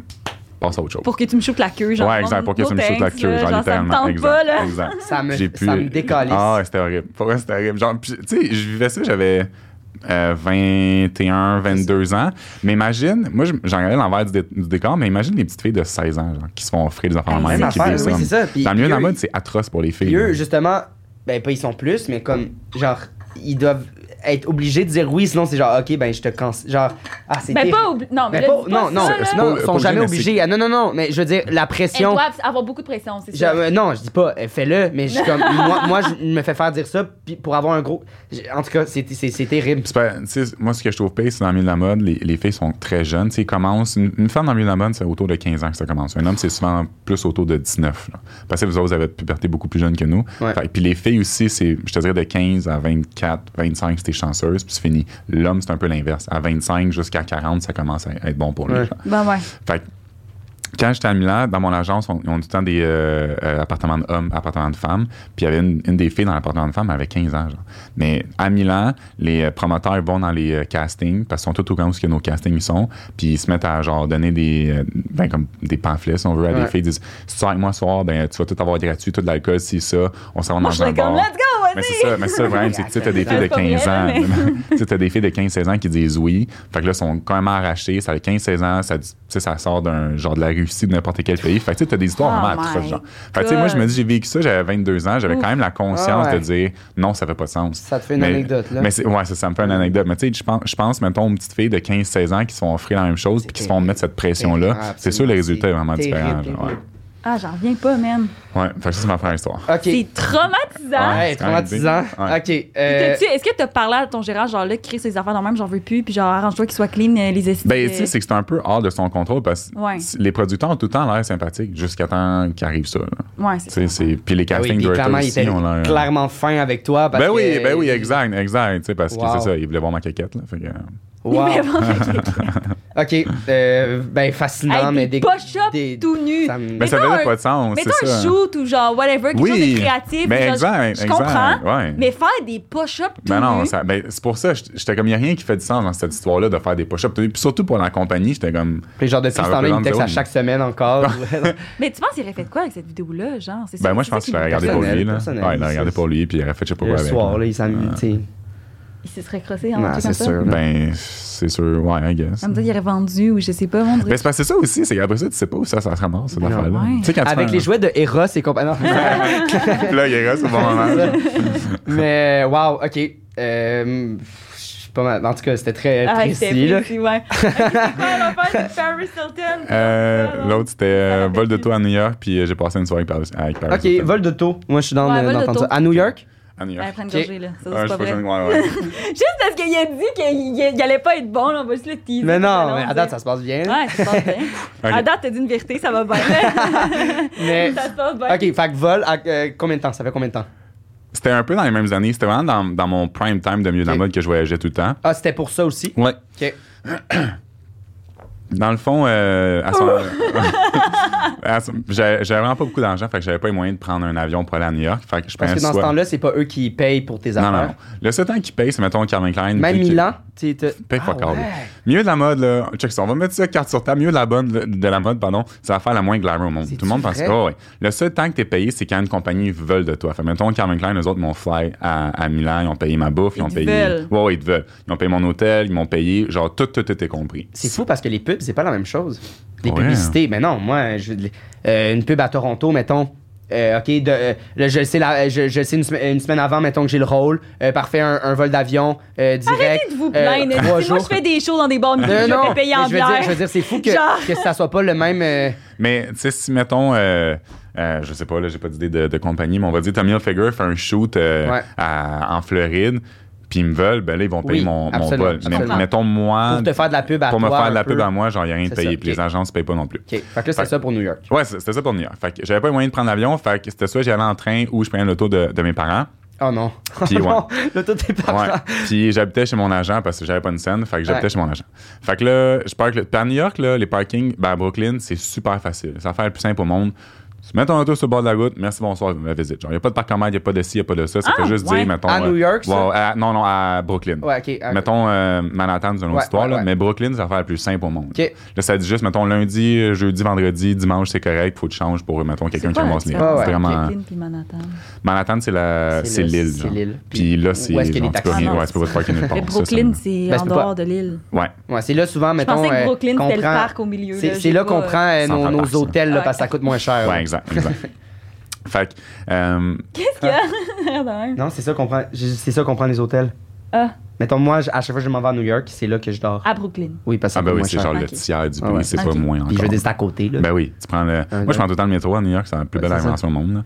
[SPEAKER 3] passe à autre chose.
[SPEAKER 1] Pour que tu me chauffes la queue, genre.
[SPEAKER 3] Ouais, exact. Pour que
[SPEAKER 1] no
[SPEAKER 3] ça me shoot la
[SPEAKER 1] thanks,
[SPEAKER 3] queue,
[SPEAKER 1] là,
[SPEAKER 3] genre,
[SPEAKER 1] ça me
[SPEAKER 3] littéralement.
[SPEAKER 1] tente
[SPEAKER 3] exact,
[SPEAKER 1] pas, là.
[SPEAKER 3] exact.
[SPEAKER 2] Ça me-
[SPEAKER 3] J'ai
[SPEAKER 2] ça me décalisse.
[SPEAKER 3] Ah, ouais, c'était horrible. Pour vrai, c'était horrible. Genre, puis, tu sais, je vivais ça, j'avais euh, 21, 22 ans. Mais imagine, moi, je- j'en regardais l'envers du, dé- du décor, mais imagine les petites filles de 16 ans, genre, qui se font offrir des enfants
[SPEAKER 1] Même
[SPEAKER 3] de même, qui
[SPEAKER 2] affaire,
[SPEAKER 3] vivent
[SPEAKER 2] oui,
[SPEAKER 3] ça.
[SPEAKER 2] Ah, c'est ça. Puis
[SPEAKER 3] Dans le milieu de la
[SPEAKER 2] eux,
[SPEAKER 3] mode, c'est atroce pour les filles.
[SPEAKER 2] Puis eux,
[SPEAKER 3] là.
[SPEAKER 2] justement, ben pas ils sont plus, mais comme, genre, ils doivent être obligés de dire oui, sinon c'est genre, ok, ben je te cancelle. Genre, ah, c'est
[SPEAKER 1] Ben,
[SPEAKER 2] terrible.
[SPEAKER 1] pas obli- Non, mais
[SPEAKER 2] Ben
[SPEAKER 1] là,
[SPEAKER 2] pas-
[SPEAKER 1] dis pas
[SPEAKER 2] non,
[SPEAKER 1] ça,
[SPEAKER 2] non,
[SPEAKER 1] là.
[SPEAKER 3] c'est
[SPEAKER 2] non,
[SPEAKER 3] pas-
[SPEAKER 2] ils sont
[SPEAKER 3] pas
[SPEAKER 2] jamais
[SPEAKER 3] obligé,
[SPEAKER 2] obligés.
[SPEAKER 3] mais
[SPEAKER 2] Ah, non, non, non, mais je veux dire, la
[SPEAKER 1] Elles
[SPEAKER 2] pression.
[SPEAKER 1] doivent avoir beaucoup de pression, c'est
[SPEAKER 2] Je-
[SPEAKER 1] ça.
[SPEAKER 2] euh, non, je dis pas, euh, fais-le, mais je suis comme, moi, moi, je me fais faire dire ça puis pour avoir un gros. j'ai- En tout cas, c'est c'est- c'est terrible.
[SPEAKER 3] Puis c'est pas- tu sais, moi, ce que je trouve pire, c'est dans le milieu de la mode, les, les filles sont très jeunes. Tu sais, ils commencent- une, une femme dans le milieu de la mode, c'est autour de 15 ans que ça commence. Un homme, c'est souvent plus autour de 19. là. Parce que vous autres, vous avez de puberté beaucoup plus jeune que nous.
[SPEAKER 2] Ouais.
[SPEAKER 3] Fait- puis les filles aussi, c'est, je te dirais, de 15 à 24, 25, c'était chanceuse, puis c'est fini. L'homme, c'est un peu l'inverse. À 25 jusqu'à 40, ça commence à être bon pour lui.
[SPEAKER 2] Ouais.
[SPEAKER 3] genre.
[SPEAKER 1] Ben, ouais.
[SPEAKER 3] Fait que, quand j'étais à Milan, dans mon agence, on, on a tout le temps des euh, euh, appartements d'hommes, appartements de femmes. Puis il y avait une, une des filles dans l'appartement de femmes, elle avait 15 ans. genre. Mais à Milan, les euh, promoteurs vont dans les euh, castings, parce qu'ils sont tout au courant où ce que nos castings sont. Puis ils se mettent à genre donner des, euh, ben, comme des pamphlets, si on veut, à
[SPEAKER 2] Ouais.
[SPEAKER 3] des filles. Ils disent Si tu sors avec moi ce soir, ben, tu vas tout avoir gratuit, tout de l'alcool, si ça, on s'en va
[SPEAKER 1] Moi,
[SPEAKER 3] dans
[SPEAKER 1] je
[SPEAKER 3] un
[SPEAKER 1] serais
[SPEAKER 3] bar.
[SPEAKER 1] comme, let's go, vas-y.
[SPEAKER 3] Mais c'est ça, mais c'est ça, Brian, c'est que tu sais, t'as des filles de
[SPEAKER 1] C'est pas
[SPEAKER 3] 15 ans.
[SPEAKER 1] vrai,
[SPEAKER 3] tu sais, t'as des filles de 15-16 ans qui disent oui. Fait que là, sont quand même arrachées. Ça a 15-16 ans, ça, tu sais, ça sort d'un genre de la Russie, de n'importe quel pays. Fait que tu sais, t'as des histoires
[SPEAKER 1] Oh
[SPEAKER 3] vraiment
[SPEAKER 1] my
[SPEAKER 3] atroces. Genre. Fait que tu sais, moi, je me dis, j'ai vécu ça, j'avais 22 ans, j'avais quand même la conscience
[SPEAKER 2] Ah ouais.
[SPEAKER 3] de dire non, ça fait pas de sens.
[SPEAKER 2] Ça te fait une
[SPEAKER 3] Mais-
[SPEAKER 2] anecdote, là.
[SPEAKER 3] Mais c'est- ouais, ça, ça me fait une anecdote. Mais tu sais, je pense, je pense, mettons, aux petites filles de 15-16 ans qui se font offrir la même chose puis qui se font
[SPEAKER 2] terrible.
[SPEAKER 3] mettre cette pression-là.
[SPEAKER 2] Ah,
[SPEAKER 3] c'est sûr,
[SPEAKER 2] absolument,
[SPEAKER 3] le résultat
[SPEAKER 2] c'est
[SPEAKER 3] est vraiment différent.
[SPEAKER 2] terrible,
[SPEAKER 3] genre, ouais.
[SPEAKER 2] terrible.
[SPEAKER 1] Ah, j'en reviens pas, man.
[SPEAKER 3] Ouais, fait que ça, c'est ma première histoire.
[SPEAKER 2] Ok. Ah,
[SPEAKER 1] C'est traumatisant.
[SPEAKER 2] Ouais,
[SPEAKER 3] c'est quand même
[SPEAKER 2] traumatisant.
[SPEAKER 3] Ouais.
[SPEAKER 2] Ok.
[SPEAKER 1] T'as-tu-
[SPEAKER 2] euh,
[SPEAKER 1] Est-ce que t'as parlé à ton gérant, genre là, crée ces affaires dans même, j'en veux plus, puis genre arrange-toi qu'ils soient clean, euh, les essais.
[SPEAKER 3] Ben, tu sais, c'est que c'est un peu hors de son contrôle parce que
[SPEAKER 1] Ouais.
[SPEAKER 3] les producteurs ont tout le temps l'air sympathiques jusqu'à temps qu'arrive ça. là.
[SPEAKER 1] euh, Ouais,
[SPEAKER 3] Tu
[SPEAKER 1] c'est
[SPEAKER 3] sais, c'est- Puis
[SPEAKER 2] ah
[SPEAKER 3] les
[SPEAKER 2] oui,
[SPEAKER 3] casting
[SPEAKER 2] puis
[SPEAKER 3] directors
[SPEAKER 2] clairement, il
[SPEAKER 3] aussi
[SPEAKER 2] était
[SPEAKER 3] ont l'air-
[SPEAKER 2] clairement fin avec toi. Parce
[SPEAKER 3] Ben oui,
[SPEAKER 2] que-
[SPEAKER 3] ben oui, exact, exact. Tu sais, parce
[SPEAKER 2] Wow.
[SPEAKER 3] que c'est ça, ils voulaient voir ma caquette. Là, fait que, euh,
[SPEAKER 2] Wow.
[SPEAKER 1] Mais bon,
[SPEAKER 2] Ok. euh, ben fascinant, mais
[SPEAKER 1] hey,
[SPEAKER 2] des.
[SPEAKER 1] des push-ups
[SPEAKER 2] des-
[SPEAKER 1] tout nu.
[SPEAKER 2] ça me-
[SPEAKER 3] Mais Ben, ça
[SPEAKER 1] Mettons
[SPEAKER 3] faisait
[SPEAKER 1] un-
[SPEAKER 3] pas de sens,
[SPEAKER 1] Mettons
[SPEAKER 3] c'est
[SPEAKER 1] un
[SPEAKER 3] ça. hein.
[SPEAKER 1] shoot ou genre whatever, quelque
[SPEAKER 3] Oui.
[SPEAKER 1] chose de créatif.
[SPEAKER 3] Ben,
[SPEAKER 1] genre,
[SPEAKER 3] exact,
[SPEAKER 1] je, je
[SPEAKER 3] exact,
[SPEAKER 1] comprends,
[SPEAKER 3] ouais.
[SPEAKER 1] mais faire des push-ups tout
[SPEAKER 3] Ben non,
[SPEAKER 1] nu,
[SPEAKER 3] ça- ben, c'est pour ça, j't- j'étais comme, il n'y a rien qui fait du sens dans cette histoire-là de faire des push-ups. Puis surtout pour la compagnie, j'étais comme,
[SPEAKER 2] Puis genre depuis
[SPEAKER 3] Ça
[SPEAKER 2] ce temps-là, il me
[SPEAKER 3] représente
[SPEAKER 2] texte à
[SPEAKER 3] zéro.
[SPEAKER 2] chaque semaine encore.
[SPEAKER 1] mais tu penses qu'il aurait fait quoi avec cette vidéo-là, genre? C'est ça-
[SPEAKER 3] ben moi, je
[SPEAKER 1] c'est
[SPEAKER 3] pense
[SPEAKER 1] ça
[SPEAKER 3] qu'il l'a regardé pour
[SPEAKER 2] personnel,
[SPEAKER 3] lui. Là.
[SPEAKER 2] personnel,
[SPEAKER 3] Ouais, il l'a
[SPEAKER 2] ça,
[SPEAKER 3] regardé
[SPEAKER 2] c'est-
[SPEAKER 3] pour lui, puis il aurait fait, je sais pas
[SPEAKER 2] le
[SPEAKER 3] quoi avec.
[SPEAKER 2] soir, là, il s'amuse.
[SPEAKER 3] Ouais.
[SPEAKER 2] tu sais.
[SPEAKER 1] Il se serait crossé en
[SPEAKER 2] Non,
[SPEAKER 1] truc
[SPEAKER 2] c'est
[SPEAKER 1] comme ça.
[SPEAKER 2] sûr.
[SPEAKER 3] Ben, c'est sûr, ouais, I guess.
[SPEAKER 1] Ça me dit qu'il aurait vendu ou je sais pas, vendre.
[SPEAKER 3] Mais Ben, c'est parce que c'est ça aussi, c'est après ça, tu sais pas où ça, ça se ramasse, cette
[SPEAKER 2] Non.
[SPEAKER 3] affaire-là.
[SPEAKER 1] Ouais.
[SPEAKER 3] Tu sais, quand tu
[SPEAKER 2] Avec
[SPEAKER 3] fais
[SPEAKER 2] les
[SPEAKER 3] un-
[SPEAKER 2] jouets de Eros et compagnie. Non.
[SPEAKER 3] Là, il reste au bon moment.
[SPEAKER 2] C'est ça. Mais wow, ok. Euh, je suis pas mal. En tout cas, c'était très
[SPEAKER 1] Ah,
[SPEAKER 2] précis.
[SPEAKER 1] c'était
[SPEAKER 2] là.
[SPEAKER 1] précis, ouais. Ok, c'est quoi l'affaire de Paris Hilton?
[SPEAKER 3] Euh,
[SPEAKER 1] Ah, non.
[SPEAKER 3] L'autre, c'était euh, vol de tout à New York, puis euh, j'ai passé une soirée avec Paris. Avec Paris
[SPEAKER 2] Ok,
[SPEAKER 3] Hilton.
[SPEAKER 2] vol de taux. Moi, je suis dans
[SPEAKER 1] Ouais,
[SPEAKER 2] euh,
[SPEAKER 1] vol de
[SPEAKER 2] d'entendre ça.
[SPEAKER 1] taux.
[SPEAKER 2] À New York.
[SPEAKER 3] à New
[SPEAKER 1] Ouais,
[SPEAKER 3] Yorc.
[SPEAKER 1] prends une
[SPEAKER 2] Ok.
[SPEAKER 1] gorgée, là. Ça, c'est
[SPEAKER 3] Ah, je
[SPEAKER 1] pas
[SPEAKER 3] sais pas,
[SPEAKER 1] vrai.
[SPEAKER 3] c'est- ouais, ouais.
[SPEAKER 1] Juste parce qu'il a dit qu'il il- il allait pas être bon, là, on va juste le teaser.
[SPEAKER 2] Mais non, mais
[SPEAKER 1] on
[SPEAKER 2] à
[SPEAKER 1] dit-
[SPEAKER 2] date, ça se passe bien.
[SPEAKER 1] Ouais, ça se passe bien. À
[SPEAKER 3] Ok.
[SPEAKER 1] date, t'as dit une vérité, ça va bien. ça
[SPEAKER 2] Mais.
[SPEAKER 1] se passe bien.
[SPEAKER 2] Ok, fait que vol, à, euh, combien de temps Ça fait combien de temps
[SPEAKER 3] C'était un peu dans les mêmes années. C'était vraiment dans, dans mon prime time de milieu de la
[SPEAKER 2] Ok.
[SPEAKER 3] mode que je voyageais tout le temps.
[SPEAKER 2] Ah, c'était pour ça aussi
[SPEAKER 3] Ouais.
[SPEAKER 2] Ok.
[SPEAKER 3] Dans le fond, euh, à
[SPEAKER 2] Oh!
[SPEAKER 3] son- à son- j'avais j'avais vraiment pas beaucoup d'argent, fait que j'avais pas les moyens de prendre un avion pour aller à New York. Fait que je
[SPEAKER 2] Parce que
[SPEAKER 3] prenais
[SPEAKER 2] dans ce
[SPEAKER 3] soit-
[SPEAKER 2] temps-là, c'est pas eux qui payent pour tes
[SPEAKER 3] Non,
[SPEAKER 2] affaires.
[SPEAKER 3] non, non. Le seul temps qui paye, c'est mettons Calvin Klein.
[SPEAKER 2] Même
[SPEAKER 3] puis qui-
[SPEAKER 2] Milan, tu sais, t'as-
[SPEAKER 3] Paye pas
[SPEAKER 2] Ah
[SPEAKER 3] encore,
[SPEAKER 2] ouais.
[SPEAKER 3] lui. Milieu de la mode, là, check ça, on va mettre ça carte sur table. Milieu de la, bonne, de la mode, pardon, c'est l'affaire la moins glamour au monde.
[SPEAKER 2] C'est-tu
[SPEAKER 3] Tout le monde pense
[SPEAKER 2] vrai?
[SPEAKER 3] que oh, ouais. le seul temps que t'es payé, c'est quand une compagnie veut de toi. Fait mettons Calvin Klein, eux autres m'ont fly à, à Milan, ils ont payé ma bouffe, ils,
[SPEAKER 1] Ils
[SPEAKER 3] ont
[SPEAKER 1] te
[SPEAKER 3] payé.
[SPEAKER 1] veulent.
[SPEAKER 3] Ouais, ouais, ils te veulent. Ils ont payé mon hôtel, ils m'ont payé, genre tout, tout, tout est compris.
[SPEAKER 2] C'est fou parce que les pubs, c'est pas la même chose. Les
[SPEAKER 3] Ouais.
[SPEAKER 2] publicités, mais non, moi, je, euh, une pub à Toronto, mettons. euh, ok, de, euh, là, je le sais, la- je, je le sais une, sem- une semaine avant, mettons que j'ai le rôle. euh, parfait, un, un vol d'avion euh, direct.
[SPEAKER 1] Arrêtez de vous plaindre.
[SPEAKER 2] euh, trois
[SPEAKER 1] Dites-moi,
[SPEAKER 2] jours.
[SPEAKER 1] je fais des shows dans des bars de nuit,
[SPEAKER 2] Non,
[SPEAKER 1] je
[SPEAKER 2] non,
[SPEAKER 1] me fais payer en
[SPEAKER 2] mais je veux
[SPEAKER 1] bière.
[SPEAKER 2] dire, je veux dire, c'est fou que,
[SPEAKER 1] Genre.
[SPEAKER 2] que ça soit pas le même. euh,
[SPEAKER 3] Mais tu sais, si mettons, euh, euh, je sais pas, là, j'ai pas d'idée de, de compagnie, mais on va dire Tommy Hilfiger fait un shoot euh,
[SPEAKER 2] Ouais.
[SPEAKER 3] à- en Floride, puis ils me veulent, ben là, ils vont payer
[SPEAKER 2] Oui,
[SPEAKER 3] mon, mon
[SPEAKER 2] absolument,
[SPEAKER 3] vol. Mais
[SPEAKER 2] absolument.
[SPEAKER 3] mettons, moi,
[SPEAKER 2] pour te faire de la pub à
[SPEAKER 3] Ah, pour me
[SPEAKER 2] toi
[SPEAKER 3] faire
[SPEAKER 2] un
[SPEAKER 3] de la pub
[SPEAKER 2] peu.
[SPEAKER 3] à moi, genre, il a rien de
[SPEAKER 2] C'est
[SPEAKER 3] payé,
[SPEAKER 2] ça,
[SPEAKER 3] puis
[SPEAKER 2] ok.
[SPEAKER 3] les agences payent pas non plus.
[SPEAKER 2] Ok, fait que là, c'est
[SPEAKER 3] Fait-
[SPEAKER 2] ça pour New York.
[SPEAKER 3] Ouais, c'est- c'était ça pour New York. Fait que j'avais pas les moyens de prendre l'avion, fait que c'était soit j'allais en train ou je prenais l'auto de, de mes parents.
[SPEAKER 2] Oh non.
[SPEAKER 3] Puis
[SPEAKER 2] oh
[SPEAKER 3] ouais.
[SPEAKER 2] non, le tout est partant.
[SPEAKER 3] Ouais. Puis j'habitais chez mon agent parce que j'avais pas une scène, fait que j'habitais
[SPEAKER 2] Ouais.
[SPEAKER 3] chez mon agent. Fait que là, je parque. le- Puis à New York, là, les parkings, ben à Brooklyn, c'est super facile. C'est l'affaire la plus simple au monde. Tu mets ton auto sur le bord de la route, merci, bonsoir, la visite. Genre, y a pas de parc en mer, y a pas de ci, y a pas de ça. Ça
[SPEAKER 1] Ah,
[SPEAKER 3] fait juste
[SPEAKER 1] ouais.
[SPEAKER 3] dire, mettons.
[SPEAKER 2] À
[SPEAKER 3] euh,
[SPEAKER 2] New York, ça?
[SPEAKER 3] wow, à- non, non, à Brooklyn.
[SPEAKER 2] Ouais, ok. ok.
[SPEAKER 3] Mettons euh, Manhattan, c'est une autre
[SPEAKER 2] Ouais,
[SPEAKER 3] histoire,
[SPEAKER 2] ouais,
[SPEAKER 3] là,
[SPEAKER 2] ouais.
[SPEAKER 3] mais Brooklyn, c'est l'affaire la plus simple au monde.
[SPEAKER 2] Ok.
[SPEAKER 3] Là, ça dit juste, mettons, lundi, euh, jeudi, vendredi, dimanche, c'est correct, faut que tu changes pour, euh, mettons, quelqu'un qui ramasse les.
[SPEAKER 2] différence
[SPEAKER 3] c'est
[SPEAKER 2] entre
[SPEAKER 3] vraiment. euh,
[SPEAKER 1] Brooklyn puis Manhattan.
[SPEAKER 3] Manhattan, c'est la,
[SPEAKER 2] C'est
[SPEAKER 3] euh, c'est
[SPEAKER 2] le-
[SPEAKER 3] l'île.
[SPEAKER 2] c'est
[SPEAKER 3] genre.
[SPEAKER 2] l'île.
[SPEAKER 3] Puis, là, c'est.
[SPEAKER 2] où est-ce qu'il y a
[SPEAKER 3] genre,
[SPEAKER 2] des
[SPEAKER 3] tu peux
[SPEAKER 2] taxis?
[SPEAKER 3] rien-
[SPEAKER 1] Ah non,
[SPEAKER 3] ouais, tu peux pas te parker nulle part.
[SPEAKER 1] Mais
[SPEAKER 3] ça, ça
[SPEAKER 1] Brooklyn,
[SPEAKER 3] me-
[SPEAKER 1] c'est
[SPEAKER 2] Ben,
[SPEAKER 1] en
[SPEAKER 2] c'est pas-
[SPEAKER 1] dehors de l'île.
[SPEAKER 3] Ouais.
[SPEAKER 2] Ouais, c'est là souvent,
[SPEAKER 1] Je
[SPEAKER 2] mettons.
[SPEAKER 1] pensais que
[SPEAKER 2] euh,
[SPEAKER 1] Brooklyn,
[SPEAKER 2] qu'on
[SPEAKER 1] c'était le
[SPEAKER 2] prend-
[SPEAKER 1] parc au milieu.
[SPEAKER 2] C'est
[SPEAKER 1] j'ai
[SPEAKER 2] c'est là qu'on
[SPEAKER 1] pas-
[SPEAKER 2] prend euh, nos,
[SPEAKER 3] Central
[SPEAKER 2] nos
[SPEAKER 3] Park, ça.
[SPEAKER 2] hôtels, là,
[SPEAKER 1] Ouais.
[SPEAKER 2] parce que ça coûte moins cher.
[SPEAKER 3] Ouais,
[SPEAKER 2] là.
[SPEAKER 3] exact. exact. fait que. euh,
[SPEAKER 1] Qu'est-ce qu'il y a de même?
[SPEAKER 2] Non, c'est ça qu'on prend. j'ai- C'est ça qu'on prend les hôtels.
[SPEAKER 1] Ah,
[SPEAKER 2] Mettons, moi, je- à chaque fois que je m'en vais à New York, c'est là que je dors.
[SPEAKER 1] à Brooklyn.
[SPEAKER 2] Oui, parce que ça
[SPEAKER 3] ah, ben
[SPEAKER 2] coûte
[SPEAKER 3] oui,
[SPEAKER 2] moins
[SPEAKER 3] c'est
[SPEAKER 2] cher.
[SPEAKER 3] genre
[SPEAKER 1] Ok.
[SPEAKER 3] le tiers du
[SPEAKER 2] Ah
[SPEAKER 3] prix,
[SPEAKER 2] ouais.
[SPEAKER 3] c'est
[SPEAKER 1] Ok.
[SPEAKER 3] pas moins encore.
[SPEAKER 2] Puis je veux dire, c'est à côté, là.
[SPEAKER 3] Ben oui, tu prends le. Moi, je prends tout le temps le métro à New York, c'est la plus
[SPEAKER 2] Ouais,
[SPEAKER 3] belle
[SPEAKER 2] c'est ça.
[SPEAKER 3] invention au monde. là.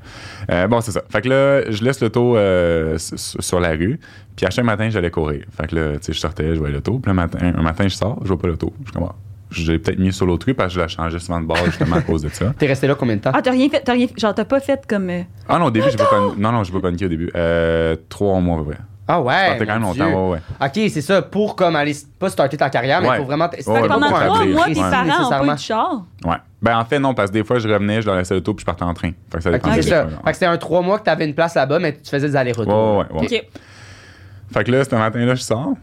[SPEAKER 3] Euh, bon, c'est ça. Fait que là, je laisse l'auto euh, s- s- sur la rue. Puis à chaque matin, j'allais courir. Fait que là, tu sais, je sortais, je voyais l'auto. Puis le matin, un matin, je sors, je vois pas l'auto. Je comprends. J'ai peut-être mis sur l'autre rue parce que je la changeais souvent de bord justement à cause de ça.
[SPEAKER 2] T'es resté là combien de temps?
[SPEAKER 1] Ah, t'as rien fait, t'as rien Genre, t'as pas fait comme. euh,
[SPEAKER 3] Ah non, au début, j'ai pas paniqué. Non, non, j'ai pas paniqué au début. Euh, trois mois, à peu près.
[SPEAKER 2] Ah ouais!
[SPEAKER 3] partais quand même
[SPEAKER 2] mon
[SPEAKER 3] longtemps,
[SPEAKER 2] Dieu.
[SPEAKER 3] ouais,
[SPEAKER 2] Ok, c'est ça, pour comme aller s- pas starter ta carrière, mais
[SPEAKER 3] Ouais.
[SPEAKER 2] pour vraiment.
[SPEAKER 3] Ouais, ouais,
[SPEAKER 1] pendant
[SPEAKER 3] bon,
[SPEAKER 1] trois
[SPEAKER 3] établir,
[SPEAKER 1] mois,
[SPEAKER 3] ouais.
[SPEAKER 1] tes
[SPEAKER 3] Ouais.
[SPEAKER 1] parents ont pas eu
[SPEAKER 2] Nécessairement.
[SPEAKER 1] de char.
[SPEAKER 3] Ouais. Ben, en fait, non, parce que des fois, je revenais, je leur laissais l'auto, puis je partais en train. Fait que ça
[SPEAKER 2] Ok,
[SPEAKER 3] dépendait.
[SPEAKER 2] c'est
[SPEAKER 3] des
[SPEAKER 2] ça.
[SPEAKER 3] fois, genre.
[SPEAKER 2] Fait que c'était un trois mois que t'avais une place là-bas, mais tu faisais des allers-retours.
[SPEAKER 3] Ouais, ouais, ouais.
[SPEAKER 1] Ok.
[SPEAKER 3] Fait que là, ce matin-là, je sors.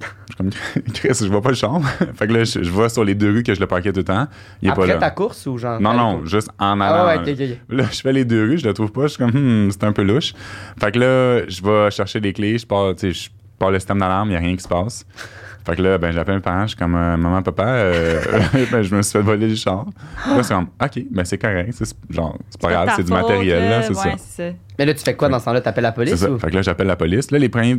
[SPEAKER 3] Je suis comme, Chris, je vois pas le champ. fait que là, je, je vois sur les deux rues que je le parquais tout le temps. Il est pas
[SPEAKER 2] Après
[SPEAKER 3] là.
[SPEAKER 2] ta course ou genre?
[SPEAKER 3] Non, non, juste en allant.
[SPEAKER 2] Ah ouais, ok, ok,
[SPEAKER 3] Là, je fais les deux rues, je le trouve pas. Je suis comme, hmm, c'est un peu louche. Fait que là, je vais chercher les clés, je pars, tu sais, je pars le système d'alarme, il n'y a rien qui se passe. Fait que là, ben, j'appelle mes parents, je suis comme euh, Maman, papa, euh, ben, je me suis fait voler le char. Là, c'est comme OK, ben, c'est correct. C'est genre, c'est pas grave,
[SPEAKER 1] ta
[SPEAKER 3] c'est du
[SPEAKER 1] faute,
[SPEAKER 3] matériel, là,
[SPEAKER 1] euh,
[SPEAKER 3] c'est ça.
[SPEAKER 1] ouais, c'est ça.
[SPEAKER 2] Mais là, tu fais quoi dans ce temps-là? T'appelles la
[SPEAKER 3] C'est
[SPEAKER 2] police
[SPEAKER 3] ça.
[SPEAKER 2] ou?
[SPEAKER 3] Fait que là, j'appelle la police. Là, les premiers.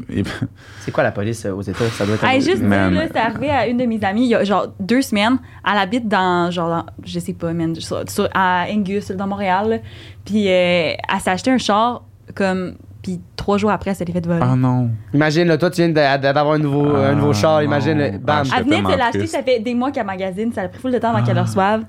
[SPEAKER 2] C'est quoi la police euh, aux États? Ça doit être.
[SPEAKER 1] Hey, juste
[SPEAKER 3] Man.
[SPEAKER 1] dire, là, c'est arrivé à une de mes amies il y a genre deux semaines. Elle habite dans, genre, dans- je sais pas, man, sur- sur- à Angus, dans Montréal. là. Puis euh, elle s'est acheté un char, comme, puis trois jours après, elle s'est fait voler.
[SPEAKER 3] Ah non.
[SPEAKER 2] Imagine, là, toi, tu viens d'a- d'avoir un nouveau,
[SPEAKER 3] Ah,
[SPEAKER 2] un nouveau char.
[SPEAKER 3] non.
[SPEAKER 2] Imagine, le- bam.
[SPEAKER 3] Ah,
[SPEAKER 1] elle venait de
[SPEAKER 3] tellement
[SPEAKER 1] l'acheter,
[SPEAKER 3] triste.
[SPEAKER 1] ça fait des mois qu'elle magasine, ça a pris full de temps avant qu'elle le
[SPEAKER 3] Ah.
[SPEAKER 1] reçoive.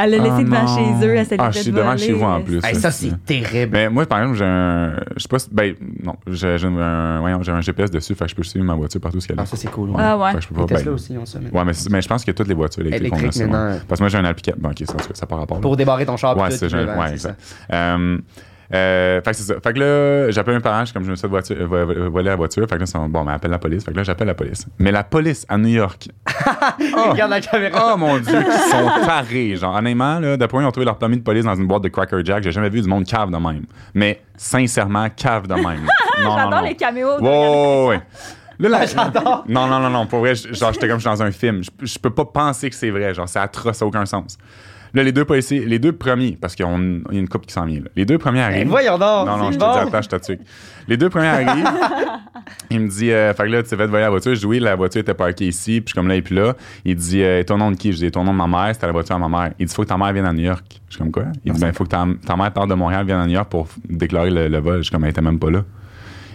[SPEAKER 1] Elle l'a
[SPEAKER 3] Ah
[SPEAKER 1] laissé devant
[SPEAKER 3] non.
[SPEAKER 1] chez eux, elle s'est
[SPEAKER 3] Ah,
[SPEAKER 1] fait
[SPEAKER 3] je suis devant
[SPEAKER 1] voler.
[SPEAKER 3] chez vous en plus.
[SPEAKER 2] Hey, ça, c'est terrible.
[SPEAKER 3] Mais moi, par exemple, j'ai un. Je sais pas si. Ben, non, j'ai j'ai un, voyons, j'ai un GPS dessus, fait que je peux suivre ma voiture partout où elle est.
[SPEAKER 2] Ah, ça, c'est cool. ouais.
[SPEAKER 1] Ah ouais.
[SPEAKER 3] Fait que je peux
[SPEAKER 2] Les
[SPEAKER 3] pas. ben,
[SPEAKER 2] Tesla aussi, ils ont ça. mais-
[SPEAKER 3] Ouais, mais, c'est- mais je pense que toutes les voitures électriques ont
[SPEAKER 2] Électrique,
[SPEAKER 3] ça. ouais.
[SPEAKER 2] maintenant, euh.
[SPEAKER 3] Parce que moi, j'ai un application. Bon, ok, ça, en tout cas, ça par rapport.
[SPEAKER 2] Pour débarrer ton char.
[SPEAKER 3] Ouais,
[SPEAKER 2] puis tout,
[SPEAKER 3] c'est
[SPEAKER 2] puis,
[SPEAKER 3] genre-
[SPEAKER 2] ouais,
[SPEAKER 3] ouais,
[SPEAKER 2] c'est ça.
[SPEAKER 3] exact. Euh, euh, fait que c'est ça. Fait que là, j'appelle mes parents, je suis comme je me suis fait voiture, euh, vo- vo- voler la voiture. Fait que là, c'est bon, mais appelle la police. Fait que là, j'appelle la police. Mais la police à New York. oh,
[SPEAKER 2] Regarde la caméra.
[SPEAKER 3] oh, mon Dieu, ils sont tarés. Genre, honnêtement, là, d'après eux, ils ont trouvé leur permis de police dans une boîte de Cracker Jack. J'ai jamais vu du monde cave de même. Mais sincèrement, cave de même. Non, non,
[SPEAKER 1] J'adore
[SPEAKER 3] non.
[SPEAKER 1] les caméos. de-
[SPEAKER 3] Wow, Oh, ouais. Là, là, Non, non, non, non. Pour vrai, je- genre, j'étais comme je suis dans un film. Je, je peux pas penser que c'est vrai. Genre, c'est atroce, ça n'a aucun sens. Là, les deux policiers, les deux premiers, parce qu'il y a une couple qui s'en vient, là. Les deux premiers
[SPEAKER 2] Eh,
[SPEAKER 3] arrivent.
[SPEAKER 2] Voyons donc.
[SPEAKER 3] Non, non,
[SPEAKER 2] c'est
[SPEAKER 3] je te
[SPEAKER 2] bon.
[SPEAKER 3] dis, attends, je te tue. Les deux premiers arrivent. il me dit, euh, fait que là, tu t'es fait voler la voiture. Je dis, oui, la voiture était parkée ici. Puis je suis comme là, et puis là, il dit, euh, ton nom de qui? Je dis, ton nom de ma mère, c'était la voiture à ma mère. Il dit, faut que ta mère vienne à New York. Je suis comme quoi? Il
[SPEAKER 2] Ah,
[SPEAKER 3] dit, ben, faut que ta, ta mère parte de Montréal, vienne à New York pour f- déclarer le, le vol. Je suis comme, elle était même pas là.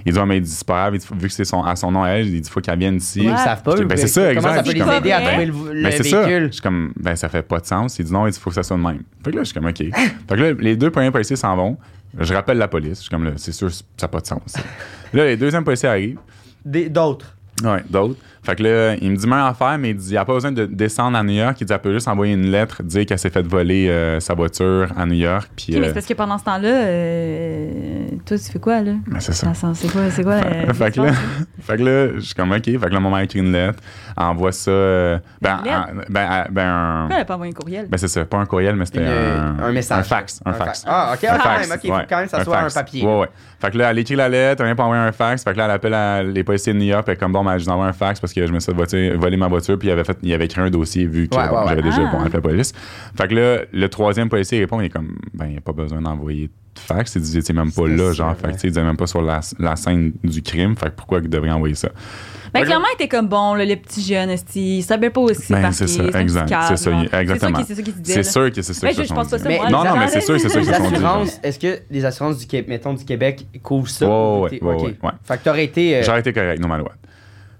[SPEAKER 3] Il dit, ah, mais il dit, c'est pas grave, Il dit, vu que c'est son, à son nom, à elle, il dit, faut qu'elle vienne ici.
[SPEAKER 2] Ils le savent pas.
[SPEAKER 3] Ben,
[SPEAKER 2] eux,
[SPEAKER 3] c'est ça,
[SPEAKER 2] Comment
[SPEAKER 3] exact.
[SPEAKER 2] ça peut
[SPEAKER 1] Je suis
[SPEAKER 2] les aider à
[SPEAKER 1] comme-
[SPEAKER 2] trouver le le
[SPEAKER 3] Ben, c'est ça. Je
[SPEAKER 2] véhicule?
[SPEAKER 3] suis comme, ben, ça fait pas de sens. Il dit non, il dit, faut que ça soit de même. Fait que là, je suis comme, OK. fait que là, les deux premiers policiers s'en vont. Je rappelle la police. Je suis comme, là, c'est sûr, ça n'a pas de sens. là, les deuxièmes policiers arrivent.
[SPEAKER 2] Des- D'autres.
[SPEAKER 3] Ouais, d'autres. Fait que là, il me dit même affaire, mais il dit, il n'y a pas besoin de descendre à New York. Il dit, elle peut juste envoyer une lettre, dire qu'elle s'est fait voler euh, sa voiture à New York. Puis,
[SPEAKER 1] Ok, mais
[SPEAKER 3] euh,
[SPEAKER 1] c'est parce que pendant ce temps-là, euh, toi, tu fais quoi, là?
[SPEAKER 3] ben, c'est ça.
[SPEAKER 1] Dans le sens, C'est quoi, c'est quoi?
[SPEAKER 3] Fait-
[SPEAKER 1] euh,
[SPEAKER 3] fait, que là, fait que là, je suis comme, OK. Fait que là, maman écrit une lettre, envoie ça. euh, ben,
[SPEAKER 1] Une lettre?
[SPEAKER 3] en- ben, à- ben, un-
[SPEAKER 1] Pourquoi elle a pas envoyé un courriel?
[SPEAKER 3] Ben c'est ça, pas un courriel, mais c'était
[SPEAKER 2] Une- euh,
[SPEAKER 3] un,
[SPEAKER 2] un message.
[SPEAKER 3] Un fax. Un, fax.
[SPEAKER 2] Ah, ok,
[SPEAKER 3] Un
[SPEAKER 2] ah, quand
[SPEAKER 3] fax,
[SPEAKER 2] même, ok, il faut
[SPEAKER 3] ouais,
[SPEAKER 2] quand même que ça soit
[SPEAKER 3] fax.
[SPEAKER 2] un papier.
[SPEAKER 3] Ouais, ouais. Fait que là, elle écrit la lettre, on vient pas envoyer un fax. Fait que là, elle appelle à- les policiers de New York, puis elle est comme bon, ben, je vous envoie un fax parce que je me suis fait voter- voler ma voiture, puis il avait, fait, il avait créé un dossier vu que
[SPEAKER 2] Ouais, ouais,
[SPEAKER 3] bon,
[SPEAKER 2] ouais.
[SPEAKER 3] j'avais déjà
[SPEAKER 1] Ah.
[SPEAKER 3] bon, appelé la police. Fait que là, le troisième policier répond, il est comme, ben, il n'y a pas besoin d'envoyer de fax. Il dit, T'es même pas
[SPEAKER 2] C'est
[SPEAKER 3] là,
[SPEAKER 2] sûr,
[SPEAKER 3] genre, fait que
[SPEAKER 2] ouais.
[SPEAKER 3] tu sais, il disait même pas sur la, la scène du crime, fait que pourquoi il devrait envoyer ça?
[SPEAKER 1] Ben,
[SPEAKER 3] Fait que-
[SPEAKER 1] clairement, il était comme bon, là, le petit jeune, esti, il savait pas où est-ce que c'est
[SPEAKER 3] Ben,
[SPEAKER 1] parti.
[SPEAKER 3] c'est ça,
[SPEAKER 1] un petit
[SPEAKER 3] exact,
[SPEAKER 1] cadre,
[SPEAKER 3] c'est ça,
[SPEAKER 1] genre.
[SPEAKER 3] il- exactement.
[SPEAKER 1] C'est ça qui- c'est ça qui se dit.
[SPEAKER 3] C'est
[SPEAKER 1] là.
[SPEAKER 3] sûr que c'est ça
[SPEAKER 1] Ben,
[SPEAKER 3] que ça
[SPEAKER 1] je- je
[SPEAKER 3] sont
[SPEAKER 1] pense pas
[SPEAKER 3] dit.
[SPEAKER 1] ça, moi,
[SPEAKER 3] Non, non,
[SPEAKER 1] les
[SPEAKER 3] mais c'est sûr, c'est sûr que
[SPEAKER 2] Les
[SPEAKER 3] ça sont dit. genre.
[SPEAKER 2] assurances, est-ce que les assurances du Québec, mettons du Québec, couvrent ça?
[SPEAKER 3] Ouais, ouais,
[SPEAKER 2] Ok.
[SPEAKER 3] ouais, ouais, ouais.
[SPEAKER 2] Fait que t'aurais été. euh,
[SPEAKER 3] J'aurais été correct, no matter what.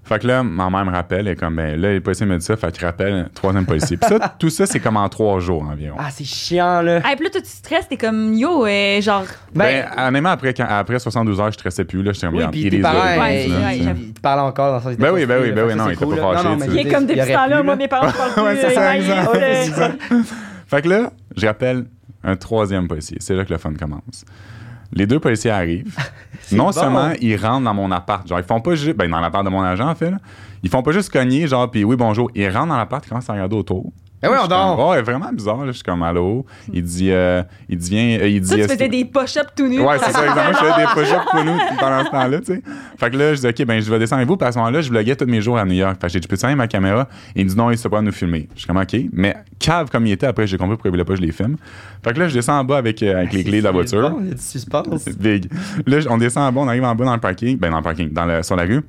[SPEAKER 3] Fait que là, ma mère me rappelle, elle est comme, ben là, les policiers me disent ça, fait que je rappelle, troisième policier. Puis ça, tout ça, c'est comme en trois jours environ.
[SPEAKER 2] Ah, c'est chiant, là.
[SPEAKER 1] Hey, puis là, toi, tu stresses, t'es comme yo, euh, genre.
[SPEAKER 3] ben, honnêtement, après, quand- après 72 heures, je stressais plus, là, j'étais comme,
[SPEAKER 2] oui,
[SPEAKER 3] bien,
[SPEAKER 2] puis
[SPEAKER 3] il
[SPEAKER 2] tes
[SPEAKER 3] est
[SPEAKER 2] parents,
[SPEAKER 3] là,
[SPEAKER 1] ouais,
[SPEAKER 2] euh,
[SPEAKER 3] il est là,
[SPEAKER 1] ouais,
[SPEAKER 3] tu sais.
[SPEAKER 1] j'avoue.
[SPEAKER 2] ils ils parlent encore dans le sens ils étaient
[SPEAKER 3] Ben oui, ben oui,
[SPEAKER 2] construits,
[SPEAKER 3] ben
[SPEAKER 2] là.
[SPEAKER 3] oui,
[SPEAKER 2] Ça,
[SPEAKER 3] non,
[SPEAKER 2] c'est
[SPEAKER 3] ils étaient
[SPEAKER 2] cool,
[SPEAKER 3] pas
[SPEAKER 2] là.
[SPEAKER 3] fâchés,
[SPEAKER 2] Non, non, mais
[SPEAKER 3] tu
[SPEAKER 1] Il
[SPEAKER 3] sais.
[SPEAKER 1] est comme depuis
[SPEAKER 2] y
[SPEAKER 1] ce
[SPEAKER 2] aurait
[SPEAKER 1] temps-là,
[SPEAKER 2] plus,
[SPEAKER 1] moi,
[SPEAKER 2] là.
[SPEAKER 1] mes parents, je parle plus.
[SPEAKER 3] Ouais, c'est ça,
[SPEAKER 1] euh,
[SPEAKER 3] exact.
[SPEAKER 1] bye,
[SPEAKER 2] Ouais,
[SPEAKER 1] euh,
[SPEAKER 2] c'est ça.
[SPEAKER 3] Fait que là, je rappelle un troisième policier. C'est là que le fun commence. Les deux policiers arrivent. non
[SPEAKER 2] bon.
[SPEAKER 3] seulement ils rentrent dans mon appart, genre ils font pas juste. Ben, dans l'appart de mon agent, en fait, là. Ils font pas juste cogner, genre, puis oui, bonjour. Ils rentrent dans l'appart, ils commencent à regarder autour.
[SPEAKER 2] Ben oui,
[SPEAKER 3] Je
[SPEAKER 2] on
[SPEAKER 3] suis
[SPEAKER 2] dort.
[SPEAKER 3] comme, Ouais, vraiment bizarre, là. Je suis comme, allô. Il dit, euh, il dit, viens. euh, il dit,
[SPEAKER 1] Toi, tu
[SPEAKER 3] est-ce
[SPEAKER 1] faisais
[SPEAKER 3] que-
[SPEAKER 1] des push-ups tout nus.
[SPEAKER 3] Ouais, c'est ça, exactement. Je faisais des push-ups pour nous pendant ce temps-là, tu sais. Fait que là, je dis, OK, ben, je vais descendre avec vous. Puis à ce moment-là, je vloguais tous mes jours à New York. Fait que j'ai dit, peux-tu aller ma caméra? Il me dit, non, il se pas nous filmer. Je suis comme, OK. Mais cave comme il était, après, j'ai compris pourquoi il voulait pas que je les filme. Fait que là, je descends en bas avec, euh, avec les clés de la voiture.
[SPEAKER 2] Il y a du suspense.
[SPEAKER 3] C'est big. Là, on descend en bas, on arrive en bas dans le parking. Ben, dans le parking, dans la- sur la rue.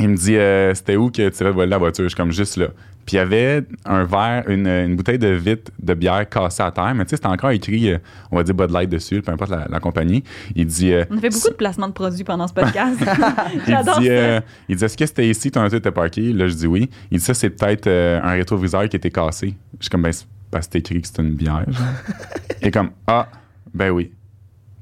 [SPEAKER 3] Il me dit, euh, c'était où que tu vas voler la voiture? Je suis comme, juste là. Puis il y avait un verre, une, une bouteille de vitre de bière cassée à terre. Mais tu sais, c'était encore écrit, euh, on va dire Bud Light dessus, peu importe la, la compagnie. Il dit. euh,
[SPEAKER 1] On a fait beaucoup de placements de produits pendant ce podcast. J'adore
[SPEAKER 3] il dit,
[SPEAKER 1] ça.
[SPEAKER 3] euh, il dit, est-ce que c'était ici ton auto était parké? Là, je dis oui. Il dit, ça, c'est peut-être euh, un rétroviseur qui était cassé. Je suis comme, ben, c'est parce que c'est écrit que c'est une bière. genre. Il est comme, ah, ben oui.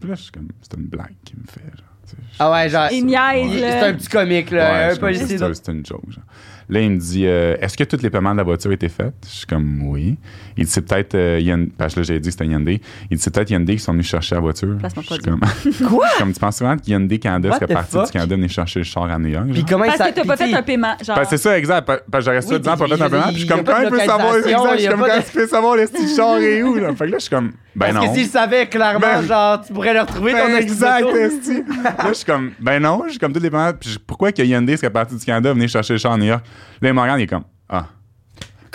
[SPEAKER 3] Puis là, je suis comme, c'est une blague qu'il me fait. genre. Tu sais, je-
[SPEAKER 2] Ah ouais, genre.
[SPEAKER 1] Il niaise,
[SPEAKER 3] Ouais.
[SPEAKER 1] là.
[SPEAKER 2] C'est un petit comique,
[SPEAKER 3] Ouais,
[SPEAKER 2] là.
[SPEAKER 3] je
[SPEAKER 2] Un
[SPEAKER 3] suis comme,
[SPEAKER 2] policier.
[SPEAKER 3] c'est- C'est une joke. genre. Là, il me dit, euh, est-ce que tous les paiements de la voiture étaient faits? Je suis comme, oui. Il dit, c'est peut-être euh, Hyundai. Parce que là, j'ai dit que c'était Hyundai. Il dit, c'est peut-être Hyundai qui sont venus chercher la voiture.
[SPEAKER 1] Placement
[SPEAKER 3] Je suis
[SPEAKER 1] produit.
[SPEAKER 3] comme-
[SPEAKER 2] Quoi?
[SPEAKER 3] Je suis comme, tu penses souvent que Hyundai Canada
[SPEAKER 2] What
[SPEAKER 3] serait
[SPEAKER 2] the
[SPEAKER 3] parti
[SPEAKER 2] fuck?
[SPEAKER 3] du Canada venir chercher le char à New York?
[SPEAKER 2] Puis
[SPEAKER 3] genre?
[SPEAKER 2] comment il
[SPEAKER 1] Parce
[SPEAKER 2] s'a-
[SPEAKER 1] que t'as pas
[SPEAKER 2] puis
[SPEAKER 1] fait
[SPEAKER 2] t'sais,
[SPEAKER 1] un paiement. Genre,
[SPEAKER 3] Ben, c'est ça, exact. Parce parce que j'aurais
[SPEAKER 2] Oui,
[SPEAKER 3] ça 10 ans pour
[SPEAKER 2] puis
[SPEAKER 3] faire un
[SPEAKER 2] il y a-
[SPEAKER 3] paiement. Puis je suis
[SPEAKER 2] il y a
[SPEAKER 3] comme,
[SPEAKER 2] pas de
[SPEAKER 3] quand je peux savoir
[SPEAKER 2] localisation, il
[SPEAKER 3] exact, je
[SPEAKER 2] y
[SPEAKER 3] suis
[SPEAKER 2] a
[SPEAKER 3] comme,
[SPEAKER 2] pas
[SPEAKER 3] quand
[SPEAKER 2] de-
[SPEAKER 3] je peux savoir le style char est où, là. Fait que là, je suis comme, ben non.
[SPEAKER 2] Parce que s'il savait clairement,
[SPEAKER 3] Ben-
[SPEAKER 2] genre, tu pourrais le retrouver
[SPEAKER 3] Ben,
[SPEAKER 2] ton esti de
[SPEAKER 3] exact,
[SPEAKER 2] moto.
[SPEAKER 3] esti. Là, je suis comme, ben non, je suis comme tout dépendant. Puis je- pourquoi que Hyundai serait parti du Canada venir chercher le char à New York? Là, il me regarde, il est comme Ah.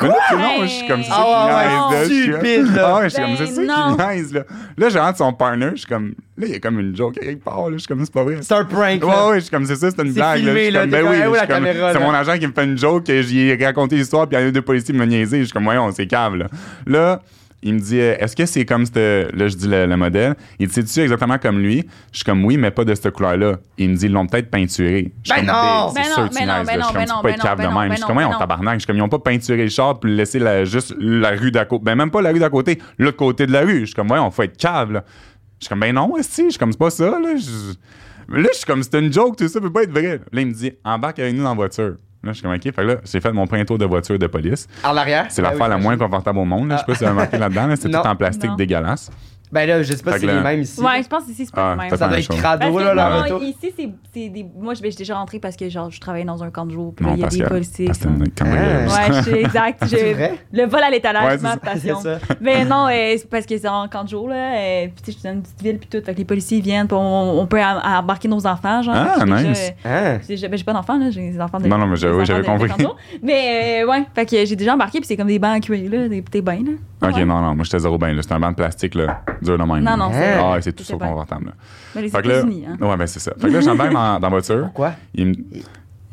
[SPEAKER 3] Mais là, tout le long, je suis comme ça.
[SPEAKER 2] Ah ouais, ouais,
[SPEAKER 3] qui niaise, là. Je suis comme-
[SPEAKER 2] stupide, là.
[SPEAKER 3] Ah ouais, je suis comme
[SPEAKER 1] Ben
[SPEAKER 3] c'est ça
[SPEAKER 1] non.
[SPEAKER 3] qui niaise, là. Là, j'ai hâte de son partner, je suis comme Là, il y a comme une joke quelque part, là. Je suis comme C'est pas vrai.
[SPEAKER 2] C'est un prank.
[SPEAKER 3] Ouais,
[SPEAKER 2] là.
[SPEAKER 3] ouais, je suis comme, c'est ça, c'est une
[SPEAKER 2] C'est
[SPEAKER 3] blague.
[SPEAKER 2] filmé, là,
[SPEAKER 3] là. Je suis comme,
[SPEAKER 2] t'es
[SPEAKER 3] ben
[SPEAKER 2] comme,
[SPEAKER 3] oui,
[SPEAKER 2] hey, où
[SPEAKER 3] je suis
[SPEAKER 2] la
[SPEAKER 3] comme,
[SPEAKER 2] caméra,
[SPEAKER 3] c'est
[SPEAKER 2] là?
[SPEAKER 3] mon agent qui me fait une joke, que j'y ai raconté l'histoire, puis il y en a eu deux policiers qui me niaiser. Je suis comme, voyons, c'est cave, là. Là, il me dit, euh, est-ce que c'est comme ce. Là, je dis le, le modèle. Il dit, c'est-tu exactement comme lui? Je suis comme, oui, mais pas de cette couleur-là. Il me dit, ils l'ont peut-être peinturé. Je suis
[SPEAKER 2] Ben
[SPEAKER 3] comme,
[SPEAKER 2] non!
[SPEAKER 3] C'est
[SPEAKER 1] Ben
[SPEAKER 3] sûr
[SPEAKER 1] non,
[SPEAKER 3] que tu
[SPEAKER 1] ben non,
[SPEAKER 3] niaises,
[SPEAKER 1] ben non,
[SPEAKER 3] là. Je suis comme, tu peux pas
[SPEAKER 1] ben
[SPEAKER 3] être
[SPEAKER 1] non,
[SPEAKER 3] cave de
[SPEAKER 1] ben non,
[SPEAKER 3] même. Je suis
[SPEAKER 1] ben
[SPEAKER 3] comme,
[SPEAKER 1] non,
[SPEAKER 3] voyons,
[SPEAKER 1] ben
[SPEAKER 3] tabarnak. Je suis comme, ils ont pas peinturé le char, puis laissé la- juste la rue d'à côté. Ben même pas la rue d'à côté, l'autre côté de la rue. Je suis comme, voyons, faut être cave, là. Je suis comme, ben non, esti, je suis comme, c'est pas ça, là. Je- Mais Là, je suis comme, c'est une joke, tout ça peut pas être vrai. Là, il me dit, embarque avec nous dans la voiture. Là, je suis comme, ok. Fait que là, j'ai fait mon print tour de voiture de police.
[SPEAKER 2] À l'arrière.
[SPEAKER 3] C'est
[SPEAKER 2] Ben
[SPEAKER 3] l'affaire
[SPEAKER 2] oui,
[SPEAKER 3] la
[SPEAKER 2] j'imagine. Ah.
[SPEAKER 3] moins confortable au monde, là. Je sais pas si vous avez remarqué là-dedans, là. C'est tout
[SPEAKER 2] Non.
[SPEAKER 3] en plastique
[SPEAKER 1] Non.
[SPEAKER 3] dégueulasse.
[SPEAKER 2] Ben là, je sais pas
[SPEAKER 3] Fait
[SPEAKER 2] si c'est
[SPEAKER 3] que
[SPEAKER 2] les
[SPEAKER 3] là-
[SPEAKER 2] mêmes ici.
[SPEAKER 1] Ouais, je pense ici, c'est pas
[SPEAKER 3] Ah,
[SPEAKER 1] le même.
[SPEAKER 3] t'as
[SPEAKER 2] Ça
[SPEAKER 3] la
[SPEAKER 2] doit
[SPEAKER 3] même
[SPEAKER 2] être
[SPEAKER 3] chose.
[SPEAKER 1] Parce
[SPEAKER 2] crado,
[SPEAKER 1] que moi,
[SPEAKER 2] là, la retour.
[SPEAKER 1] ici, c'est- c'est des. Moi, je- ben, j'étais déjà rentrée parce que genre, je travaillais dans un camp de jour. Puis là,
[SPEAKER 3] Non,
[SPEAKER 1] il y a
[SPEAKER 3] parce
[SPEAKER 1] des
[SPEAKER 3] que.
[SPEAKER 1] policiers.
[SPEAKER 3] parce que t'es une cambrioleuse.
[SPEAKER 1] Ouais, je sais, exact.
[SPEAKER 2] C'est
[SPEAKER 1] Je-
[SPEAKER 2] vrai?
[SPEAKER 1] Le vol à l'étalage,
[SPEAKER 3] Ouais,
[SPEAKER 1] c'est ma
[SPEAKER 3] c'est
[SPEAKER 1] passion.
[SPEAKER 2] C'est ça.
[SPEAKER 1] Mais non, euh, c'est parce que c'est en camp de jour, là. euh, Puis, tu sais, je suis dans une petite ville, puis tout. Fait que les policiers ils viennent, puis on, on peut em- embarquer nos enfants, genre.
[SPEAKER 3] Ah,
[SPEAKER 1] Fait que j'ai
[SPEAKER 3] nice.
[SPEAKER 1] déjà-
[SPEAKER 2] Hein?
[SPEAKER 1] j'ai déjà- ben, j'ai pas d'enfants, là. J'ai des enfants de.
[SPEAKER 3] Non, non, mais j'ai-
[SPEAKER 1] des
[SPEAKER 3] oui,
[SPEAKER 1] enfants
[SPEAKER 3] j'avais
[SPEAKER 1] de- de
[SPEAKER 3] compris.
[SPEAKER 1] camp de jour. Mais, euh, ouais, fait que j'ai déjà embarqué, puis c'est comme des bancs à cuir, là. des- T'es bien, là.
[SPEAKER 3] Ok,
[SPEAKER 1] Ouais.
[SPEAKER 3] non, non, moi j'étais zéro bain, là. C'était un banc de plastique, là, dur de même.
[SPEAKER 1] Non, non, c'est.
[SPEAKER 3] Ah, ouais, c'est tout
[SPEAKER 1] c'est
[SPEAKER 3] sauf
[SPEAKER 1] pas-
[SPEAKER 3] confortable, là.
[SPEAKER 1] Mais les
[SPEAKER 3] Fait que là.
[SPEAKER 1] États-Unis, hein.
[SPEAKER 3] Ouais, ben c'est ça. Fait que là, j'embarque dans, dans la voiture.
[SPEAKER 2] Quoi?
[SPEAKER 3] Il, me-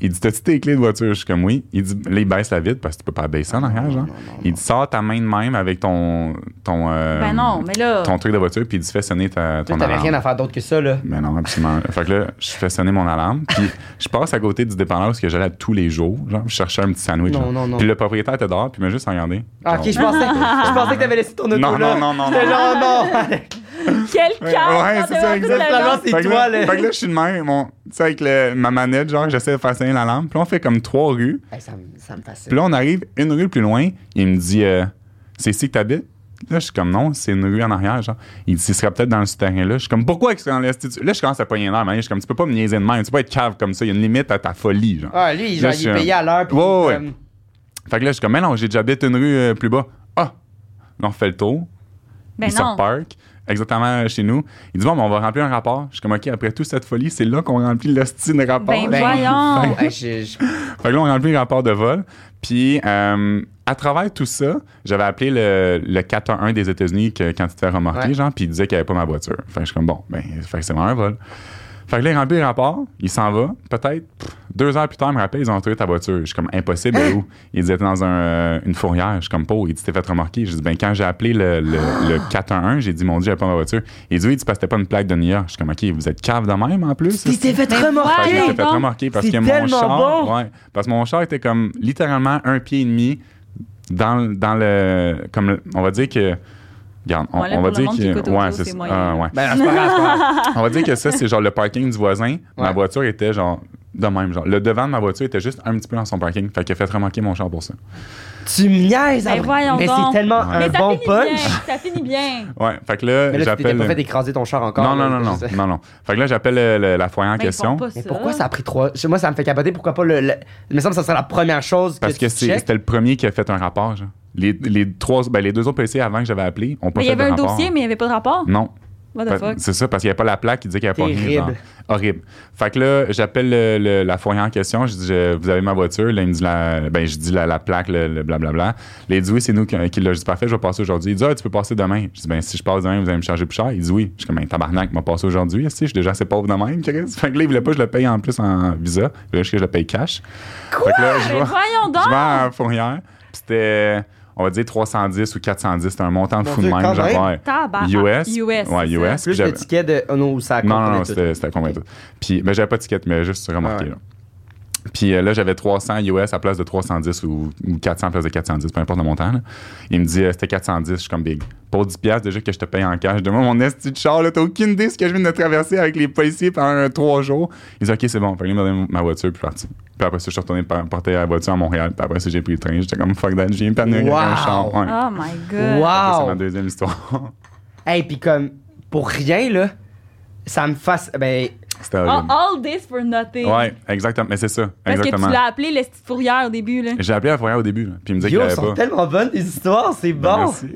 [SPEAKER 3] il dit T'as-tu tes clés de voiture Je suis comme Oui. Il dit Là, il baisse la vitre parce que tu peux pas baisser en arrière, genre. Il dit Sors ta main de même avec ton. ton euh,
[SPEAKER 1] Ben non, mais là.
[SPEAKER 3] Ton truc de voiture, puis il dit Fais sonner ta,
[SPEAKER 2] Tu
[SPEAKER 3] ton
[SPEAKER 2] t'avais
[SPEAKER 3] alarme.
[SPEAKER 2] rien à faire d'autre que ça, là.
[SPEAKER 3] Ben non, absolument. fait que là, je fais sonner mon alarme, puis je passe à côté du dépanneur parce que j'allais tous les jours. Genre, je cherchais un petit sandwich.
[SPEAKER 2] Non,
[SPEAKER 3] genre.
[SPEAKER 2] non, non.
[SPEAKER 3] Puis le propriétaire était dehors, puis il m'a juste regardé.
[SPEAKER 2] Ah, ok, je pensais, je pensais que t'avais laissé ton auto
[SPEAKER 3] Non,
[SPEAKER 2] là.
[SPEAKER 3] non, non, non,
[SPEAKER 2] J'étais
[SPEAKER 3] non.
[SPEAKER 2] genre, non.
[SPEAKER 1] Quel
[SPEAKER 3] Ouais,
[SPEAKER 1] cadre!
[SPEAKER 3] ouais,
[SPEAKER 1] dans
[SPEAKER 3] c'est ça,
[SPEAKER 1] devant toute la
[SPEAKER 3] exactement.
[SPEAKER 1] langue.
[SPEAKER 2] Finalement, c'est
[SPEAKER 3] Fait que
[SPEAKER 2] toi,
[SPEAKER 3] là,
[SPEAKER 2] là.
[SPEAKER 3] fait que là, je suis de même, mon- tu sais, avec le- ma manette, genre, j'essaie de faire sonner l'alarme. Puis là, on fait comme trois rues.
[SPEAKER 2] Hey, ça, me- ça me fascine.
[SPEAKER 3] Puis là, on arrive une rue plus loin, il me dit euh, C'est ici que t'habites Là, je suis comme Non, c'est une rue en arrière. Genre. Il dit Ce serait peut-être dans le souterrain-là. Je suis comme Pourquoi est-ce que c'est dans l'institut Là, je commence à pogner l'air, man. Je suis comme Tu peux pas me niaiser de même. Tu peux pas être cave comme ça. Il y a une limite à ta folie. Genre.
[SPEAKER 2] Ah, lui, genre,
[SPEAKER 3] Là, je
[SPEAKER 2] il
[SPEAKER 3] suis,
[SPEAKER 2] est
[SPEAKER 3] euh,
[SPEAKER 2] payé à l'heure. puis,
[SPEAKER 3] ouais, ouais.
[SPEAKER 2] euh,
[SPEAKER 3] Fait que là, je suis comme Mais non, j'ai déjà habité une rue euh, plus bas. Ah Là, on fait le tour.
[SPEAKER 1] Ben
[SPEAKER 3] il se
[SPEAKER 1] non.
[SPEAKER 3] reparque. Exactement chez nous. Il dit Bon, ben, on va remplir un rapport. Je suis comme Ok, après toute cette folie, c'est là qu'on remplit le style de rapport.
[SPEAKER 1] Ben,
[SPEAKER 2] Ben,
[SPEAKER 1] voyons.
[SPEAKER 2] hey, je- je-
[SPEAKER 3] Fait que là, on a rempli le rapport de vol. Puis, euh, à travers tout ça, j'avais appelé le, le 411 des États-Unis que- quand il était remorqué,
[SPEAKER 2] Ouais.
[SPEAKER 3] genre, puis il disait qu'il n'y avait pas ma voiture. Fait que je suis comme, bon, ben, fait que c'est vraiment un vol. Fait que là, il remplit le rapport, il s'en va. Peut-être pff, deux heures plus tard, il me rappelle, ils ont retrouvé ta voiture. Je suis comme, impossible, elle est où? Il dit, elle était dans un, euh, une fourrière. Je suis comme, pauvre. Il dit, t'es fait remorquer. Je dis, ben, quand j'ai appelé le, le, le 411, j'ai dit, mon Dieu, j'avais pas ma voiture. Il dit, oui, tu passes pas une plaque de New York. Je suis comme, OK, vous êtes cave de même en plus.
[SPEAKER 2] Tu t'es ben, fait
[SPEAKER 3] Fait que je
[SPEAKER 1] voyons
[SPEAKER 2] remorquer.
[SPEAKER 3] m'étais fait
[SPEAKER 1] donc.
[SPEAKER 3] remarquer parce
[SPEAKER 2] C'est
[SPEAKER 3] que mon
[SPEAKER 2] tellement
[SPEAKER 3] char,
[SPEAKER 2] bon.
[SPEAKER 3] ouais, parce que mon char était comme littéralement un pied et demi dans, le- dans le, comme le- on va dire que, regarde, on,
[SPEAKER 1] Ouais, là,
[SPEAKER 3] on
[SPEAKER 1] pour
[SPEAKER 3] va
[SPEAKER 1] le
[SPEAKER 3] dire
[SPEAKER 1] monde
[SPEAKER 3] que,
[SPEAKER 1] qui écoute audio,
[SPEAKER 3] ouais,
[SPEAKER 1] c'est
[SPEAKER 3] ça.
[SPEAKER 1] moyen.
[SPEAKER 3] Ah, ouais.
[SPEAKER 2] Ben, c'est pas grave, c'est pas grave.
[SPEAKER 3] on va dire que ça c'est genre le parking du voisin. Ma
[SPEAKER 2] Ouais.
[SPEAKER 3] voiture était genre de même genre, le devant de ma voiture était juste un petit peu dans son parking, fait qu'il a fait remarquer mon char pour ça.
[SPEAKER 2] Tu me niaises,
[SPEAKER 1] Ben,
[SPEAKER 2] après.
[SPEAKER 1] voyons
[SPEAKER 2] Mais
[SPEAKER 1] donc.
[SPEAKER 2] c'est tellement
[SPEAKER 3] Mais
[SPEAKER 2] un
[SPEAKER 1] Mais ça
[SPEAKER 2] bon
[SPEAKER 1] finit
[SPEAKER 2] punch.
[SPEAKER 1] bien, ça finit bien.
[SPEAKER 3] Ouais, fait que là,
[SPEAKER 2] Mais là, tu t'étais
[SPEAKER 3] Euh, j'appelle.
[SPEAKER 2] pas fait écraser ton char encore.
[SPEAKER 3] non,
[SPEAKER 2] là,
[SPEAKER 3] non, non, non,
[SPEAKER 2] je sais.
[SPEAKER 3] non, non. Fait que là, j'appelle euh, le- la foyer en
[SPEAKER 1] Mais Ben, ils font
[SPEAKER 3] question.
[SPEAKER 1] pas
[SPEAKER 2] Mais pourquoi ça a pris trois. Chez moi, ça me fait capoter. Pourquoi pas le. le- Il me semble que ça serait la première chose
[SPEAKER 3] Parce
[SPEAKER 2] que,
[SPEAKER 3] que
[SPEAKER 2] tu
[SPEAKER 3] c'est-
[SPEAKER 2] checkes.
[SPEAKER 3] c'était le premier qui a fait un rapport, genre. Les, les trois, ben, les deux autres policiers avant que j'avais appelé ont pas
[SPEAKER 1] Mais Ben, il y
[SPEAKER 3] fait de
[SPEAKER 1] avait un
[SPEAKER 3] rapport.
[SPEAKER 1] dossier, mais il n'y avait pas de rapport.
[SPEAKER 3] Non,
[SPEAKER 1] What
[SPEAKER 3] Ben,
[SPEAKER 1] the
[SPEAKER 3] Fait-
[SPEAKER 1] fuck?
[SPEAKER 3] C'est ça, parce qu'il n'y avait pas la plaque qui disait qu'il n'y avait pas rien.
[SPEAKER 2] Terrible.
[SPEAKER 3] genre. Horrible. Fait que là, j'appelle le- le- la foyer en question. Je dis, je- vous avez ma voiture. Là, il me dit, la, ben, je dis la, la plaque, le le blablabla. Là, il dit, oui, c'est nous qui, qui l'a. Je dis, parfait, je vais passer aujourd'hui. Il dit, ah, tu peux passer demain. Je dis, ben, si je passe demain, vous allez me charger plus cher. Il dit, oui. Je suis comme, ben, tabarnak, m'a passé aujourd'hui. esti, Je suis déjà assez pauvre de même. Chris. Fait que là, il voulait pas que je le paye en plus en visa. Il voulait juste que je le paye cash. fait que là, je
[SPEAKER 1] Mais
[SPEAKER 3] vais-
[SPEAKER 1] voyons
[SPEAKER 3] je vais
[SPEAKER 1] donc!
[SPEAKER 3] à la fourrière. Puis c'était, on va dire 310 ou 410. C'était un montant de
[SPEAKER 2] Mon
[SPEAKER 3] fou de
[SPEAKER 2] Dieu,
[SPEAKER 3] même.
[SPEAKER 2] quand
[SPEAKER 3] Genre,
[SPEAKER 2] même.
[SPEAKER 3] ouais.
[SPEAKER 1] Tabarnak.
[SPEAKER 3] US.
[SPEAKER 1] US,
[SPEAKER 3] Ouais,
[SPEAKER 1] c'est ça.
[SPEAKER 3] US. puis
[SPEAKER 2] Plus le
[SPEAKER 3] j'avais-
[SPEAKER 2] ticket de. Oh non, ça
[SPEAKER 3] non, non,
[SPEAKER 2] comprenait
[SPEAKER 3] non,
[SPEAKER 2] tout.
[SPEAKER 3] c'était c'était complet. tout. Puis, ben, j'avais pas de ticket, mais juste remarqué.
[SPEAKER 2] Ouais.
[SPEAKER 3] là. Puis euh, là, j'avais 300 US à place de 310 ou, ou 400 à place de 410, peu importe le montant. là. Il me dit, euh, c'était 410, je suis comme big. Pour 10 piastres, déjà que je te paye en cash. Demain, mon esti de char, là, t'as aucune idée ce que je viens de traverser avec les policiers pendant euh, trois jours. Ils disent, OK, c'est bon. Fait que là, ils m'ont donné ma voiture, puis je suis parti. Puis après ça, je suis retourné par- porter la voiture à Montréal. Puis après ça, j'ai pris le train. J'étais comme, fuck that, je viens pas avec un
[SPEAKER 2] Wow.
[SPEAKER 3] char. Ouais.
[SPEAKER 1] Oh my god.
[SPEAKER 3] Ça, C'est
[SPEAKER 2] Wow!
[SPEAKER 3] ma deuxième histoire.
[SPEAKER 2] Hey, puis comme. Pour rien, là, ça me fasse. Ben.
[SPEAKER 3] C'était
[SPEAKER 1] All,
[SPEAKER 3] horrible.
[SPEAKER 1] Oh, all this for nothing.
[SPEAKER 3] Ouais, exactement. Mais c'est ça.
[SPEAKER 1] oh, Parce que
[SPEAKER 3] exactement.
[SPEAKER 1] tu l'as appelé les petites fourrières au début, là.
[SPEAKER 3] J'ai appelé la fourrière au début, là, puis il me disait qu'il
[SPEAKER 2] Yo,
[SPEAKER 3] l'avait
[SPEAKER 2] sont
[SPEAKER 3] pas.
[SPEAKER 2] tellement bonnes, les histoires, c'est
[SPEAKER 3] Ben,
[SPEAKER 2] bon!
[SPEAKER 3] Merci.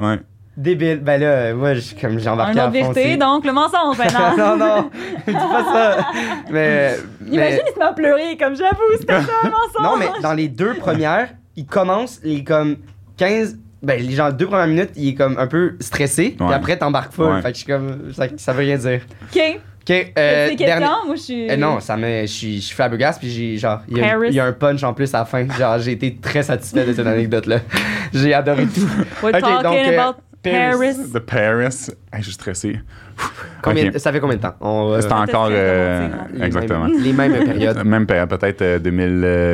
[SPEAKER 3] Ouais.
[SPEAKER 2] débile. Ben là, euh, moi, je, comme j'embarque
[SPEAKER 1] Un
[SPEAKER 2] à
[SPEAKER 1] autre
[SPEAKER 2] fond, c'est-
[SPEAKER 1] vérité, donc le mensonge ben maintenant.
[SPEAKER 2] non, non, dis pas ça. Mais,
[SPEAKER 1] Imagine,
[SPEAKER 2] mais-
[SPEAKER 1] il se met à pleurer, comme j'avoue, c'était ça un mensonge.
[SPEAKER 2] non, mais dans les deux premières, il commence les comme 15. Ben, les gens, les deux premières minutes, il est comme un peu stressé.
[SPEAKER 3] Ouais.
[SPEAKER 2] Puis après, t'embarques full.
[SPEAKER 3] Ouais.
[SPEAKER 2] Fait que je suis comme. Ça, ça veut rien dire.
[SPEAKER 1] OK.
[SPEAKER 2] Ok, euh,
[SPEAKER 1] c'est
[SPEAKER 2] dernier-
[SPEAKER 1] question, moi, je suis...
[SPEAKER 2] Euh, non, ça me. Je suis je suis flabbergasté, puis j'ai. Genre, il y, a-
[SPEAKER 1] Paris.
[SPEAKER 2] il y a un punch en plus à la fin. Genre, j'ai été très satisfait de cette anecdote-là. j'ai adoré tout.
[SPEAKER 1] We're
[SPEAKER 2] Ok,
[SPEAKER 1] talking
[SPEAKER 2] donc, euh, Bah,
[SPEAKER 1] about Paris.
[SPEAKER 3] De Paris. Hey, je suis stressé.
[SPEAKER 2] Combien,
[SPEAKER 3] Ok.
[SPEAKER 2] Ça fait combien de temps? On, euh,
[SPEAKER 3] C'était encore.
[SPEAKER 1] C'était
[SPEAKER 3] euh,
[SPEAKER 1] vraiment, c'est
[SPEAKER 2] les mêmes-
[SPEAKER 3] exactement.
[SPEAKER 2] les mêmes périodes.
[SPEAKER 3] Même période, peut-être euh,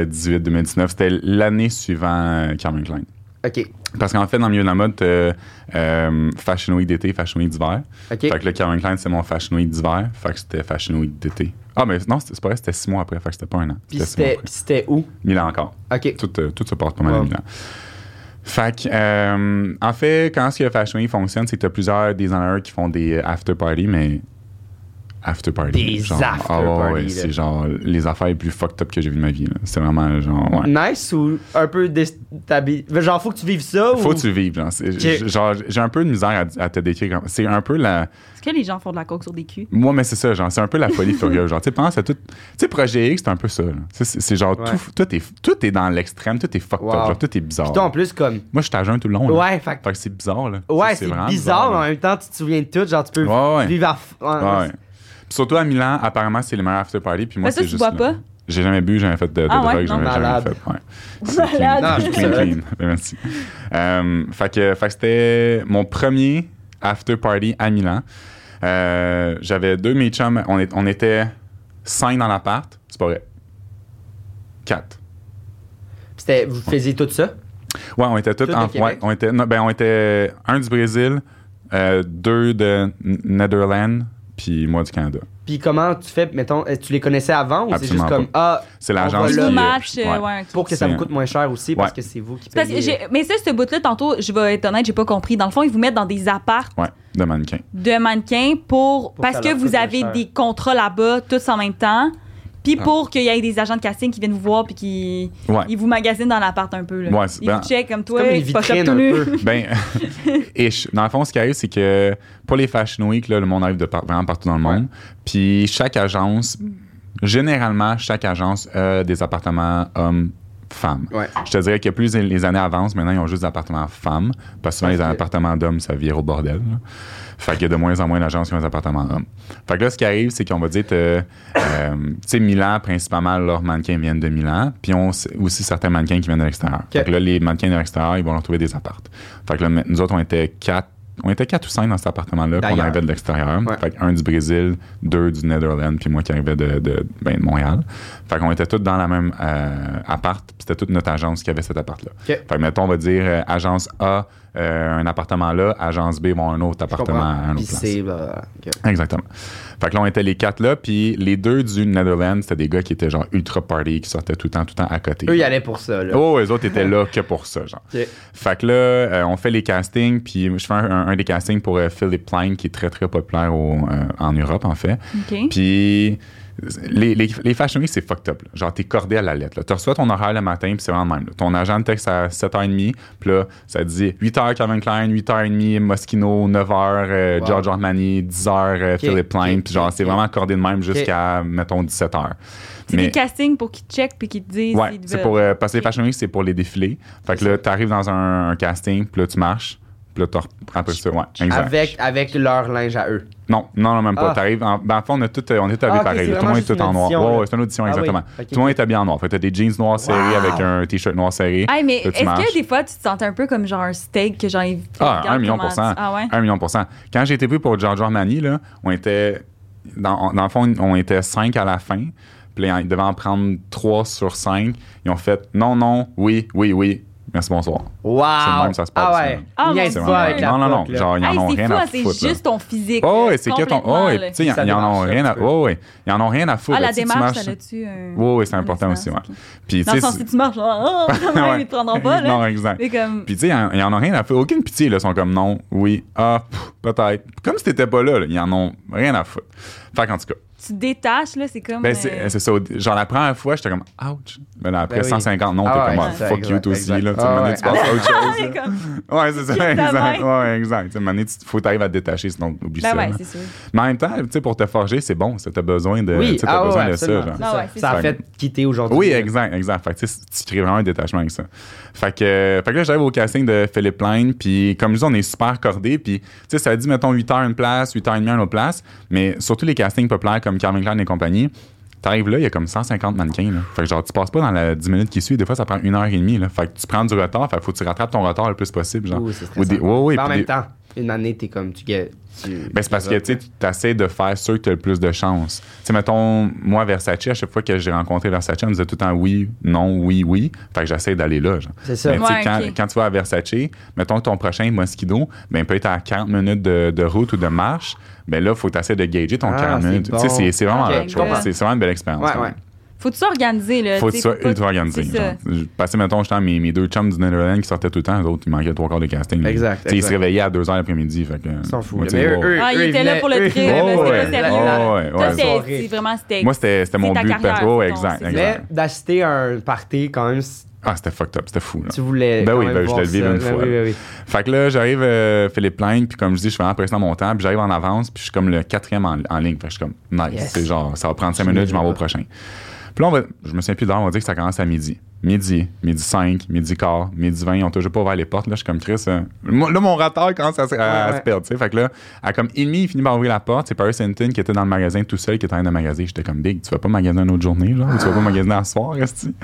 [SPEAKER 3] 2018-2019. C'était l'année suivant euh, Calvin Klein.
[SPEAKER 2] Ok,
[SPEAKER 3] Parce qu'en fait, dans le milieu de la mode, t'as, euh, Fashion Week d'été, Fashion Week d'hiver.
[SPEAKER 2] ok.
[SPEAKER 3] Fait que là, Calvin Klein, c'est mon Fashion Week d'hiver. Fait que c'était Fashion Week d'été. Ah, mais non, c'était c'est pas vrai, c'était six mois après. Fait que c'était pas un an.
[SPEAKER 2] Puis
[SPEAKER 3] C'était six mois
[SPEAKER 2] c'était
[SPEAKER 3] après.
[SPEAKER 2] puis c'était où?
[SPEAKER 3] Milan encore.
[SPEAKER 2] Ok.
[SPEAKER 3] Tout, euh, tout se passe pas mal à
[SPEAKER 2] Wow.
[SPEAKER 3] Milan. Fait que, euh, en fait, quand ce que Fashion Week fonctionne, c'est que t'as plusieurs designers qui font des after parties, mais. After parties.
[SPEAKER 2] Des
[SPEAKER 3] genre,
[SPEAKER 2] after
[SPEAKER 3] ah ouais,
[SPEAKER 2] parties,
[SPEAKER 3] ouais,
[SPEAKER 2] là.
[SPEAKER 3] C'est genre les affaires les plus fucked up que j'ai vues de ma vie. là. C'est vraiment genre. ouais.
[SPEAKER 2] Nice ou un peu déstabilisé? Genre, faut que tu vives ça ou.
[SPEAKER 3] Faut que tu vives, genre. C'est-
[SPEAKER 2] Ok.
[SPEAKER 3] genre, j'ai un peu de misère à, à te décrire. comme- C'est un peu la.
[SPEAKER 1] Est-ce que les gens font de la coke sur des culs?
[SPEAKER 3] Moi, mais c'est ça, genre, c'est un peu la folie furieuse. Genre, tu sais, pense à tout. Tu sais, Projet X, c'est un peu ça. là. C'est- C'est c'est genre,
[SPEAKER 2] Ouais.
[SPEAKER 3] tout, tout, est, tout est dans l'extrême, tout est fucked
[SPEAKER 2] Wow.
[SPEAKER 3] up, genre, tout est bizarre.
[SPEAKER 2] Puis toi, en plus, comme.
[SPEAKER 3] Moi, je suis à jeun tout le long. là.
[SPEAKER 2] Ouais, fait que-
[SPEAKER 3] Fait que c'est bizarre, là.
[SPEAKER 2] Ouais,
[SPEAKER 3] Ça,
[SPEAKER 2] c'est
[SPEAKER 3] vraiment
[SPEAKER 2] bizarre, mais en même temps, tu te souviens de tout. Genre, tu peux
[SPEAKER 3] Ouais, ouais.
[SPEAKER 2] vivre à. f-
[SPEAKER 3] là.
[SPEAKER 2] en-
[SPEAKER 3] Ouais. Puis surtout à Milan, apparemment, c'est les meilleurs after party. Puis moi,
[SPEAKER 1] Mais ça,
[SPEAKER 3] c'est
[SPEAKER 1] tu
[SPEAKER 3] juste.
[SPEAKER 1] bois
[SPEAKER 3] là.
[SPEAKER 1] pas?
[SPEAKER 3] J'ai jamais bu, j'ai jamais fait de, de
[SPEAKER 1] Ah ouais,
[SPEAKER 3] drogue,
[SPEAKER 1] non.
[SPEAKER 3] j'en ai jamais
[SPEAKER 2] Malade.
[SPEAKER 3] fait. Ouais. C'est clean,
[SPEAKER 1] Malade.
[SPEAKER 2] Non,
[SPEAKER 3] clean,
[SPEAKER 2] je
[SPEAKER 3] clean,
[SPEAKER 2] trouve ça
[SPEAKER 3] clean. Ben, Merci. Euh, fait que, fait que c'était mon premier after party à Milan. Euh, J'avais deux de mes chums. On, est- on était cinq dans l'appart. C'est pas vrai. Quatre.
[SPEAKER 2] Puis c'était- Vous faisiez tout ça?
[SPEAKER 3] Ouais, on était tous
[SPEAKER 2] Tout
[SPEAKER 3] en
[SPEAKER 2] de Québec?
[SPEAKER 3] ouais, on était non, ben, on était un du Brésil, euh, deux de N- Netherlands, puis moi du Canada.
[SPEAKER 2] Puis comment tu fais, mettons, est-ce que tu les connaissais avant ou c'est
[SPEAKER 3] Absolument
[SPEAKER 2] juste comme. Ah,
[SPEAKER 3] C'est
[SPEAKER 2] On va
[SPEAKER 3] l'agence
[SPEAKER 2] là.
[SPEAKER 3] qui, euh,
[SPEAKER 1] match,
[SPEAKER 3] ouais.
[SPEAKER 1] euh, ouais.
[SPEAKER 2] pour que ça
[SPEAKER 3] C'est-
[SPEAKER 2] me coûte moins cher aussi parce
[SPEAKER 3] Ouais.
[SPEAKER 2] que c'est vous qui
[SPEAKER 1] C'est Parce que
[SPEAKER 2] payez.
[SPEAKER 1] j'ai- mais ça, ce bout-là, tantôt, je vais être honnête, j'ai pas compris. Dans le fond, ils vous mettent dans des apparts
[SPEAKER 3] Ouais, de mannequin.
[SPEAKER 1] de mannequins pour,
[SPEAKER 2] que
[SPEAKER 1] parce
[SPEAKER 2] ça
[SPEAKER 1] que
[SPEAKER 2] leur coûte
[SPEAKER 1] vous
[SPEAKER 2] moins
[SPEAKER 1] avez
[SPEAKER 2] cher.
[SPEAKER 1] des contrats là-bas, tous en même temps, puis
[SPEAKER 3] Ah.
[SPEAKER 1] pour qu'il y ait des agents de casting qui viennent vous voir puis qui
[SPEAKER 3] Ouais.
[SPEAKER 1] ils vous magasinent dans l'appart un peu. Là.
[SPEAKER 3] Ouais, c'est ben,
[SPEAKER 1] ils
[SPEAKER 3] bien.
[SPEAKER 1] vous checkent comme
[SPEAKER 2] C'est
[SPEAKER 1] toi,
[SPEAKER 2] comme une
[SPEAKER 1] c'est pas
[SPEAKER 2] vitrine
[SPEAKER 1] tout
[SPEAKER 2] un
[SPEAKER 1] nu.
[SPEAKER 2] peu.
[SPEAKER 3] Ben, ish. Dans le fond, ce qui arrive, c'est que pour les Fashion Week, là, le monde arrive de par- vraiment partout dans le monde. Puis chaque agence, généralement, chaque agence a des appartements hommes-femmes.
[SPEAKER 2] Ouais.
[SPEAKER 3] Je te dirais que plus les années avancent, maintenant, ils ont juste des appartements femmes. Parce que souvent, les
[SPEAKER 2] Parce que-
[SPEAKER 3] appartements d'hommes, ça vire au bordel. là. Fait qu'il y a de moins en moins d'agences qui ont des appartements hommes. Fait que là, ce qui arrive, c'est qu'on va dire, t'as, euh, tu sais, Milan, principalement, leurs mannequins viennent de Milan. Puis on s- aussi certains mannequins qui viennent de l'extérieur. Fait que là, les mannequins de l'extérieur, ils vont leur trouver des appartes. Fait que là, mais- nous autres, on était quatre. On était quatre ou cinq dans cet appartement-là qu'on
[SPEAKER 2] D'ailleurs.
[SPEAKER 3] arrivait de l'extérieur.
[SPEAKER 2] Ouais.
[SPEAKER 3] Fait que un du Brésil, deux du Netherlands, puis moi qui arrivais de, de, ben, de Montréal. Fait qu'on était tous dans la même euh, appart, puis c'était toute notre agence qui avait cet appart-là.
[SPEAKER 2] Ok.
[SPEAKER 3] Fait que mettons, on va dire euh, agence A, euh, un appartement là, agence B, bon, un autre
[SPEAKER 2] Je
[SPEAKER 3] appartement à
[SPEAKER 2] comprends.
[SPEAKER 3] un
[SPEAKER 2] Puis
[SPEAKER 3] autre place.
[SPEAKER 2] c'est. bah, ok.
[SPEAKER 3] Exactement. Fait que là, on était les quatre là, puis les deux du Netherlands, c'était des gars qui étaient genre ultra party, qui sortaient tout le temps, tout le temps à côté.
[SPEAKER 2] Eux, ils allaient pour ça, là.
[SPEAKER 3] Oh, les autres étaient là que pour ça, genre.
[SPEAKER 2] Ok.
[SPEAKER 3] Fait que là, euh, on fait les castings, puis je fais un, un- un des castings pour euh, Philip Plein, qui est très, très populaire au- euh, en Europe, en fait.
[SPEAKER 1] OK.
[SPEAKER 3] Puis les, les, les Fashion Week, c'est fucked up. là. Genre, t'es cordé à la lettre. là. Tu reçois ton horaire le matin, puis c'est vraiment le même. là. Ton agent te texte à 7h30, puis là, ça te dit 8h Calvin Klein, 8h30 Moschino, 9h euh,
[SPEAKER 2] Wow.
[SPEAKER 3] Giorgio Armani, 10h euh, Philip Plein.
[SPEAKER 2] ok,
[SPEAKER 3] Puis genre,
[SPEAKER 2] ok,
[SPEAKER 3] c'est
[SPEAKER 2] ok.
[SPEAKER 3] vraiment cordé de même jusqu'à, mettons, 17h.
[SPEAKER 1] C'est des castings pour qu'ils te checkent puis qu'ils te disent
[SPEAKER 3] Ouais,
[SPEAKER 1] s'ils te
[SPEAKER 3] c'est
[SPEAKER 1] veulent.
[SPEAKER 3] pour. euh, parce que les Fashion Week, c'est pour les défilés. Fait que
[SPEAKER 2] C'est
[SPEAKER 3] là, t'arrives dans un, un casting, puis là, tu marches, puis là, t'as après ça. Ouais, exact.
[SPEAKER 2] Avec, avec leur linge à eux.
[SPEAKER 3] Non, non, non, même pas.
[SPEAKER 2] Ah.
[SPEAKER 3] T'arrives. En, ben, en fait, on, a tout, euh, on est
[SPEAKER 2] Ah,
[SPEAKER 3] habillés
[SPEAKER 2] ok,
[SPEAKER 3] pareil.
[SPEAKER 2] c'est
[SPEAKER 3] là. Tout le
[SPEAKER 2] vraiment
[SPEAKER 3] monde est
[SPEAKER 2] juste
[SPEAKER 3] tout en
[SPEAKER 2] une
[SPEAKER 3] noir.
[SPEAKER 2] audition,
[SPEAKER 3] Ouais,
[SPEAKER 2] là.
[SPEAKER 3] ouais, c'est une audition,
[SPEAKER 2] Ah oui,
[SPEAKER 3] exactement.
[SPEAKER 2] ok,
[SPEAKER 3] Tout le monde est habillé en noir. Fait que t'as des jeans noirs serrés
[SPEAKER 2] Wow.
[SPEAKER 3] avec un t-shirt noir serré.
[SPEAKER 1] Ah, mais
[SPEAKER 3] Là,
[SPEAKER 1] est-ce
[SPEAKER 3] tu marches.
[SPEAKER 1] que des fois, tu te sens un peu comme genre un steak que genre ils-
[SPEAKER 3] Ah,
[SPEAKER 1] regarde
[SPEAKER 3] un million
[SPEAKER 1] comment
[SPEAKER 3] pour cent.
[SPEAKER 1] tu- Ah ouais.
[SPEAKER 3] Un million pour cent. Quand j'ai été pris pour Giorgio Armani, là, on était. Dans, dans le fond, on était cinq à la fin. Puis là, ils devaient en prendre trois sur cinq. Ils ont fait non, non, oui, oui, oui. Merci, bonsoir.
[SPEAKER 2] Wow!
[SPEAKER 3] C'est le même, ça se passe,
[SPEAKER 2] Ah ouais.
[SPEAKER 3] ça.
[SPEAKER 1] Ah,
[SPEAKER 2] Il y a
[SPEAKER 1] mon
[SPEAKER 2] une
[SPEAKER 1] Dieu.
[SPEAKER 2] fois avec la
[SPEAKER 3] non, non, non.
[SPEAKER 2] poque, là.
[SPEAKER 3] Genre, ils
[SPEAKER 1] Hey,
[SPEAKER 3] en ont
[SPEAKER 1] c'est
[SPEAKER 3] rien
[SPEAKER 1] fou,
[SPEAKER 3] à
[SPEAKER 1] hein,
[SPEAKER 3] foutre.
[SPEAKER 1] c'est
[SPEAKER 3] là.
[SPEAKER 1] juste ton physique.
[SPEAKER 3] Oh,
[SPEAKER 1] là,
[SPEAKER 3] ouais, c'est que ton.
[SPEAKER 1] complètement,
[SPEAKER 3] Oh, ouais,
[SPEAKER 1] là.
[SPEAKER 3] tu sais, ils
[SPEAKER 2] Ça
[SPEAKER 3] ils en ont
[SPEAKER 2] démarche un
[SPEAKER 3] rien à.
[SPEAKER 2] petit peu.
[SPEAKER 3] Oh, ouais. Ils en ont rien à foutre.
[SPEAKER 1] Ah, la
[SPEAKER 3] là. Si tu
[SPEAKER 1] démarche,
[SPEAKER 3] marches-
[SPEAKER 1] ça l'a-tu. un-
[SPEAKER 3] Oui, oui, c'est
[SPEAKER 1] un
[SPEAKER 3] important aussi,
[SPEAKER 1] essence, ok.
[SPEAKER 3] ouais. Puis,
[SPEAKER 1] Dans
[SPEAKER 3] tu
[SPEAKER 1] le
[SPEAKER 3] sais,
[SPEAKER 1] sens,
[SPEAKER 3] c'est-
[SPEAKER 1] si tu marches, genre, oh, quand même,
[SPEAKER 3] Ouais.
[SPEAKER 1] ils te prendront pas, là.
[SPEAKER 3] Non, exact.
[SPEAKER 1] Mais comme.
[SPEAKER 3] Puis, tu sais, ils en- ils en ont rien à faire. Aucune pitié, là. Ils sont comme non, oui, ah, pff, peut-être. Comme si t'étais pas là, là. Ils en ont rien à foutre. Fait qu'en tout cas,
[SPEAKER 1] tu détaches, là, c'est comme.
[SPEAKER 3] Ben,
[SPEAKER 1] euh,
[SPEAKER 3] c'est c'est ça. au- Genre, la première fois, j'étais comme, ouch. Mais là, après
[SPEAKER 2] Ben oui.
[SPEAKER 3] 150, non,
[SPEAKER 2] Ah
[SPEAKER 3] t'es
[SPEAKER 2] ouais,
[SPEAKER 3] comme, ah,
[SPEAKER 2] c'est ça,
[SPEAKER 3] fuck
[SPEAKER 2] exact,
[SPEAKER 3] you, toi aussi.
[SPEAKER 2] exact.
[SPEAKER 3] Là, tu,
[SPEAKER 2] Ah
[SPEAKER 3] sais,
[SPEAKER 2] ouais.
[SPEAKER 3] tu passes à autre chose.
[SPEAKER 1] c'est comme-
[SPEAKER 3] là. Ouais, c'est
[SPEAKER 1] C'est
[SPEAKER 3] ça,
[SPEAKER 1] de
[SPEAKER 3] exact.
[SPEAKER 1] même.
[SPEAKER 3] Ouais, exact. Tu sais, à un moment donné, tu- faut t'arriver à te détacher, sinon, oublie
[SPEAKER 1] Ben
[SPEAKER 3] ça.
[SPEAKER 1] ouais,
[SPEAKER 3] là.
[SPEAKER 1] c'est sûr.
[SPEAKER 3] Mais en même temps, tu sais, pour te forger, c'est bon. Tu as besoin de,
[SPEAKER 2] Oui,
[SPEAKER 3] euh, tu sais, t'as
[SPEAKER 2] ah, ouais,
[SPEAKER 3] besoin de ça.
[SPEAKER 2] absolument.
[SPEAKER 3] Genre.
[SPEAKER 2] C'est
[SPEAKER 1] Ah
[SPEAKER 2] ça.
[SPEAKER 1] ouais, c'est
[SPEAKER 2] ça a
[SPEAKER 3] ça.
[SPEAKER 2] fait quitter aujourd'hui.
[SPEAKER 3] Oui, exact, exact. Fait que, tu sais, tu crées vraiment un détachement avec ça. Fait que, euh, fait que là, j'arrive au casting de Philippe Plain, puis comme je dis, on est super cordés, puis tu sais, ça dit, mettons, 8 heures une place, 8 heures et demie à une autre place, mais surtout les castings populaires comme Carmen Klein et compagnie, t'arrives là, il y a comme 150 mannequins, là. Fait que genre, tu passes pas dans la 10 minutes qui suit, des fois, ça prend une heure et demie, là. Fait que tu prends du retard, fait que faut que tu rattrapes ton retard le plus possible, genre.
[SPEAKER 2] Ouh, c'est
[SPEAKER 3] Ou des-
[SPEAKER 2] stressant.
[SPEAKER 3] ouais, ouais,
[SPEAKER 2] Mais en
[SPEAKER 3] puis
[SPEAKER 2] même
[SPEAKER 3] des-
[SPEAKER 2] temps, une année, t'es comme, tu gagnes.
[SPEAKER 3] ben, c'est parce que tu essaies de faire ceux que tu as le plus de chance. Tu sais, mettons, moi, Versace, à chaque fois que j'ai rencontré Versace, on me disait tout le temps oui, non, oui, oui. Fait que j'essaie d'aller là. genre.
[SPEAKER 2] C'est ça.
[SPEAKER 3] Mais tu sais,
[SPEAKER 1] Ouais,
[SPEAKER 3] quand,
[SPEAKER 1] ok.
[SPEAKER 3] quand tu vas à Versace, mettons que ton prochain Mosquito, ben, peut être à 40 minutes de, de route ou de marche. Ben là, il faut que tu essaies de gager ton
[SPEAKER 2] Ah,
[SPEAKER 3] 40
[SPEAKER 2] c'est
[SPEAKER 3] minutes. Tu sais,
[SPEAKER 2] bon.
[SPEAKER 3] c'est- c'est vraiment,
[SPEAKER 2] Ok,
[SPEAKER 3] hot,
[SPEAKER 1] je
[SPEAKER 3] je trouve.
[SPEAKER 1] comprends.
[SPEAKER 3] C'est vraiment une belle expérience.
[SPEAKER 2] Ouais,
[SPEAKER 3] quand
[SPEAKER 2] ouais.
[SPEAKER 3] même.
[SPEAKER 1] Faut-tu s'organiser, là?
[SPEAKER 3] Faut que
[SPEAKER 1] tu
[SPEAKER 3] tu
[SPEAKER 1] sais,
[SPEAKER 3] sois
[SPEAKER 1] pas-
[SPEAKER 3] ultra organisé.
[SPEAKER 1] Euh, c'est ça.
[SPEAKER 3] genre. Je- Parce que, mettons, j'étais à mes, mes deux chums du Netherlands qui sortaient tout le temps, eux autres, ils manquaient trois quarts de casting.
[SPEAKER 2] Exact,
[SPEAKER 3] Tu sais, Ils se
[SPEAKER 2] exact.
[SPEAKER 3] réveillaient à 2 h l'après-midi. Fait que-
[SPEAKER 2] S'en fout.
[SPEAKER 3] Ouais, tu
[SPEAKER 2] Mais
[SPEAKER 3] sais,
[SPEAKER 2] eux,
[SPEAKER 3] wow.
[SPEAKER 2] eux,
[SPEAKER 1] Ah, il
[SPEAKER 2] eux,
[SPEAKER 1] était
[SPEAKER 2] ils
[SPEAKER 1] là
[SPEAKER 2] venaient-
[SPEAKER 1] pour le
[SPEAKER 2] eux, ils
[SPEAKER 1] trip,
[SPEAKER 2] venaient-
[SPEAKER 1] là, c'était
[SPEAKER 3] Oh,
[SPEAKER 1] pas
[SPEAKER 3] ouais.
[SPEAKER 1] sérieux.
[SPEAKER 3] Oh, ouais,
[SPEAKER 1] Toi,
[SPEAKER 3] ouais.
[SPEAKER 1] c'était-
[SPEAKER 2] Soirée.
[SPEAKER 1] c'est vraiment, c'était.
[SPEAKER 3] Moi, c'était c'était mon
[SPEAKER 1] ta
[SPEAKER 3] but
[SPEAKER 1] carrière,
[SPEAKER 3] perso. Ouais,
[SPEAKER 1] c'est ton-
[SPEAKER 3] exact,
[SPEAKER 1] c'est
[SPEAKER 3] exact.
[SPEAKER 2] Mais d'assister à un party, quand même, si
[SPEAKER 3] Ah, c'était fucked up, c'était fou. Là.
[SPEAKER 2] tu voulais.
[SPEAKER 3] Ben
[SPEAKER 2] quand
[SPEAKER 3] oui,
[SPEAKER 2] même
[SPEAKER 3] ben, je
[SPEAKER 2] voir
[SPEAKER 3] l'ai vécu
[SPEAKER 2] ça.
[SPEAKER 3] une
[SPEAKER 2] Ben
[SPEAKER 3] fois.
[SPEAKER 2] oui, oui, oui.
[SPEAKER 3] Fait que là, j'arrive euh, Philippe Plaine, puis comme je dis, je suis vraiment pressé dans mon temps, puis j'arrive en avance, puis je suis comme le quatrième en, en ligne. Fait que je suis comme, nice,
[SPEAKER 2] Yes.
[SPEAKER 3] c'est genre, ça va prendre cinq
[SPEAKER 2] Je
[SPEAKER 3] minutes, je m'en vais au
[SPEAKER 2] me vois.
[SPEAKER 3] prochain. Puis là, on va, je me souviens plus d'heure, on va dire que ça commence à midi. Midi, midi 5, midi quart, midi 20, ils ont toujours pas ouvert les portes. Là, je suis comme Chris. euh, moi- là, mon retard commence à, se- à- à
[SPEAKER 2] Ouais, ouais.
[SPEAKER 3] se perdre. tu sais. Fait que là, à comme une demi, il finit par ouvrir la porte. C'est Paris Hinton qui était dans le magasin tout seul, qui était en train de magasiner. J'étais comme Big, tu vas pas magasiner une autre journée, genre, ou tu vas pas magasiner un soir, Resti.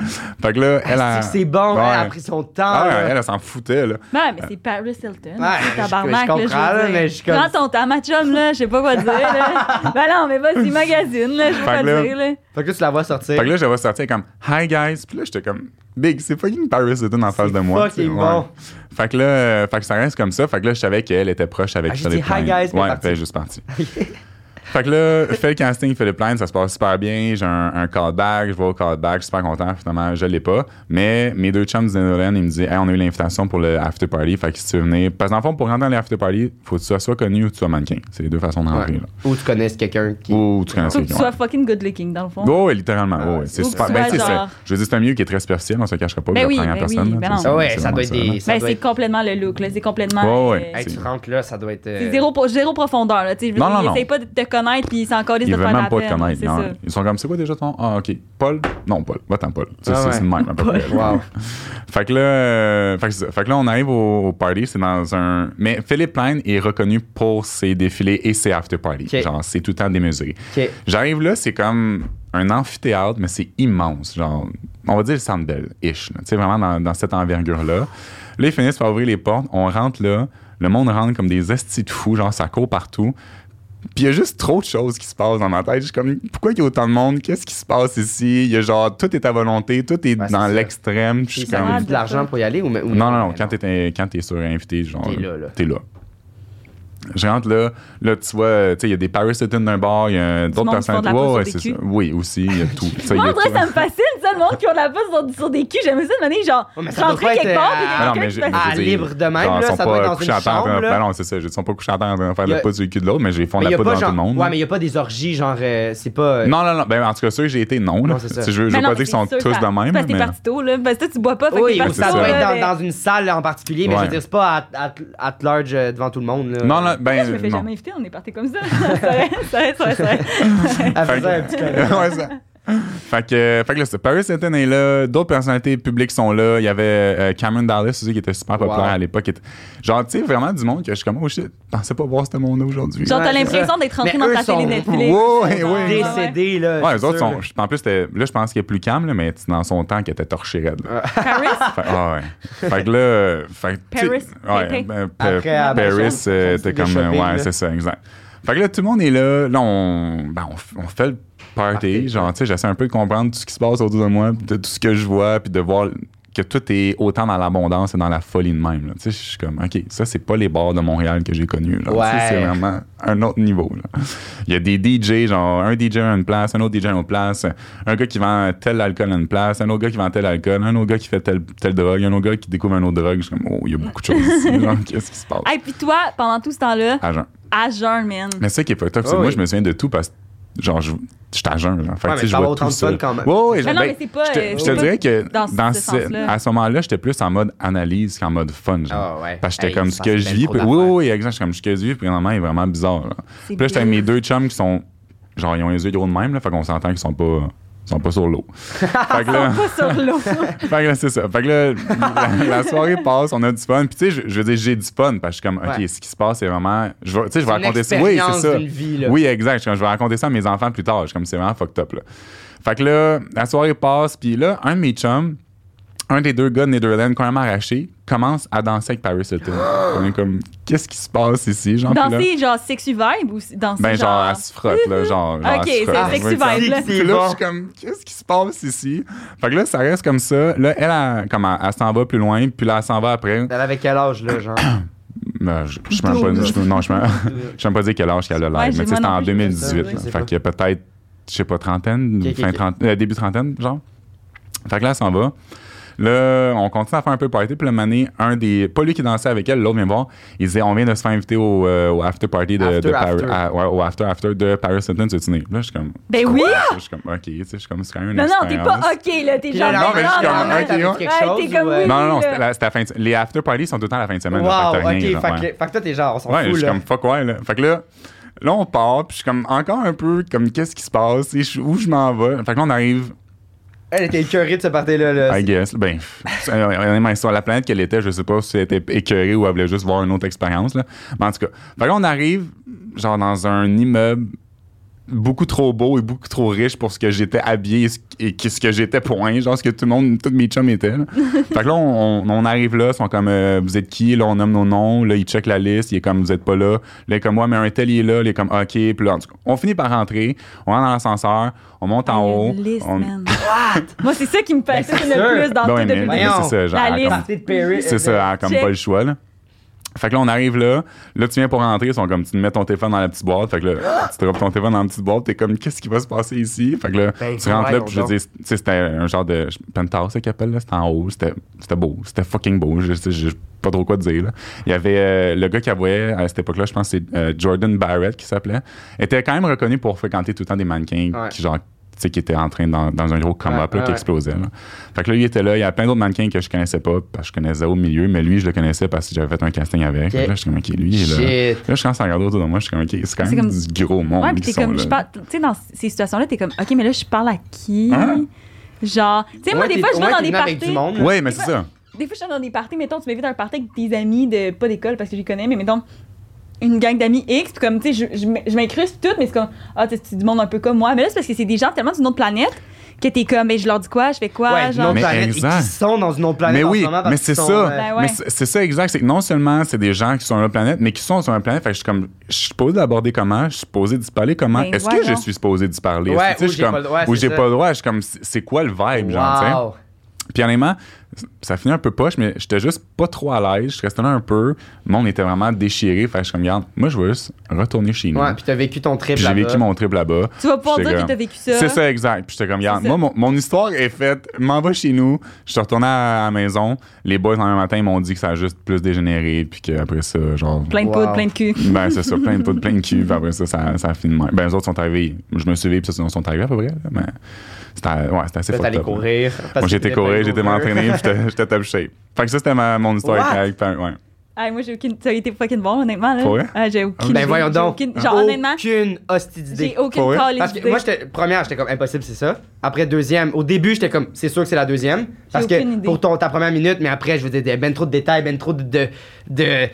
[SPEAKER 3] Fait que là, elle a.
[SPEAKER 2] Asti Ah. que C'est bon, hein,
[SPEAKER 3] Ouais.
[SPEAKER 2] elle a pris son temps.
[SPEAKER 3] Ah,
[SPEAKER 2] là.
[SPEAKER 3] elle, elle s'en foutait, là.
[SPEAKER 1] Ben, mais c'est Paris Hilton.
[SPEAKER 2] Ouais,
[SPEAKER 1] c'est
[SPEAKER 2] je-
[SPEAKER 1] tabarnak,
[SPEAKER 2] je comprends,
[SPEAKER 1] là, je veux
[SPEAKER 2] là,
[SPEAKER 1] dire.
[SPEAKER 2] mais je suis comme-
[SPEAKER 1] Prends ton temps, ma chum, là, je sais pas quoi dire, là. ben non, mais vas-y, magazine, là, je veux
[SPEAKER 3] Fait
[SPEAKER 1] pas
[SPEAKER 3] que là-
[SPEAKER 1] dire, là.
[SPEAKER 2] Fait que là, tu la vois sortir.
[SPEAKER 3] Fait que là, j'avais sorti comme Hi guys. Puis là, j'étais comme Big, c'est fucking Paris Hilton en face de moi.
[SPEAKER 2] fucking
[SPEAKER 3] tu sais, ouais.
[SPEAKER 2] bon.
[SPEAKER 3] Fait que là, euh, fait que ça reste comme ça. Fait que là, je savais qu'elle était proche avec
[SPEAKER 2] Ah, j'ai
[SPEAKER 3] Philippe
[SPEAKER 2] dit, Hi,
[SPEAKER 3] Lane.
[SPEAKER 2] guys, puis
[SPEAKER 3] Ouais,
[SPEAKER 2] elle est
[SPEAKER 3] fait juste parti. fait que là, fait le casting, Philippe Lane, ça se passe super bien. J'ai un, un callback, je vais au callback, je suis super content. Finalement, je l'ai pas. Mais mes deux chums du Netherlands, ils me disent, hey, on a eu l'invitation pour le after party. Fait que si tu veux venir, parce que dans le fond, pour rentrer dans les after party, faut que tu sois soit connu ou que tu sois mannequin. C'est les deux façons de rentrer.
[SPEAKER 2] Ouais.
[SPEAKER 3] là.
[SPEAKER 2] Ou tu connaisses quelqu'un qui.
[SPEAKER 3] Ou tu connais
[SPEAKER 1] Faut que tu
[SPEAKER 3] quelqu'un.
[SPEAKER 1] sois fucking good looking, dans le fond.
[SPEAKER 3] Oui, littéralement. ouais, ouais, c'est
[SPEAKER 1] Ou
[SPEAKER 3] super.
[SPEAKER 1] que
[SPEAKER 3] Ben,
[SPEAKER 1] tu
[SPEAKER 3] c'est
[SPEAKER 1] sois
[SPEAKER 3] ça.
[SPEAKER 1] genre-
[SPEAKER 3] Je veux dire, c'est un milieu qui est très superficiel, on se le cachera pas.
[SPEAKER 1] Ben
[SPEAKER 3] la
[SPEAKER 1] oui,
[SPEAKER 3] première
[SPEAKER 1] ben
[SPEAKER 3] personne.
[SPEAKER 1] oui,
[SPEAKER 3] là,
[SPEAKER 1] ben
[SPEAKER 3] tu
[SPEAKER 1] non.
[SPEAKER 3] sais,
[SPEAKER 2] Ah
[SPEAKER 3] c'est-
[SPEAKER 2] ouais,
[SPEAKER 3] c'est
[SPEAKER 2] ça doit être
[SPEAKER 3] vraiment
[SPEAKER 2] des.
[SPEAKER 3] ça, hein.
[SPEAKER 2] ça
[SPEAKER 1] Ben,
[SPEAKER 2] doit
[SPEAKER 1] c'est
[SPEAKER 2] être-
[SPEAKER 1] complètement le look, là. C'est complètement.
[SPEAKER 3] Ouais, ouais.
[SPEAKER 1] euh,
[SPEAKER 2] Hey, tu rentres là, ça doit être. euh,
[SPEAKER 1] C'est zéro, po- zéro profondeur, là. Tu sais, je veux
[SPEAKER 3] Non,
[SPEAKER 1] dire,
[SPEAKER 3] non,
[SPEAKER 1] ils
[SPEAKER 3] non.
[SPEAKER 1] essayent pas de te connaître, puis ils s'en calissent
[SPEAKER 3] Ils
[SPEAKER 1] de
[SPEAKER 3] veulent
[SPEAKER 1] faire la
[SPEAKER 3] même pas te
[SPEAKER 1] peine,
[SPEAKER 3] connaître.
[SPEAKER 1] c'est
[SPEAKER 3] non.
[SPEAKER 1] ça.
[SPEAKER 3] Ils sont comme, c'est quoi déjà ton. Ah, ok. Paul Non, Paul. Va-t'en, Paul. C'est
[SPEAKER 2] Ah
[SPEAKER 3] c'est-
[SPEAKER 2] ouais.
[SPEAKER 3] c'est le même. à peu près.
[SPEAKER 2] Wow.
[SPEAKER 3] Fait que là, euh, fait que, c'est ça. Fait que là, on arrive au, au party, c'est dans un. Mais Philippe Plain est reconnu pour ses défilés et ses after parties.
[SPEAKER 2] Ok.
[SPEAKER 3] Genre, c'est tout le temps démesuré.
[SPEAKER 2] Ok.
[SPEAKER 3] J'arrive là, c'est comme un amphithéâtre, mais c'est immense. Genre, on va dire le Centre Bell-ish. là. Tu sais, vraiment dans, dans cette envergure-là. Là, ils finissent par ouvrir les portes. On rentre là. Le monde rentre comme des estis de fous. Genre, ça court partout. Puis il y a juste trop de choses qui se passent dans ma tête. Je suis comme, pourquoi il y a autant de monde? Qu'est-ce qui se passe ici? Il y a genre, tout est à volonté, tout est
[SPEAKER 2] Ouais, c'est
[SPEAKER 3] dans
[SPEAKER 2] ça.
[SPEAKER 3] l'extrême. Puis je suis
[SPEAKER 2] Ils
[SPEAKER 1] ça
[SPEAKER 3] comme,
[SPEAKER 1] va.
[SPEAKER 2] ont de l'argent pour y aller ou. ou-
[SPEAKER 3] non, non, non. Quand t'es, quand t'es sur invité, genre.
[SPEAKER 2] T'es là, là.
[SPEAKER 3] T'es là. Je rentre là, là, tu vois, tu sais, il y a des Paris Hilton d'un bar, il y a d'autres
[SPEAKER 1] monde qui font
[SPEAKER 3] personnes.
[SPEAKER 1] de la
[SPEAKER 3] Ouais,
[SPEAKER 1] pose sur
[SPEAKER 3] ouais,
[SPEAKER 1] des
[SPEAKER 3] c'est
[SPEAKER 1] culs.
[SPEAKER 3] ça. Oui, aussi, il y a tout. Ça, il y a
[SPEAKER 1] Moi, en vrai,
[SPEAKER 3] tout.
[SPEAKER 1] ça me fascine, ça, le monde qui ont la pousse sur, sur des culs. J'aimais ça de manière, genre,
[SPEAKER 2] Ouais, Oh, mais ça doit
[SPEAKER 1] rentrer
[SPEAKER 2] pas
[SPEAKER 1] quelque
[SPEAKER 2] être,
[SPEAKER 1] part,
[SPEAKER 2] euh,
[SPEAKER 1] puis
[SPEAKER 2] Ah,
[SPEAKER 1] quelqu'un
[SPEAKER 3] non, mais
[SPEAKER 1] qui
[SPEAKER 3] je-
[SPEAKER 1] te-
[SPEAKER 3] je veux
[SPEAKER 2] Ah,
[SPEAKER 3] dire,
[SPEAKER 2] libre de même,
[SPEAKER 3] genre,
[SPEAKER 2] là,
[SPEAKER 3] ils sont
[SPEAKER 2] ça doit
[SPEAKER 3] pas
[SPEAKER 2] être dans une
[SPEAKER 3] couchés à terre,
[SPEAKER 2] chambre,
[SPEAKER 3] hein.
[SPEAKER 2] là.
[SPEAKER 3] Ben non, c'est ça. je- Ils sont pas couchés à terre en train de faire
[SPEAKER 2] Y
[SPEAKER 3] la
[SPEAKER 2] a-
[SPEAKER 3] peau du cul de l'autre, mais j'ai fondé
[SPEAKER 2] Mais
[SPEAKER 3] la
[SPEAKER 2] y a
[SPEAKER 3] peau
[SPEAKER 2] pas
[SPEAKER 3] dans tout
[SPEAKER 2] genre.
[SPEAKER 3] le monde.
[SPEAKER 2] Ouais, mais il n'y a pas des orgies, genre. euh, C'est pas. euh,
[SPEAKER 3] Non, non, non. Ben, en tout cas, ceux que j'ai été, non. là.
[SPEAKER 2] Non, c'est ça.
[SPEAKER 3] Tu sais, Je veux je
[SPEAKER 1] Mais
[SPEAKER 3] veux
[SPEAKER 1] non,
[SPEAKER 3] pas
[SPEAKER 1] mais
[SPEAKER 3] dire qu'ils sont
[SPEAKER 1] c'est sûr,
[SPEAKER 3] tous
[SPEAKER 1] ça-
[SPEAKER 3] de même.
[SPEAKER 1] Parce que t'es
[SPEAKER 3] mais-
[SPEAKER 1] parti tôt, là. Parce que toi, tu bois pas, fait que
[SPEAKER 2] Oui,
[SPEAKER 1] t'es
[SPEAKER 2] ou
[SPEAKER 1] parti
[SPEAKER 2] ça
[SPEAKER 1] tôt,
[SPEAKER 2] doit
[SPEAKER 3] Ouais,
[SPEAKER 1] là,
[SPEAKER 2] être
[SPEAKER 1] mais-
[SPEAKER 2] dans, dans une salle en particulier, mais je
[SPEAKER 3] Ouais.
[SPEAKER 2] veux dire, c'est pas à, à, at large euh, devant tout le monde. Là.
[SPEAKER 3] Non, non,
[SPEAKER 1] Pourquoi je me
[SPEAKER 3] ben.
[SPEAKER 1] fais
[SPEAKER 3] non.
[SPEAKER 1] jamais inviter, on est parti comme ça. C'est vrai, c'est vrai, c'est vrai.
[SPEAKER 2] Elle
[SPEAKER 3] Fait que-
[SPEAKER 2] faisait un petit peu.
[SPEAKER 3] Ouais, ça. Fait que, fait que là, c'est Paris Hilton est là, d'autres personnalités publiques sont là. Il y avait euh, Cameron Dallas aussi qui était super populaire
[SPEAKER 2] Wow.
[SPEAKER 3] à l'époque. qui était- Genre, tu sais, vraiment du monde que je suis comme, oh shit, je pensais pas voir ce monde aujourd'hui.
[SPEAKER 1] Genre, t'as
[SPEAKER 2] Ouais, c'est
[SPEAKER 1] l'impression
[SPEAKER 2] ça.
[SPEAKER 1] d'être rentré
[SPEAKER 2] Mais
[SPEAKER 1] dans
[SPEAKER 2] eux
[SPEAKER 1] ta télé
[SPEAKER 2] sont-
[SPEAKER 1] Netflix.
[SPEAKER 3] Ouais,
[SPEAKER 1] Genre,
[SPEAKER 3] ouais.
[SPEAKER 1] ouais, ouais.
[SPEAKER 2] Décédé, là.
[SPEAKER 3] Ouais,
[SPEAKER 2] c'est
[SPEAKER 3] les autres
[SPEAKER 2] sûr.
[SPEAKER 3] sont. je- En plus, c'était- là, je pense qu'il est plus calme, là, mais c'est dans son temps qu'il était torché raide. là.
[SPEAKER 1] Paris,
[SPEAKER 3] Fait, ah ouais. fait que là. euh, Fait, que, tu-
[SPEAKER 1] Paris,
[SPEAKER 3] Ouais,
[SPEAKER 1] Pépé.
[SPEAKER 3] ben, pa-
[SPEAKER 2] Après, à Belgique,
[SPEAKER 3] Paris, euh,
[SPEAKER 2] on s'est
[SPEAKER 3] t'es comme.
[SPEAKER 2] déchopé,
[SPEAKER 3] euh, Ouais,
[SPEAKER 2] là.
[SPEAKER 3] c'est ça, exact. Fait que là, tout le monde est là. Là, on, ben, on, f- on fait le party.
[SPEAKER 2] Party.
[SPEAKER 3] Genre, tu sais, j'essaie un peu de comprendre tout ce qui se passe autour de moi, puis de tout ce que je vois, puis de voir que tout est autant dans l'abondance et dans la folie de même. là. Tu sais, je suis comme, OK, ça, c'est pas les bars de Montréal que j'ai connus. là. Tu sais,
[SPEAKER 2] Ouais.
[SPEAKER 3] C'est vraiment un autre niveau. là. Il y a des DJ, genre, un DJ à une place, un autre DJ à une autre place, un gars qui vend tel alcool à une place, un autre gars qui vend tel alcool, un autre gars qui fait telle, telle drogue, un autre gars qui découvre un autre drogue. Je suis comme, oh, il y a beaucoup de choses ici. genre, Qu'est-ce qui se passe?
[SPEAKER 1] Et puis toi, pendant tout ce temps-là,
[SPEAKER 3] Agent.
[SPEAKER 1] à jeun, man.
[SPEAKER 3] Ah. Mais c'est ça qui est pas top, c'est
[SPEAKER 2] Ah
[SPEAKER 3] que moi,
[SPEAKER 2] oui.
[SPEAKER 3] je me souviens de tout parce que genre, je- j'étais à jeun, là.
[SPEAKER 2] Ouais,
[SPEAKER 3] Fait que, tu
[SPEAKER 2] mais
[SPEAKER 3] sais, je
[SPEAKER 2] ça va
[SPEAKER 3] vois
[SPEAKER 2] autant
[SPEAKER 3] tout
[SPEAKER 2] de fun
[SPEAKER 3] ça.
[SPEAKER 2] quand même.
[SPEAKER 3] Ouais, ouais,
[SPEAKER 1] Mais non,
[SPEAKER 3] ben,
[SPEAKER 1] mais c'est pas,
[SPEAKER 3] je te-
[SPEAKER 1] euh,
[SPEAKER 3] je
[SPEAKER 1] c'est
[SPEAKER 3] te
[SPEAKER 1] pas
[SPEAKER 3] dirais que
[SPEAKER 1] dans ce
[SPEAKER 3] dans
[SPEAKER 1] sens-là.
[SPEAKER 3] ce- à ce moment-là, j'étais plus en mode analyse qu'en mode fun. Genre.
[SPEAKER 2] Ah ouais.
[SPEAKER 3] Parce que j'étais
[SPEAKER 2] Hey,
[SPEAKER 3] comme
[SPEAKER 2] ça,
[SPEAKER 3] ce que
[SPEAKER 2] c'est
[SPEAKER 3] je vis.
[SPEAKER 2] trop
[SPEAKER 3] puis-
[SPEAKER 2] d'affaires.
[SPEAKER 3] Oui, oui, oui, exact. J'étais comme ce que je vis, puis normalement, il est vraiment bizarre. là. Puis là, j'étais avec mes deux chums qui sont. Genre, ils ont les yeux gros de même, là. Fait qu'on s'entend qu'ils sont pas. Ils sont pas sur l'eau. fait que là,
[SPEAKER 1] Pas sur l'eau.
[SPEAKER 3] fait que là, c'est ça. Fait que là, la, la soirée passe, on a du fun. Puis tu sais, je, je veux dire, j'ai du fun parce que je suis comme, OK,
[SPEAKER 2] Ouais.
[SPEAKER 3] ce qui se passe, c'est vraiment. Je vais, tu sais, je vais
[SPEAKER 2] C'est une
[SPEAKER 3] raconter ça. Oui,
[SPEAKER 2] expérience
[SPEAKER 3] c'est ça.
[SPEAKER 2] d'une vie, là.
[SPEAKER 3] Oui, exact. Je, suis comme, je vais raconter ça à mes enfants plus tard. Je suis comme, c'est vraiment fucked up, là. Fait que là, la soirée passe, puis là, un de mes chums, un des deux gars de Netherlands, complètement arraché, commence à danser avec Paris Hilton. on est comme, qu'est-ce qui se passe ici, genre? puis là-
[SPEAKER 1] Danser, genre, sexy vibe ou danser,
[SPEAKER 3] ben, genre,
[SPEAKER 1] genre...
[SPEAKER 3] elle se frotte, là. Genre, genre,
[SPEAKER 1] Ok,
[SPEAKER 3] elle
[SPEAKER 1] c'est
[SPEAKER 3] se frotte.
[SPEAKER 1] sexy
[SPEAKER 3] Ouais, ça.
[SPEAKER 1] vibe, là.
[SPEAKER 3] Puis là, je suis comme, qu'est-ce qui se passe ici? Fait que là, ça reste comme ça. Là, elle, elle, comme elle, elle s'en va plus loin, puis là, elle s'en va après.
[SPEAKER 2] Elle avait quel âge, là, genre?
[SPEAKER 3] Ben, je je sais même pas, je, non, je sais même- je sais même pas dire quel âge qu'elle a l'air,
[SPEAKER 1] Ouais, j'ai-
[SPEAKER 3] mais tu sais,
[SPEAKER 1] moi
[SPEAKER 3] c'était
[SPEAKER 1] non
[SPEAKER 3] en
[SPEAKER 1] plus, je
[SPEAKER 2] sais pas,
[SPEAKER 3] 2018.
[SPEAKER 2] je
[SPEAKER 3] là.
[SPEAKER 2] sais
[SPEAKER 3] Fait
[SPEAKER 2] pas.
[SPEAKER 3] qu'il y a peut-être, je sais pas, trentaine,
[SPEAKER 2] Ok, ok,
[SPEAKER 3] fin
[SPEAKER 2] ok.
[SPEAKER 3] trente- euh, début trentaine, genre. Fait que là, elle s'en va. Là, on continue à faire un peu party. Puis le mané, un des. Pas lui qui dansait avec elle, l'autre vient me voir. Il disait On vient de se faire inviter au, euh, au after party de,
[SPEAKER 2] After,
[SPEAKER 3] de Paris.
[SPEAKER 2] after.
[SPEAKER 3] à- ouais, au after after de Paris Hilton, tu venir? Là, je suis comme.
[SPEAKER 1] Ben oui!
[SPEAKER 3] Je suis comme, ok, tu sais, je suis comme, c'est quand même une
[SPEAKER 1] Non, non, t'es
[SPEAKER 3] expérience.
[SPEAKER 1] pas OK, là. T'es
[SPEAKER 2] Puis
[SPEAKER 1] genre...
[SPEAKER 2] là,
[SPEAKER 3] Non, mais je suis
[SPEAKER 1] non,
[SPEAKER 3] comme,
[SPEAKER 1] non, non,
[SPEAKER 3] ok,
[SPEAKER 1] non.
[SPEAKER 3] ouais.
[SPEAKER 1] Ouais, t'es comme,
[SPEAKER 2] ou, euh,
[SPEAKER 1] oui.
[SPEAKER 3] Non, non, non,
[SPEAKER 1] là.
[SPEAKER 3] c'était la, c'était la fin de- Les after parties sont tout le temps la fin de semaine. là,
[SPEAKER 2] Wow,
[SPEAKER 3] fait que t'as
[SPEAKER 2] ok,
[SPEAKER 3] rien,
[SPEAKER 2] fait
[SPEAKER 3] genre, ouais.
[SPEAKER 2] que fait que toi, t'es genre, on s'en
[SPEAKER 3] Ouais, je
[SPEAKER 2] fout,
[SPEAKER 3] suis
[SPEAKER 2] là.
[SPEAKER 3] comme fuck ouais là. Fait que là, là on part, puis je suis comme encore un peu comme qu'est-ce qui se passe, et je- où je m'en vais. Fait que là on arrive,
[SPEAKER 2] Elle était écœurée de ce party-là, là.
[SPEAKER 3] I guess, ben, pff, euh, honnêtement, sur la planète qu'elle était, je sais pas si elle était écœurée ou elle voulait juste voir une autre expérience là. Mais en tout cas, fait que là on arrive genre dans un immeuble beaucoup trop beau et beaucoup trop riche pour ce que j'étais habillé et ce- et que- ce que j'étais point, genre ce que tout le monde, tous mes chums étaient. là. fait que là, on, on- on arrive là, ils sont comme, euh, vous êtes qui? Là, on nomme nos noms, là, ils checkent la liste, il est comme, vous êtes pas là. Là, il est comme, ouais, mais un tel, il est là, il est comme, ah, ok. Puis là, en tout cas, on finit par rentrer, on rentre dans l'ascenseur, on monte en haut.
[SPEAKER 1] Une liste,
[SPEAKER 3] on-
[SPEAKER 1] man. Moi, c'est ça qui me passionne
[SPEAKER 2] c'est
[SPEAKER 1] le
[SPEAKER 2] sûr.
[SPEAKER 1] plus dans
[SPEAKER 3] Ben
[SPEAKER 1] tout
[SPEAKER 3] ouais, mais-
[SPEAKER 1] depuis le
[SPEAKER 3] mais
[SPEAKER 1] début.
[SPEAKER 2] Voyons.
[SPEAKER 3] c'est ça, genre,
[SPEAKER 1] La
[SPEAKER 3] elle a
[SPEAKER 1] liste.
[SPEAKER 3] comme-
[SPEAKER 2] Party de Paris.
[SPEAKER 3] c'est ça, elle a comme
[SPEAKER 1] Check.
[SPEAKER 3] pas le choix, là. Fait que là, on arrive là. Là, tu viens pour rentrer. Ils sont comme, tu mets ton téléphone dans la petite boîte. Fait que là, tu droppes ton téléphone dans la petite boîte. T'es comme, qu'est-ce qui va se passer ici? Fait que là,
[SPEAKER 2] Ben,
[SPEAKER 3] tu rentres là.
[SPEAKER 2] voyons
[SPEAKER 3] Puis je
[SPEAKER 2] donc.
[SPEAKER 3] dis, tu sais, c'était un genre de je- penthouse, ça qu'ils appellent, là. C'était en haut. C'était c'était beau. C'était fucking beau. Je sais, j'ai pas trop quoi te dire, là. Il y avait euh, le gars qui avouait à cette époque-là, je pense que c'est euh, Jordan Barrett qui s'appelait. était quand même reconnu pour fréquenter tout le temps des mannequins
[SPEAKER 2] Ouais.
[SPEAKER 3] qui, genre, tu sais, qui étaient en train dans, dans un gros come-up
[SPEAKER 2] Ouais,
[SPEAKER 3] là, qui
[SPEAKER 2] ouais.
[SPEAKER 3] explosait. là. Fait que là, lui était là. Il y a plein d'autres mannequins que je connaissais pas parce que je connaissais au milieu, mais lui, je le connaissais parce que j'avais fait un casting avec.
[SPEAKER 2] Ok.
[SPEAKER 3] Là, je suis comme, OK, lui, il est là.
[SPEAKER 2] Shit.
[SPEAKER 3] Là, je commence à regarder autour de moi. Je suis comme, OK, c'est quand
[SPEAKER 1] C'est
[SPEAKER 3] même
[SPEAKER 1] comme-
[SPEAKER 3] du gros monde.
[SPEAKER 1] Ouais, puis
[SPEAKER 3] qui
[SPEAKER 1] t'es
[SPEAKER 3] sont
[SPEAKER 1] comme,
[SPEAKER 3] là.
[SPEAKER 1] je parle, tu sais, dans ces situations-là, t'es comme, OK, mais là, je parle à qui?
[SPEAKER 3] Hein?
[SPEAKER 1] Genre, tu sais, moi,
[SPEAKER 2] Ouais,
[SPEAKER 1] des
[SPEAKER 2] t'es-
[SPEAKER 1] fois, je
[SPEAKER 2] ouais,
[SPEAKER 1] vais dans
[SPEAKER 2] t'es
[SPEAKER 1] des
[SPEAKER 2] venu avec du
[SPEAKER 1] parties.
[SPEAKER 2] monde, là.
[SPEAKER 3] Ouais, mais c'est ça.
[SPEAKER 1] Des fois, je suis dans des parties, mettons, tu m'invites à un party avec des amis de, pas d'école parce que je les connais, mais mettons, une gang d'amis X, puis comme, tu sais, je, je m- je m'incruste toutes, mais c'est comme, ah, tu sais, c'est du monde un peu comme moi. Mais là, c'est parce que c'est des gens tellement d'une autre planète que t'es comme, ben, je leur dis quoi, je fais quoi,
[SPEAKER 2] Ouais, d'une
[SPEAKER 1] genre.
[SPEAKER 2] autre
[SPEAKER 3] Mais
[SPEAKER 2] planète. Et
[SPEAKER 3] exact.
[SPEAKER 2] qui sont dans une autre planète
[SPEAKER 3] Mais
[SPEAKER 2] en ce
[SPEAKER 3] oui,
[SPEAKER 2] moment parce
[SPEAKER 3] mais
[SPEAKER 2] qu'ils
[SPEAKER 3] c'est
[SPEAKER 2] sont,
[SPEAKER 3] ça.
[SPEAKER 2] euh,
[SPEAKER 1] Ben ouais.
[SPEAKER 3] Mais c'est c'est ça exact. C'est que non seulement c'est des gens qui sont sur la planète, mais qui sont sur la planète. Fait que je suis comme, je suis supposé d'aborder comment, je suis supposé d'y parler comment.
[SPEAKER 1] Ben,
[SPEAKER 3] Est-ce que
[SPEAKER 1] voyons.
[SPEAKER 3] je suis supposé d'y parler?
[SPEAKER 2] Ouais,
[SPEAKER 3] Est-ce que, tu sais,
[SPEAKER 2] ou
[SPEAKER 3] je suis
[SPEAKER 2] j'ai
[SPEAKER 3] comme-
[SPEAKER 2] pas le droit,
[SPEAKER 3] ou
[SPEAKER 2] c'est
[SPEAKER 3] j'ai
[SPEAKER 2] ça.
[SPEAKER 3] pas le droit. Je suis comme, c'est c'est quoi le vibe, genre, tu sais?
[SPEAKER 2] Wow.
[SPEAKER 3] Puis honnêtement, ça finit un peu poche, mais j'étais juste pas trop à l'aise. Je restais là un peu. Le monde était vraiment déchiré. Fait que je suis comme, regarde, moi, je veux juste retourner chez nous.
[SPEAKER 2] Ouais, puis t'as vécu ton trip
[SPEAKER 3] Mm. Puis j'ai
[SPEAKER 2] là-bas.
[SPEAKER 3] vécu mon trip là-bas.
[SPEAKER 1] Tu vas pouvoir
[SPEAKER 3] J'étais
[SPEAKER 1] dire que
[SPEAKER 3] comme-
[SPEAKER 1] t'as vécu ça.
[SPEAKER 3] C'est ça, exact. Puis j'étais comme, regarde,
[SPEAKER 1] C'est ça.
[SPEAKER 3] moi, mon, mon histoire est faite. M'en va chez nous. Je suis retourné à la maison. Les boys, en même matin, ils m'ont dit que ça a juste plus dégénéré. Puis qu'après ça, genre.
[SPEAKER 1] Plein de
[SPEAKER 2] Wow.
[SPEAKER 1] poudre, plein de cul.
[SPEAKER 3] Ben, c'est ça, plein de poudre, plein de cul. Puis après ça, ça, ça a fini de même. Ben, les autres sont arrivés. Je me suis suivi, puis ça, ils sont arrivés à peu près. là, Mais c'était ouais, c'était assez
[SPEAKER 2] Là,
[SPEAKER 3] fucked
[SPEAKER 2] t'allais
[SPEAKER 3] up, là.
[SPEAKER 2] courir. parce
[SPEAKER 3] Moi,
[SPEAKER 2] que
[SPEAKER 3] j'étais
[SPEAKER 2] t'étais
[SPEAKER 3] courir,
[SPEAKER 2] pas
[SPEAKER 3] j'étais
[SPEAKER 2] over.
[SPEAKER 3] m'entraîner, puis j'étais- j'étais top shape. Fait que ça, c'était ma, mon histoire
[SPEAKER 2] What?
[SPEAKER 3] avec Paris. Ouais.
[SPEAKER 1] Ah, moi, j'ai aucune. Ça a été fucking bon, honnêtement. Là.
[SPEAKER 3] Pour vrai?
[SPEAKER 1] Ah, j'ai aucune.
[SPEAKER 2] Ben
[SPEAKER 1] idée.
[SPEAKER 2] voyons
[SPEAKER 1] J'ai
[SPEAKER 2] donc.
[SPEAKER 1] aucune- Genre, honnêtement,
[SPEAKER 2] Aucune hostie d'idée.
[SPEAKER 1] j'ai aucune
[SPEAKER 3] Pour vrai?
[SPEAKER 1] calice
[SPEAKER 2] Parce que
[SPEAKER 1] d'idée.
[SPEAKER 2] moi, j'étais, première, j'étais comme impossible, c'est ça. Après, deuxième, au début, j'étais comme c'est sûr que c'est la deuxième. Parce que
[SPEAKER 1] aucune idée.
[SPEAKER 2] pour ton, ta première minute, mais après, je veux dire, des- ben trop de détails, ben trop de. de, de- euh,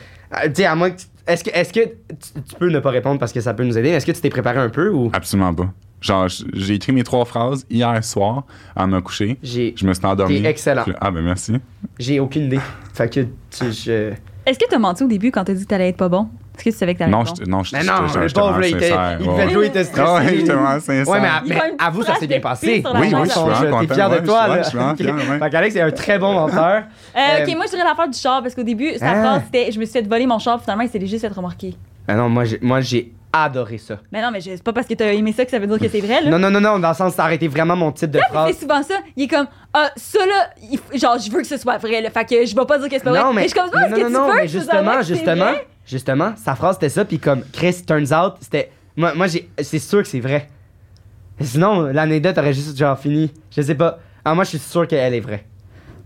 [SPEAKER 2] tu sais, à moins que. tu- Est-ce que, est-ce que tu, tu peux ne pas répondre parce que ça peut nous aider? Est-ce que tu t'es préparé un peu ou.
[SPEAKER 3] Absolument pas. Genre, j- j'ai écrit mes trois phrases hier soir en me coucher.
[SPEAKER 2] J'ai,
[SPEAKER 3] Je me suis endormi.
[SPEAKER 2] T'es excellent.
[SPEAKER 3] Ah, ben merci.
[SPEAKER 2] j'ai aucune idée. Fait que tu. Je...
[SPEAKER 1] Est-ce que t'as menti au début quand t'as dit que t'allais être pas bon? Est-ce que tu savais que t'allais
[SPEAKER 3] Non,
[SPEAKER 1] être bon?
[SPEAKER 3] je, non, je,
[SPEAKER 2] Mais non,
[SPEAKER 3] je- je-
[SPEAKER 2] le
[SPEAKER 3] j'étais vraiment
[SPEAKER 2] pauvre, là, il était.
[SPEAKER 3] sincère,
[SPEAKER 2] Il
[SPEAKER 3] ouais.
[SPEAKER 2] devait jouer, il était stressé.
[SPEAKER 3] Ah ouais, j'étais vraiment sincère.
[SPEAKER 2] Ouais, mais, à-
[SPEAKER 1] Il
[SPEAKER 2] mais
[SPEAKER 1] va me
[SPEAKER 2] avoue, ça
[SPEAKER 1] faire
[SPEAKER 2] s'est
[SPEAKER 1] des
[SPEAKER 2] bien passé.
[SPEAKER 1] pires sur la
[SPEAKER 3] Oui, oui,
[SPEAKER 1] jambe.
[SPEAKER 3] je suis vraiment
[SPEAKER 2] T'es
[SPEAKER 3] content,
[SPEAKER 2] fier de
[SPEAKER 3] ouais,
[SPEAKER 2] toi,
[SPEAKER 3] je
[SPEAKER 2] là.
[SPEAKER 3] suis vraiment- je suis vraiment fier, ouais.
[SPEAKER 2] Fait qu'Alex est un très bon menteur.
[SPEAKER 1] Euh,
[SPEAKER 2] Euh,
[SPEAKER 1] ok, moi je dirais l'affaire du char parce qu'au début, sa
[SPEAKER 2] Hein?
[SPEAKER 1] phrase c'était Je me suis fait voler mon char, finalement il s'est juste fait remorquer.
[SPEAKER 2] Mais non, moi, j'ai- moi, j'ai adoré ça.
[SPEAKER 1] Mais non, mais je- c'est pas parce que t'as aimé ça que ça veut dire que c'est vrai là.
[SPEAKER 2] Non, non, non, non, dans le sens, ça aurait été vraiment mon titre de
[SPEAKER 1] C'est
[SPEAKER 2] phrase.
[SPEAKER 1] souvent ça, il est comme Ah, ça là, il f- genre je veux que ce soit vrai là, fait que je vais pas dire que c'est pas vrai. je suis comme Ah,
[SPEAKER 2] non,
[SPEAKER 1] est-ce que
[SPEAKER 2] non,
[SPEAKER 1] tu
[SPEAKER 2] non,
[SPEAKER 1] veux
[SPEAKER 2] mais
[SPEAKER 1] que je sois
[SPEAKER 2] justement,
[SPEAKER 1] vrai que c'est
[SPEAKER 2] justement,
[SPEAKER 1] vrai?
[SPEAKER 2] justement, sa phrase c'était ça, puis comme Chris turns out, c'était moi, moi j'ai, c'est sûr que c'est vrai. Sinon, l'anecdote aurait juste genre fini. Je sais pas. Ah, moi, je suis sûr qu'elle est vraie.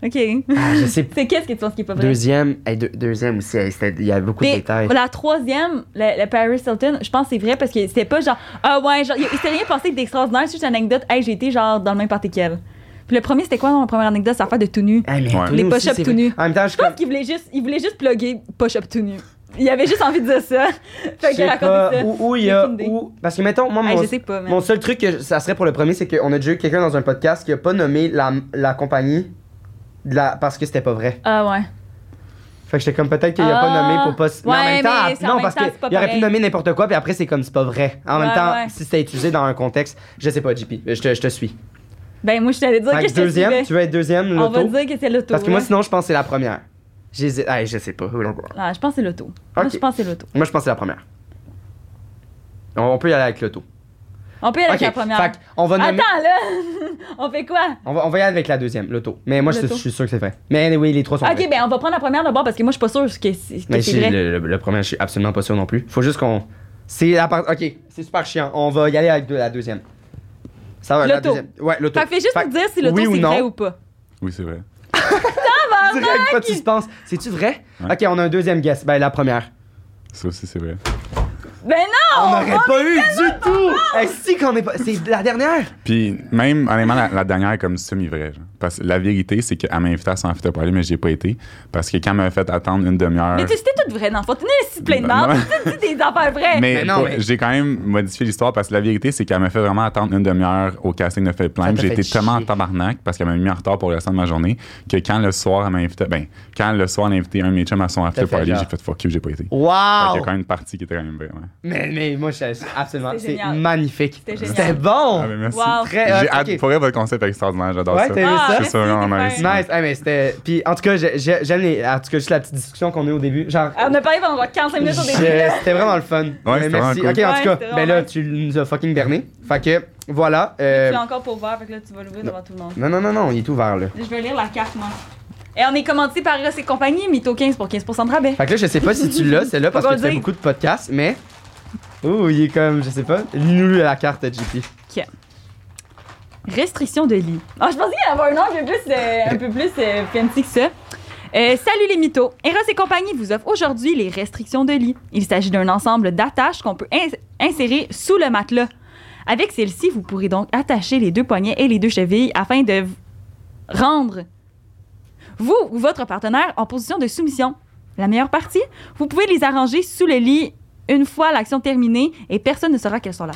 [SPEAKER 1] OK.
[SPEAKER 2] Ah, je sais pas.
[SPEAKER 1] C'est qu'est-ce que tu penses qui est pas vrai?
[SPEAKER 2] Deuxième, hey, deux- deuxième aussi, hey, c'était- il y a beaucoup de
[SPEAKER 1] Mais
[SPEAKER 2] détails.
[SPEAKER 1] la troisième, le, le Paris Hilton, je pense que c'est vrai parce que c'était pas genre Ah ouais, genre, il il s'est rien passé d'extraordinaire, c'est juste une anecdote, hey, j'ai été genre dans le même party qu'elle. Puis le premier, c'était quoi dans la première anecdote, sa affaire de tout nu?
[SPEAKER 2] Hey, mais
[SPEAKER 3] Ouais.
[SPEAKER 2] tout nu
[SPEAKER 1] Les
[SPEAKER 2] aussi,
[SPEAKER 1] push-ups
[SPEAKER 2] c'est
[SPEAKER 1] tout
[SPEAKER 2] vrai.
[SPEAKER 1] nus.
[SPEAKER 2] En même temps, je suis
[SPEAKER 1] Je
[SPEAKER 2] comme.
[SPEAKER 1] pense qu'il voulait juste, il voulait juste plugger push-up tout nu. Il avait juste envie de dire ça. fait
[SPEAKER 2] je sais
[SPEAKER 1] qu'il
[SPEAKER 2] pas
[SPEAKER 1] racontait ça.
[SPEAKER 2] Où, où il y a.
[SPEAKER 1] Aucune idée.
[SPEAKER 2] Où... Parce que, mettons, moi,
[SPEAKER 1] Hey,
[SPEAKER 2] mon,
[SPEAKER 1] je sais pas, man.
[SPEAKER 2] mon seul truc que je- ça serait pour le premier, c'est qu'on a déjà eu quelqu'un dans un podcast qui a pas nommé la, la compagnie de la... parce que c'était pas vrai.
[SPEAKER 1] Ah ouais.
[SPEAKER 2] Fait que j'étais comme peut-être qu'il a pas
[SPEAKER 1] Ah.
[SPEAKER 2] nommé pour pas. mais en
[SPEAKER 1] Ouais,
[SPEAKER 2] même temps, ah,
[SPEAKER 1] mais c'est- en
[SPEAKER 2] non,
[SPEAKER 1] même
[SPEAKER 2] parce
[SPEAKER 1] temps, c'est pas
[SPEAKER 2] qu'il aurait pu
[SPEAKER 1] pareil.
[SPEAKER 2] nommer n'importe quoi, puis après, c'est comme c'est pas vrai. En même
[SPEAKER 1] Ouais,
[SPEAKER 2] temps,
[SPEAKER 1] ouais.
[SPEAKER 2] si c'était utilisé dans un contexte, je sais pas, JP, je te, je te suis.
[SPEAKER 1] Ben moi, je t'allais dire
[SPEAKER 2] Fait
[SPEAKER 1] que
[SPEAKER 2] que
[SPEAKER 1] je te
[SPEAKER 2] deuxième,
[SPEAKER 1] suivais.
[SPEAKER 2] tu veux être deuxième,
[SPEAKER 1] On va
[SPEAKER 2] l'auto.
[SPEAKER 1] dire que c'est l'auto.
[SPEAKER 2] Parce que moi,
[SPEAKER 1] là.
[SPEAKER 2] sinon, je pense que c'est la première. J'hésite. Ah, je sais pas.
[SPEAKER 1] Ah, je pense que c'est l'auto. Moi,
[SPEAKER 2] Ok.
[SPEAKER 1] je pense que c'est l'auto.
[SPEAKER 2] Moi, je pense que c'est la première. On- On peut y aller avec l'auto.
[SPEAKER 1] On peut y aller
[SPEAKER 2] Ok,
[SPEAKER 1] avec la première.
[SPEAKER 2] fait que on va nommer-
[SPEAKER 1] Attends, là! on fait quoi?
[SPEAKER 2] On va, on va y aller avec la deuxième, l'auto. Mais moi, je,
[SPEAKER 1] L'auto.
[SPEAKER 2] je suis sûr que c'est vrai. Mais oui, les trois sont
[SPEAKER 1] Ok,
[SPEAKER 2] vrais.
[SPEAKER 1] ben on va prendre la première d'abord parce que moi, je suis pas sûre que c'est que
[SPEAKER 2] Mais
[SPEAKER 1] c'est
[SPEAKER 2] j'ai-
[SPEAKER 1] vrai.
[SPEAKER 2] le, le- le premier, je suis absolument pas sûr non plus. Faut juste qu'on. C'est la part. Ok, c'est super chiant. On va y aller avec de- la deuxième. Ça va, la
[SPEAKER 1] L'auto.
[SPEAKER 2] deuxième. Ouais, l'auto.
[SPEAKER 1] Fait que fais juste
[SPEAKER 2] Fait
[SPEAKER 1] nous dire si l'auto
[SPEAKER 2] oui
[SPEAKER 1] c'est
[SPEAKER 2] ou non.
[SPEAKER 1] vrai ou pas.
[SPEAKER 3] Oui, c'est vrai.
[SPEAKER 2] Direct, pas de suspense. C'est-tu vrai?
[SPEAKER 3] Ouais.
[SPEAKER 2] Ok, on a un deuxième guess. Ben, la première.
[SPEAKER 3] Ça aussi, c'est vrai.
[SPEAKER 1] Ben non!
[SPEAKER 2] on n'aurait pas eu du tout! Eh, si qu'on est pas. C'est la dernière!
[SPEAKER 3] Puis même, honnêtement, la, la dernière est comme semi-vraie. genre. Parce que la vérité, c'est qu'elle m'a invité à s'en faire parler, mais j'ai pas été. Parce que quand elle m'a fait attendre une demi-heure.
[SPEAKER 1] Mais tu sais, c'était tout vrai, non? Faut tenir les sites plein de
[SPEAKER 3] Non,
[SPEAKER 1] marde.
[SPEAKER 3] non.
[SPEAKER 1] Tu dis des affaires vraies.
[SPEAKER 3] Mais,
[SPEAKER 2] Mais non,
[SPEAKER 3] pour-
[SPEAKER 2] mais-
[SPEAKER 3] j'ai quand même modifié l'histoire parce que la vérité, c'est qu'elle m'a fait vraiment attendre une demi-heure au casting de
[SPEAKER 2] Ça
[SPEAKER 3] Fed Plan.
[SPEAKER 2] t'a
[SPEAKER 3] J'ai
[SPEAKER 2] fait
[SPEAKER 3] été tellement en
[SPEAKER 2] chier.
[SPEAKER 3] tabarnak parce qu'elle m'a mis en retard pour le restant de ma journée que quand le soir, elle m'a invité. Ben, quand le soir, elle a invité un de mes chums à son after
[SPEAKER 2] fait
[SPEAKER 3] party,
[SPEAKER 2] genre-
[SPEAKER 3] j'ai fait fuck you, j'ai pas été. Il y
[SPEAKER 2] Wow!
[SPEAKER 3] a quand même une partie qui était quand même vraie. ouais.
[SPEAKER 2] Mais, mais moi, je suis absolument.
[SPEAKER 1] C'était
[SPEAKER 2] C'est
[SPEAKER 1] génial.
[SPEAKER 2] magnifique.
[SPEAKER 1] C'était génial.
[SPEAKER 2] C'était bon!
[SPEAKER 3] Ah, ben, merci.
[SPEAKER 1] Wow.
[SPEAKER 2] Très
[SPEAKER 3] J'ai
[SPEAKER 2] hot,
[SPEAKER 3] hâte.
[SPEAKER 2] ok.
[SPEAKER 3] Pour vrai, votre concept est extraordinaire, j'adore
[SPEAKER 2] Ouais,
[SPEAKER 3] ça.
[SPEAKER 2] t'as aimé
[SPEAKER 1] Ah,
[SPEAKER 2] ça?
[SPEAKER 3] Je trouve ça vraiment
[SPEAKER 1] merci,
[SPEAKER 3] nice.
[SPEAKER 1] t'es fin.
[SPEAKER 2] Nice, Hey, mais c'était. Puis en tout cas, j'ai- j'ai- j'aime les. En tout cas, juste la petite discussion qu'on a eu au début. Genre.
[SPEAKER 1] Ah, On a parlé pendant 45 minutes au
[SPEAKER 2] j'ai-
[SPEAKER 1] début.
[SPEAKER 2] C'était vraiment le fun. Mais merci.
[SPEAKER 3] c'était vraiment
[SPEAKER 2] Ok, en
[SPEAKER 3] cool.
[SPEAKER 1] Ouais,
[SPEAKER 2] tout
[SPEAKER 1] c'était
[SPEAKER 2] cas, ben là,
[SPEAKER 1] vraiment-
[SPEAKER 2] tu nous as fucking berné. Fait que, voilà. euh,
[SPEAKER 1] Tu l'as encore pas ouvert, fait que là, tu vas l'ouvrir devant tout le monde.
[SPEAKER 2] Non, non, non, non, il est ouvert là.
[SPEAKER 1] Je veux lire la carte, moi. Et on est commenté par Ross et compagnie, Mytho 15 pour 15% de rabais.
[SPEAKER 2] Fait que là, je sais pas si tu l'as, c'est là parce
[SPEAKER 1] Faut
[SPEAKER 2] que
[SPEAKER 1] qu'on
[SPEAKER 2] tu
[SPEAKER 1] le
[SPEAKER 2] fais
[SPEAKER 1] dise.
[SPEAKER 2] beaucoup de podcasts, mais. Ouh, il est comme, je sais pas. Lis-nous la carte, JP.
[SPEAKER 1] Restriction de lit. Ah, je pensais qu'il y avait un nom un peu plus, euh, un peu plus euh, fancy que ça. Euh, salut les mythos! Eros et compagnie vous offre aujourd'hui les restrictions de lit. Il s'agit d'un ensemble d'attaches qu'on peut ins- insérer sous le matelas. Avec celle-ci, vous pourrez donc attacher les deux poignets et les deux chevilles afin de v- rendre vous ou votre partenaire en position de soumission. La meilleure partie, vous pouvez les arranger sous le lit une fois l'action terminée et personne ne saura qu'elles sont là.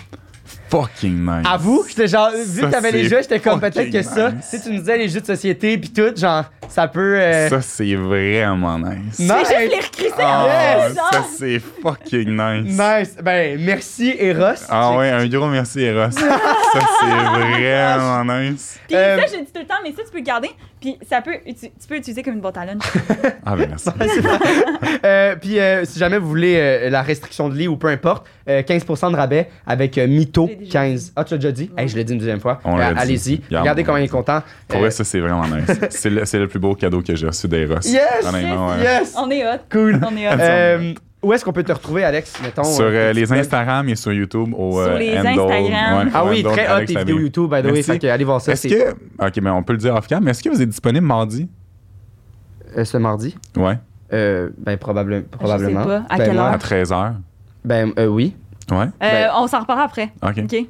[SPEAKER 3] Fucking nice.
[SPEAKER 2] Avoue, j'étais genre, vu que
[SPEAKER 3] Ça,
[SPEAKER 2] t'avais les
[SPEAKER 3] c'est
[SPEAKER 2] jeux, j'étais comme, peut-être
[SPEAKER 3] fucking
[SPEAKER 2] que ça,
[SPEAKER 3] nice.
[SPEAKER 2] si tu nous disais les jeux de société pis tout, genre, ça peut. euh,
[SPEAKER 3] Ça, c'est vraiment nice.
[SPEAKER 2] Non.
[SPEAKER 1] C'est
[SPEAKER 2] Nice.
[SPEAKER 1] juste les recrisser
[SPEAKER 3] Ah,
[SPEAKER 1] en
[SPEAKER 2] Yes.
[SPEAKER 1] plus, genre.
[SPEAKER 3] ça, c'est fucking nice.
[SPEAKER 2] Nice. Ben, merci, Eros.
[SPEAKER 3] Ah ouais, un gros merci, Eros. ça, c'est vraiment nice.
[SPEAKER 1] Puis
[SPEAKER 2] Euh,
[SPEAKER 1] ça, je le dis tout le temps, mais ça, tu peux le garder. Puis ça peut, uti- tu peux l'utiliser comme une boîte à lunch.
[SPEAKER 3] Ah ben merci.
[SPEAKER 2] Euh, puis euh, si jamais vous voulez euh, la restriction de lit ou peu importe, euh, 15% de rabais avec euh, Mito
[SPEAKER 1] Je l'ai déjà
[SPEAKER 2] 15. Ah, tu l'as déjà dit?
[SPEAKER 1] Ouais.
[SPEAKER 2] Hey, je l'ai dit une deuxième fois.
[SPEAKER 3] On
[SPEAKER 2] Euh,
[SPEAKER 3] l'a dit.
[SPEAKER 2] Allez-y.
[SPEAKER 3] Regarde,
[SPEAKER 2] Regardez
[SPEAKER 3] on
[SPEAKER 2] comment
[SPEAKER 3] l'a
[SPEAKER 2] il est
[SPEAKER 3] dit.
[SPEAKER 2] content.
[SPEAKER 3] Pour
[SPEAKER 2] Euh,
[SPEAKER 3] vrai, ça, c'est vraiment nice. c'est, le, c'est le plus beau cadeau que j'ai reçu d'Eros.
[SPEAKER 2] Euh, yes!
[SPEAKER 3] Honnêtement, ouais.
[SPEAKER 2] Yes!
[SPEAKER 1] On est hot.
[SPEAKER 2] Cool.
[SPEAKER 1] On est hot.
[SPEAKER 2] Euh, où est-ce qu'on peut te retrouver, Alex? Mettons, euh,
[SPEAKER 3] Sur euh,
[SPEAKER 2] petit
[SPEAKER 3] les
[SPEAKER 2] blog.
[SPEAKER 3] Instagram et sur YouTube au
[SPEAKER 1] Sur
[SPEAKER 3] euh,
[SPEAKER 1] les
[SPEAKER 3] handle-
[SPEAKER 1] Instagram.
[SPEAKER 3] ouais,
[SPEAKER 2] Ah
[SPEAKER 3] au
[SPEAKER 2] oui,
[SPEAKER 3] handle
[SPEAKER 2] très hot
[SPEAKER 3] Alex
[SPEAKER 2] tes
[SPEAKER 3] Tabé.
[SPEAKER 2] vidéos YouTube, by the way.
[SPEAKER 3] Merci.
[SPEAKER 2] Fait que allez voir ça.
[SPEAKER 3] Est-ce
[SPEAKER 2] c'est-
[SPEAKER 3] que. Ok, mais on peut le dire off-cam, mais est-ce que vous êtes disponible mardi?
[SPEAKER 2] euh, ce mardi?
[SPEAKER 3] Ouais,
[SPEAKER 2] Euh, ben, probable- probablement.
[SPEAKER 1] Ah, pas. À
[SPEAKER 2] Ben,
[SPEAKER 1] quelle
[SPEAKER 2] moi-
[SPEAKER 1] heure?
[SPEAKER 3] à 13h.
[SPEAKER 2] Ben, euh, oui.
[SPEAKER 3] Ouais,
[SPEAKER 1] Euh,
[SPEAKER 2] ben-
[SPEAKER 1] on s'en reparlera après.
[SPEAKER 3] ok.
[SPEAKER 1] OK?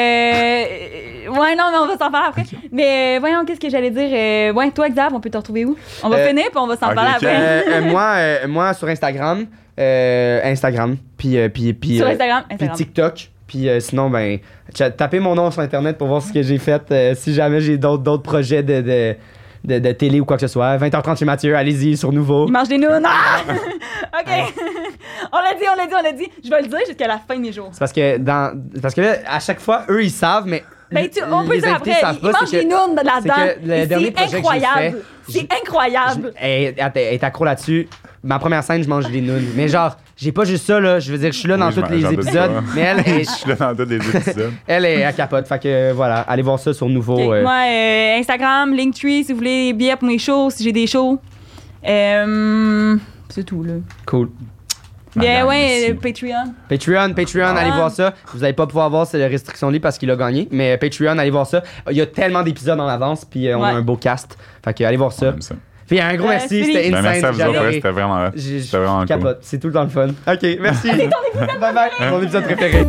[SPEAKER 1] Mais. euh, euh, ouais, non, mais on va s'en parler après. Mais euh, voyons, qu'est-ce que j'allais dire? Euh, ouais, toi, Xav, on peut te retrouver où? On va
[SPEAKER 2] Euh,
[SPEAKER 1] finir, puis on va s'en
[SPEAKER 3] ok,
[SPEAKER 1] parler
[SPEAKER 3] ok.
[SPEAKER 1] après.
[SPEAKER 2] Euh, euh, moi, euh, moi, sur Instagram, euh, Instagram, puis euh, puis puis
[SPEAKER 1] Sur
[SPEAKER 2] euh,
[SPEAKER 1] Instagram.
[SPEAKER 2] puis
[SPEAKER 1] Instagram.
[SPEAKER 2] TikTok. Puis euh, sinon, ben, cha- tapez mon nom sur Internet pour voir ce que j'ai fait. euh, si jamais j'ai d'autres d'autres projets de, de, de- de télé ou quoi que ce soit. 20h30 chez Mathieu, allez-y, sur Nouveau.
[SPEAKER 1] Il mange des nounes. Ah! OK. on l'a dit, on l'a dit, on l'a dit. Je vais le dire jusqu'à la fin de mes jours.
[SPEAKER 2] C'est parce que, dans, parce que là, à chaque fois, eux, ils savent, mais
[SPEAKER 1] Ben, tu, on peut
[SPEAKER 2] les
[SPEAKER 1] le dire
[SPEAKER 2] invités
[SPEAKER 1] après.
[SPEAKER 2] savent
[SPEAKER 1] Il,
[SPEAKER 2] pas,
[SPEAKER 1] il mange
[SPEAKER 2] c'est
[SPEAKER 1] des
[SPEAKER 2] que-
[SPEAKER 1] nounes là-dedans.
[SPEAKER 2] c'est que le dernier
[SPEAKER 1] C'est
[SPEAKER 2] projet que j'ai
[SPEAKER 1] incroyable.
[SPEAKER 2] fait,
[SPEAKER 1] C'est incroyable.
[SPEAKER 2] Je- hey, attends, hey, t'es accro là-dessus. Ma première scène, je mange des nounes. Mais genre, j'ai pas juste ça, là. Je veux dire, je suis là dans
[SPEAKER 3] Oui, je
[SPEAKER 2] tous
[SPEAKER 3] m'en-
[SPEAKER 2] les
[SPEAKER 3] j'en doute
[SPEAKER 2] épisodes.
[SPEAKER 3] pas.
[SPEAKER 2] Mais elle,
[SPEAKER 3] Je
[SPEAKER 2] est-
[SPEAKER 3] suis là dans tous les épisodes.
[SPEAKER 2] elle est à capote. Fait que euh, voilà, allez voir ça sur Nouveau.
[SPEAKER 1] Ok,
[SPEAKER 2] euh,
[SPEAKER 1] Moi, euh, Instagram, Linktree, si vous voulez des billets pour mes shows, si j'ai des shows. Euh, c'est tout, là.
[SPEAKER 2] Cool.
[SPEAKER 1] Mais
[SPEAKER 3] gang
[SPEAKER 1] ouais,
[SPEAKER 3] ici.
[SPEAKER 1] le Patreon.
[SPEAKER 2] Patreon, Patreon,
[SPEAKER 1] Ah.
[SPEAKER 2] allez voir ça. Vous allez pas pouvoir voir, c'est la restriction libre parce qu'il a gagné. Mais euh, Patreon, allez voir ça. Il y a tellement d'épisodes en avance, puis euh, on a
[SPEAKER 1] Ouais.
[SPEAKER 2] un beau cast. Fait que allez voir
[SPEAKER 3] On
[SPEAKER 2] ça.
[SPEAKER 3] aime ça.
[SPEAKER 2] Puis un gros
[SPEAKER 1] Euh,
[SPEAKER 2] merci,
[SPEAKER 1] Philippe.
[SPEAKER 2] c'était
[SPEAKER 3] Ben,
[SPEAKER 2] insane.
[SPEAKER 3] merci à vous
[SPEAKER 2] j'ai
[SPEAKER 3] autres, ouais,
[SPEAKER 2] adoré.
[SPEAKER 3] c'était vraiment.
[SPEAKER 2] J'ai-
[SPEAKER 3] C'était vraiment
[SPEAKER 2] Je
[SPEAKER 3] cool.
[SPEAKER 2] capote, c'est tout le temps le fun. Ok, merci. bye bye, mon épisode préféré.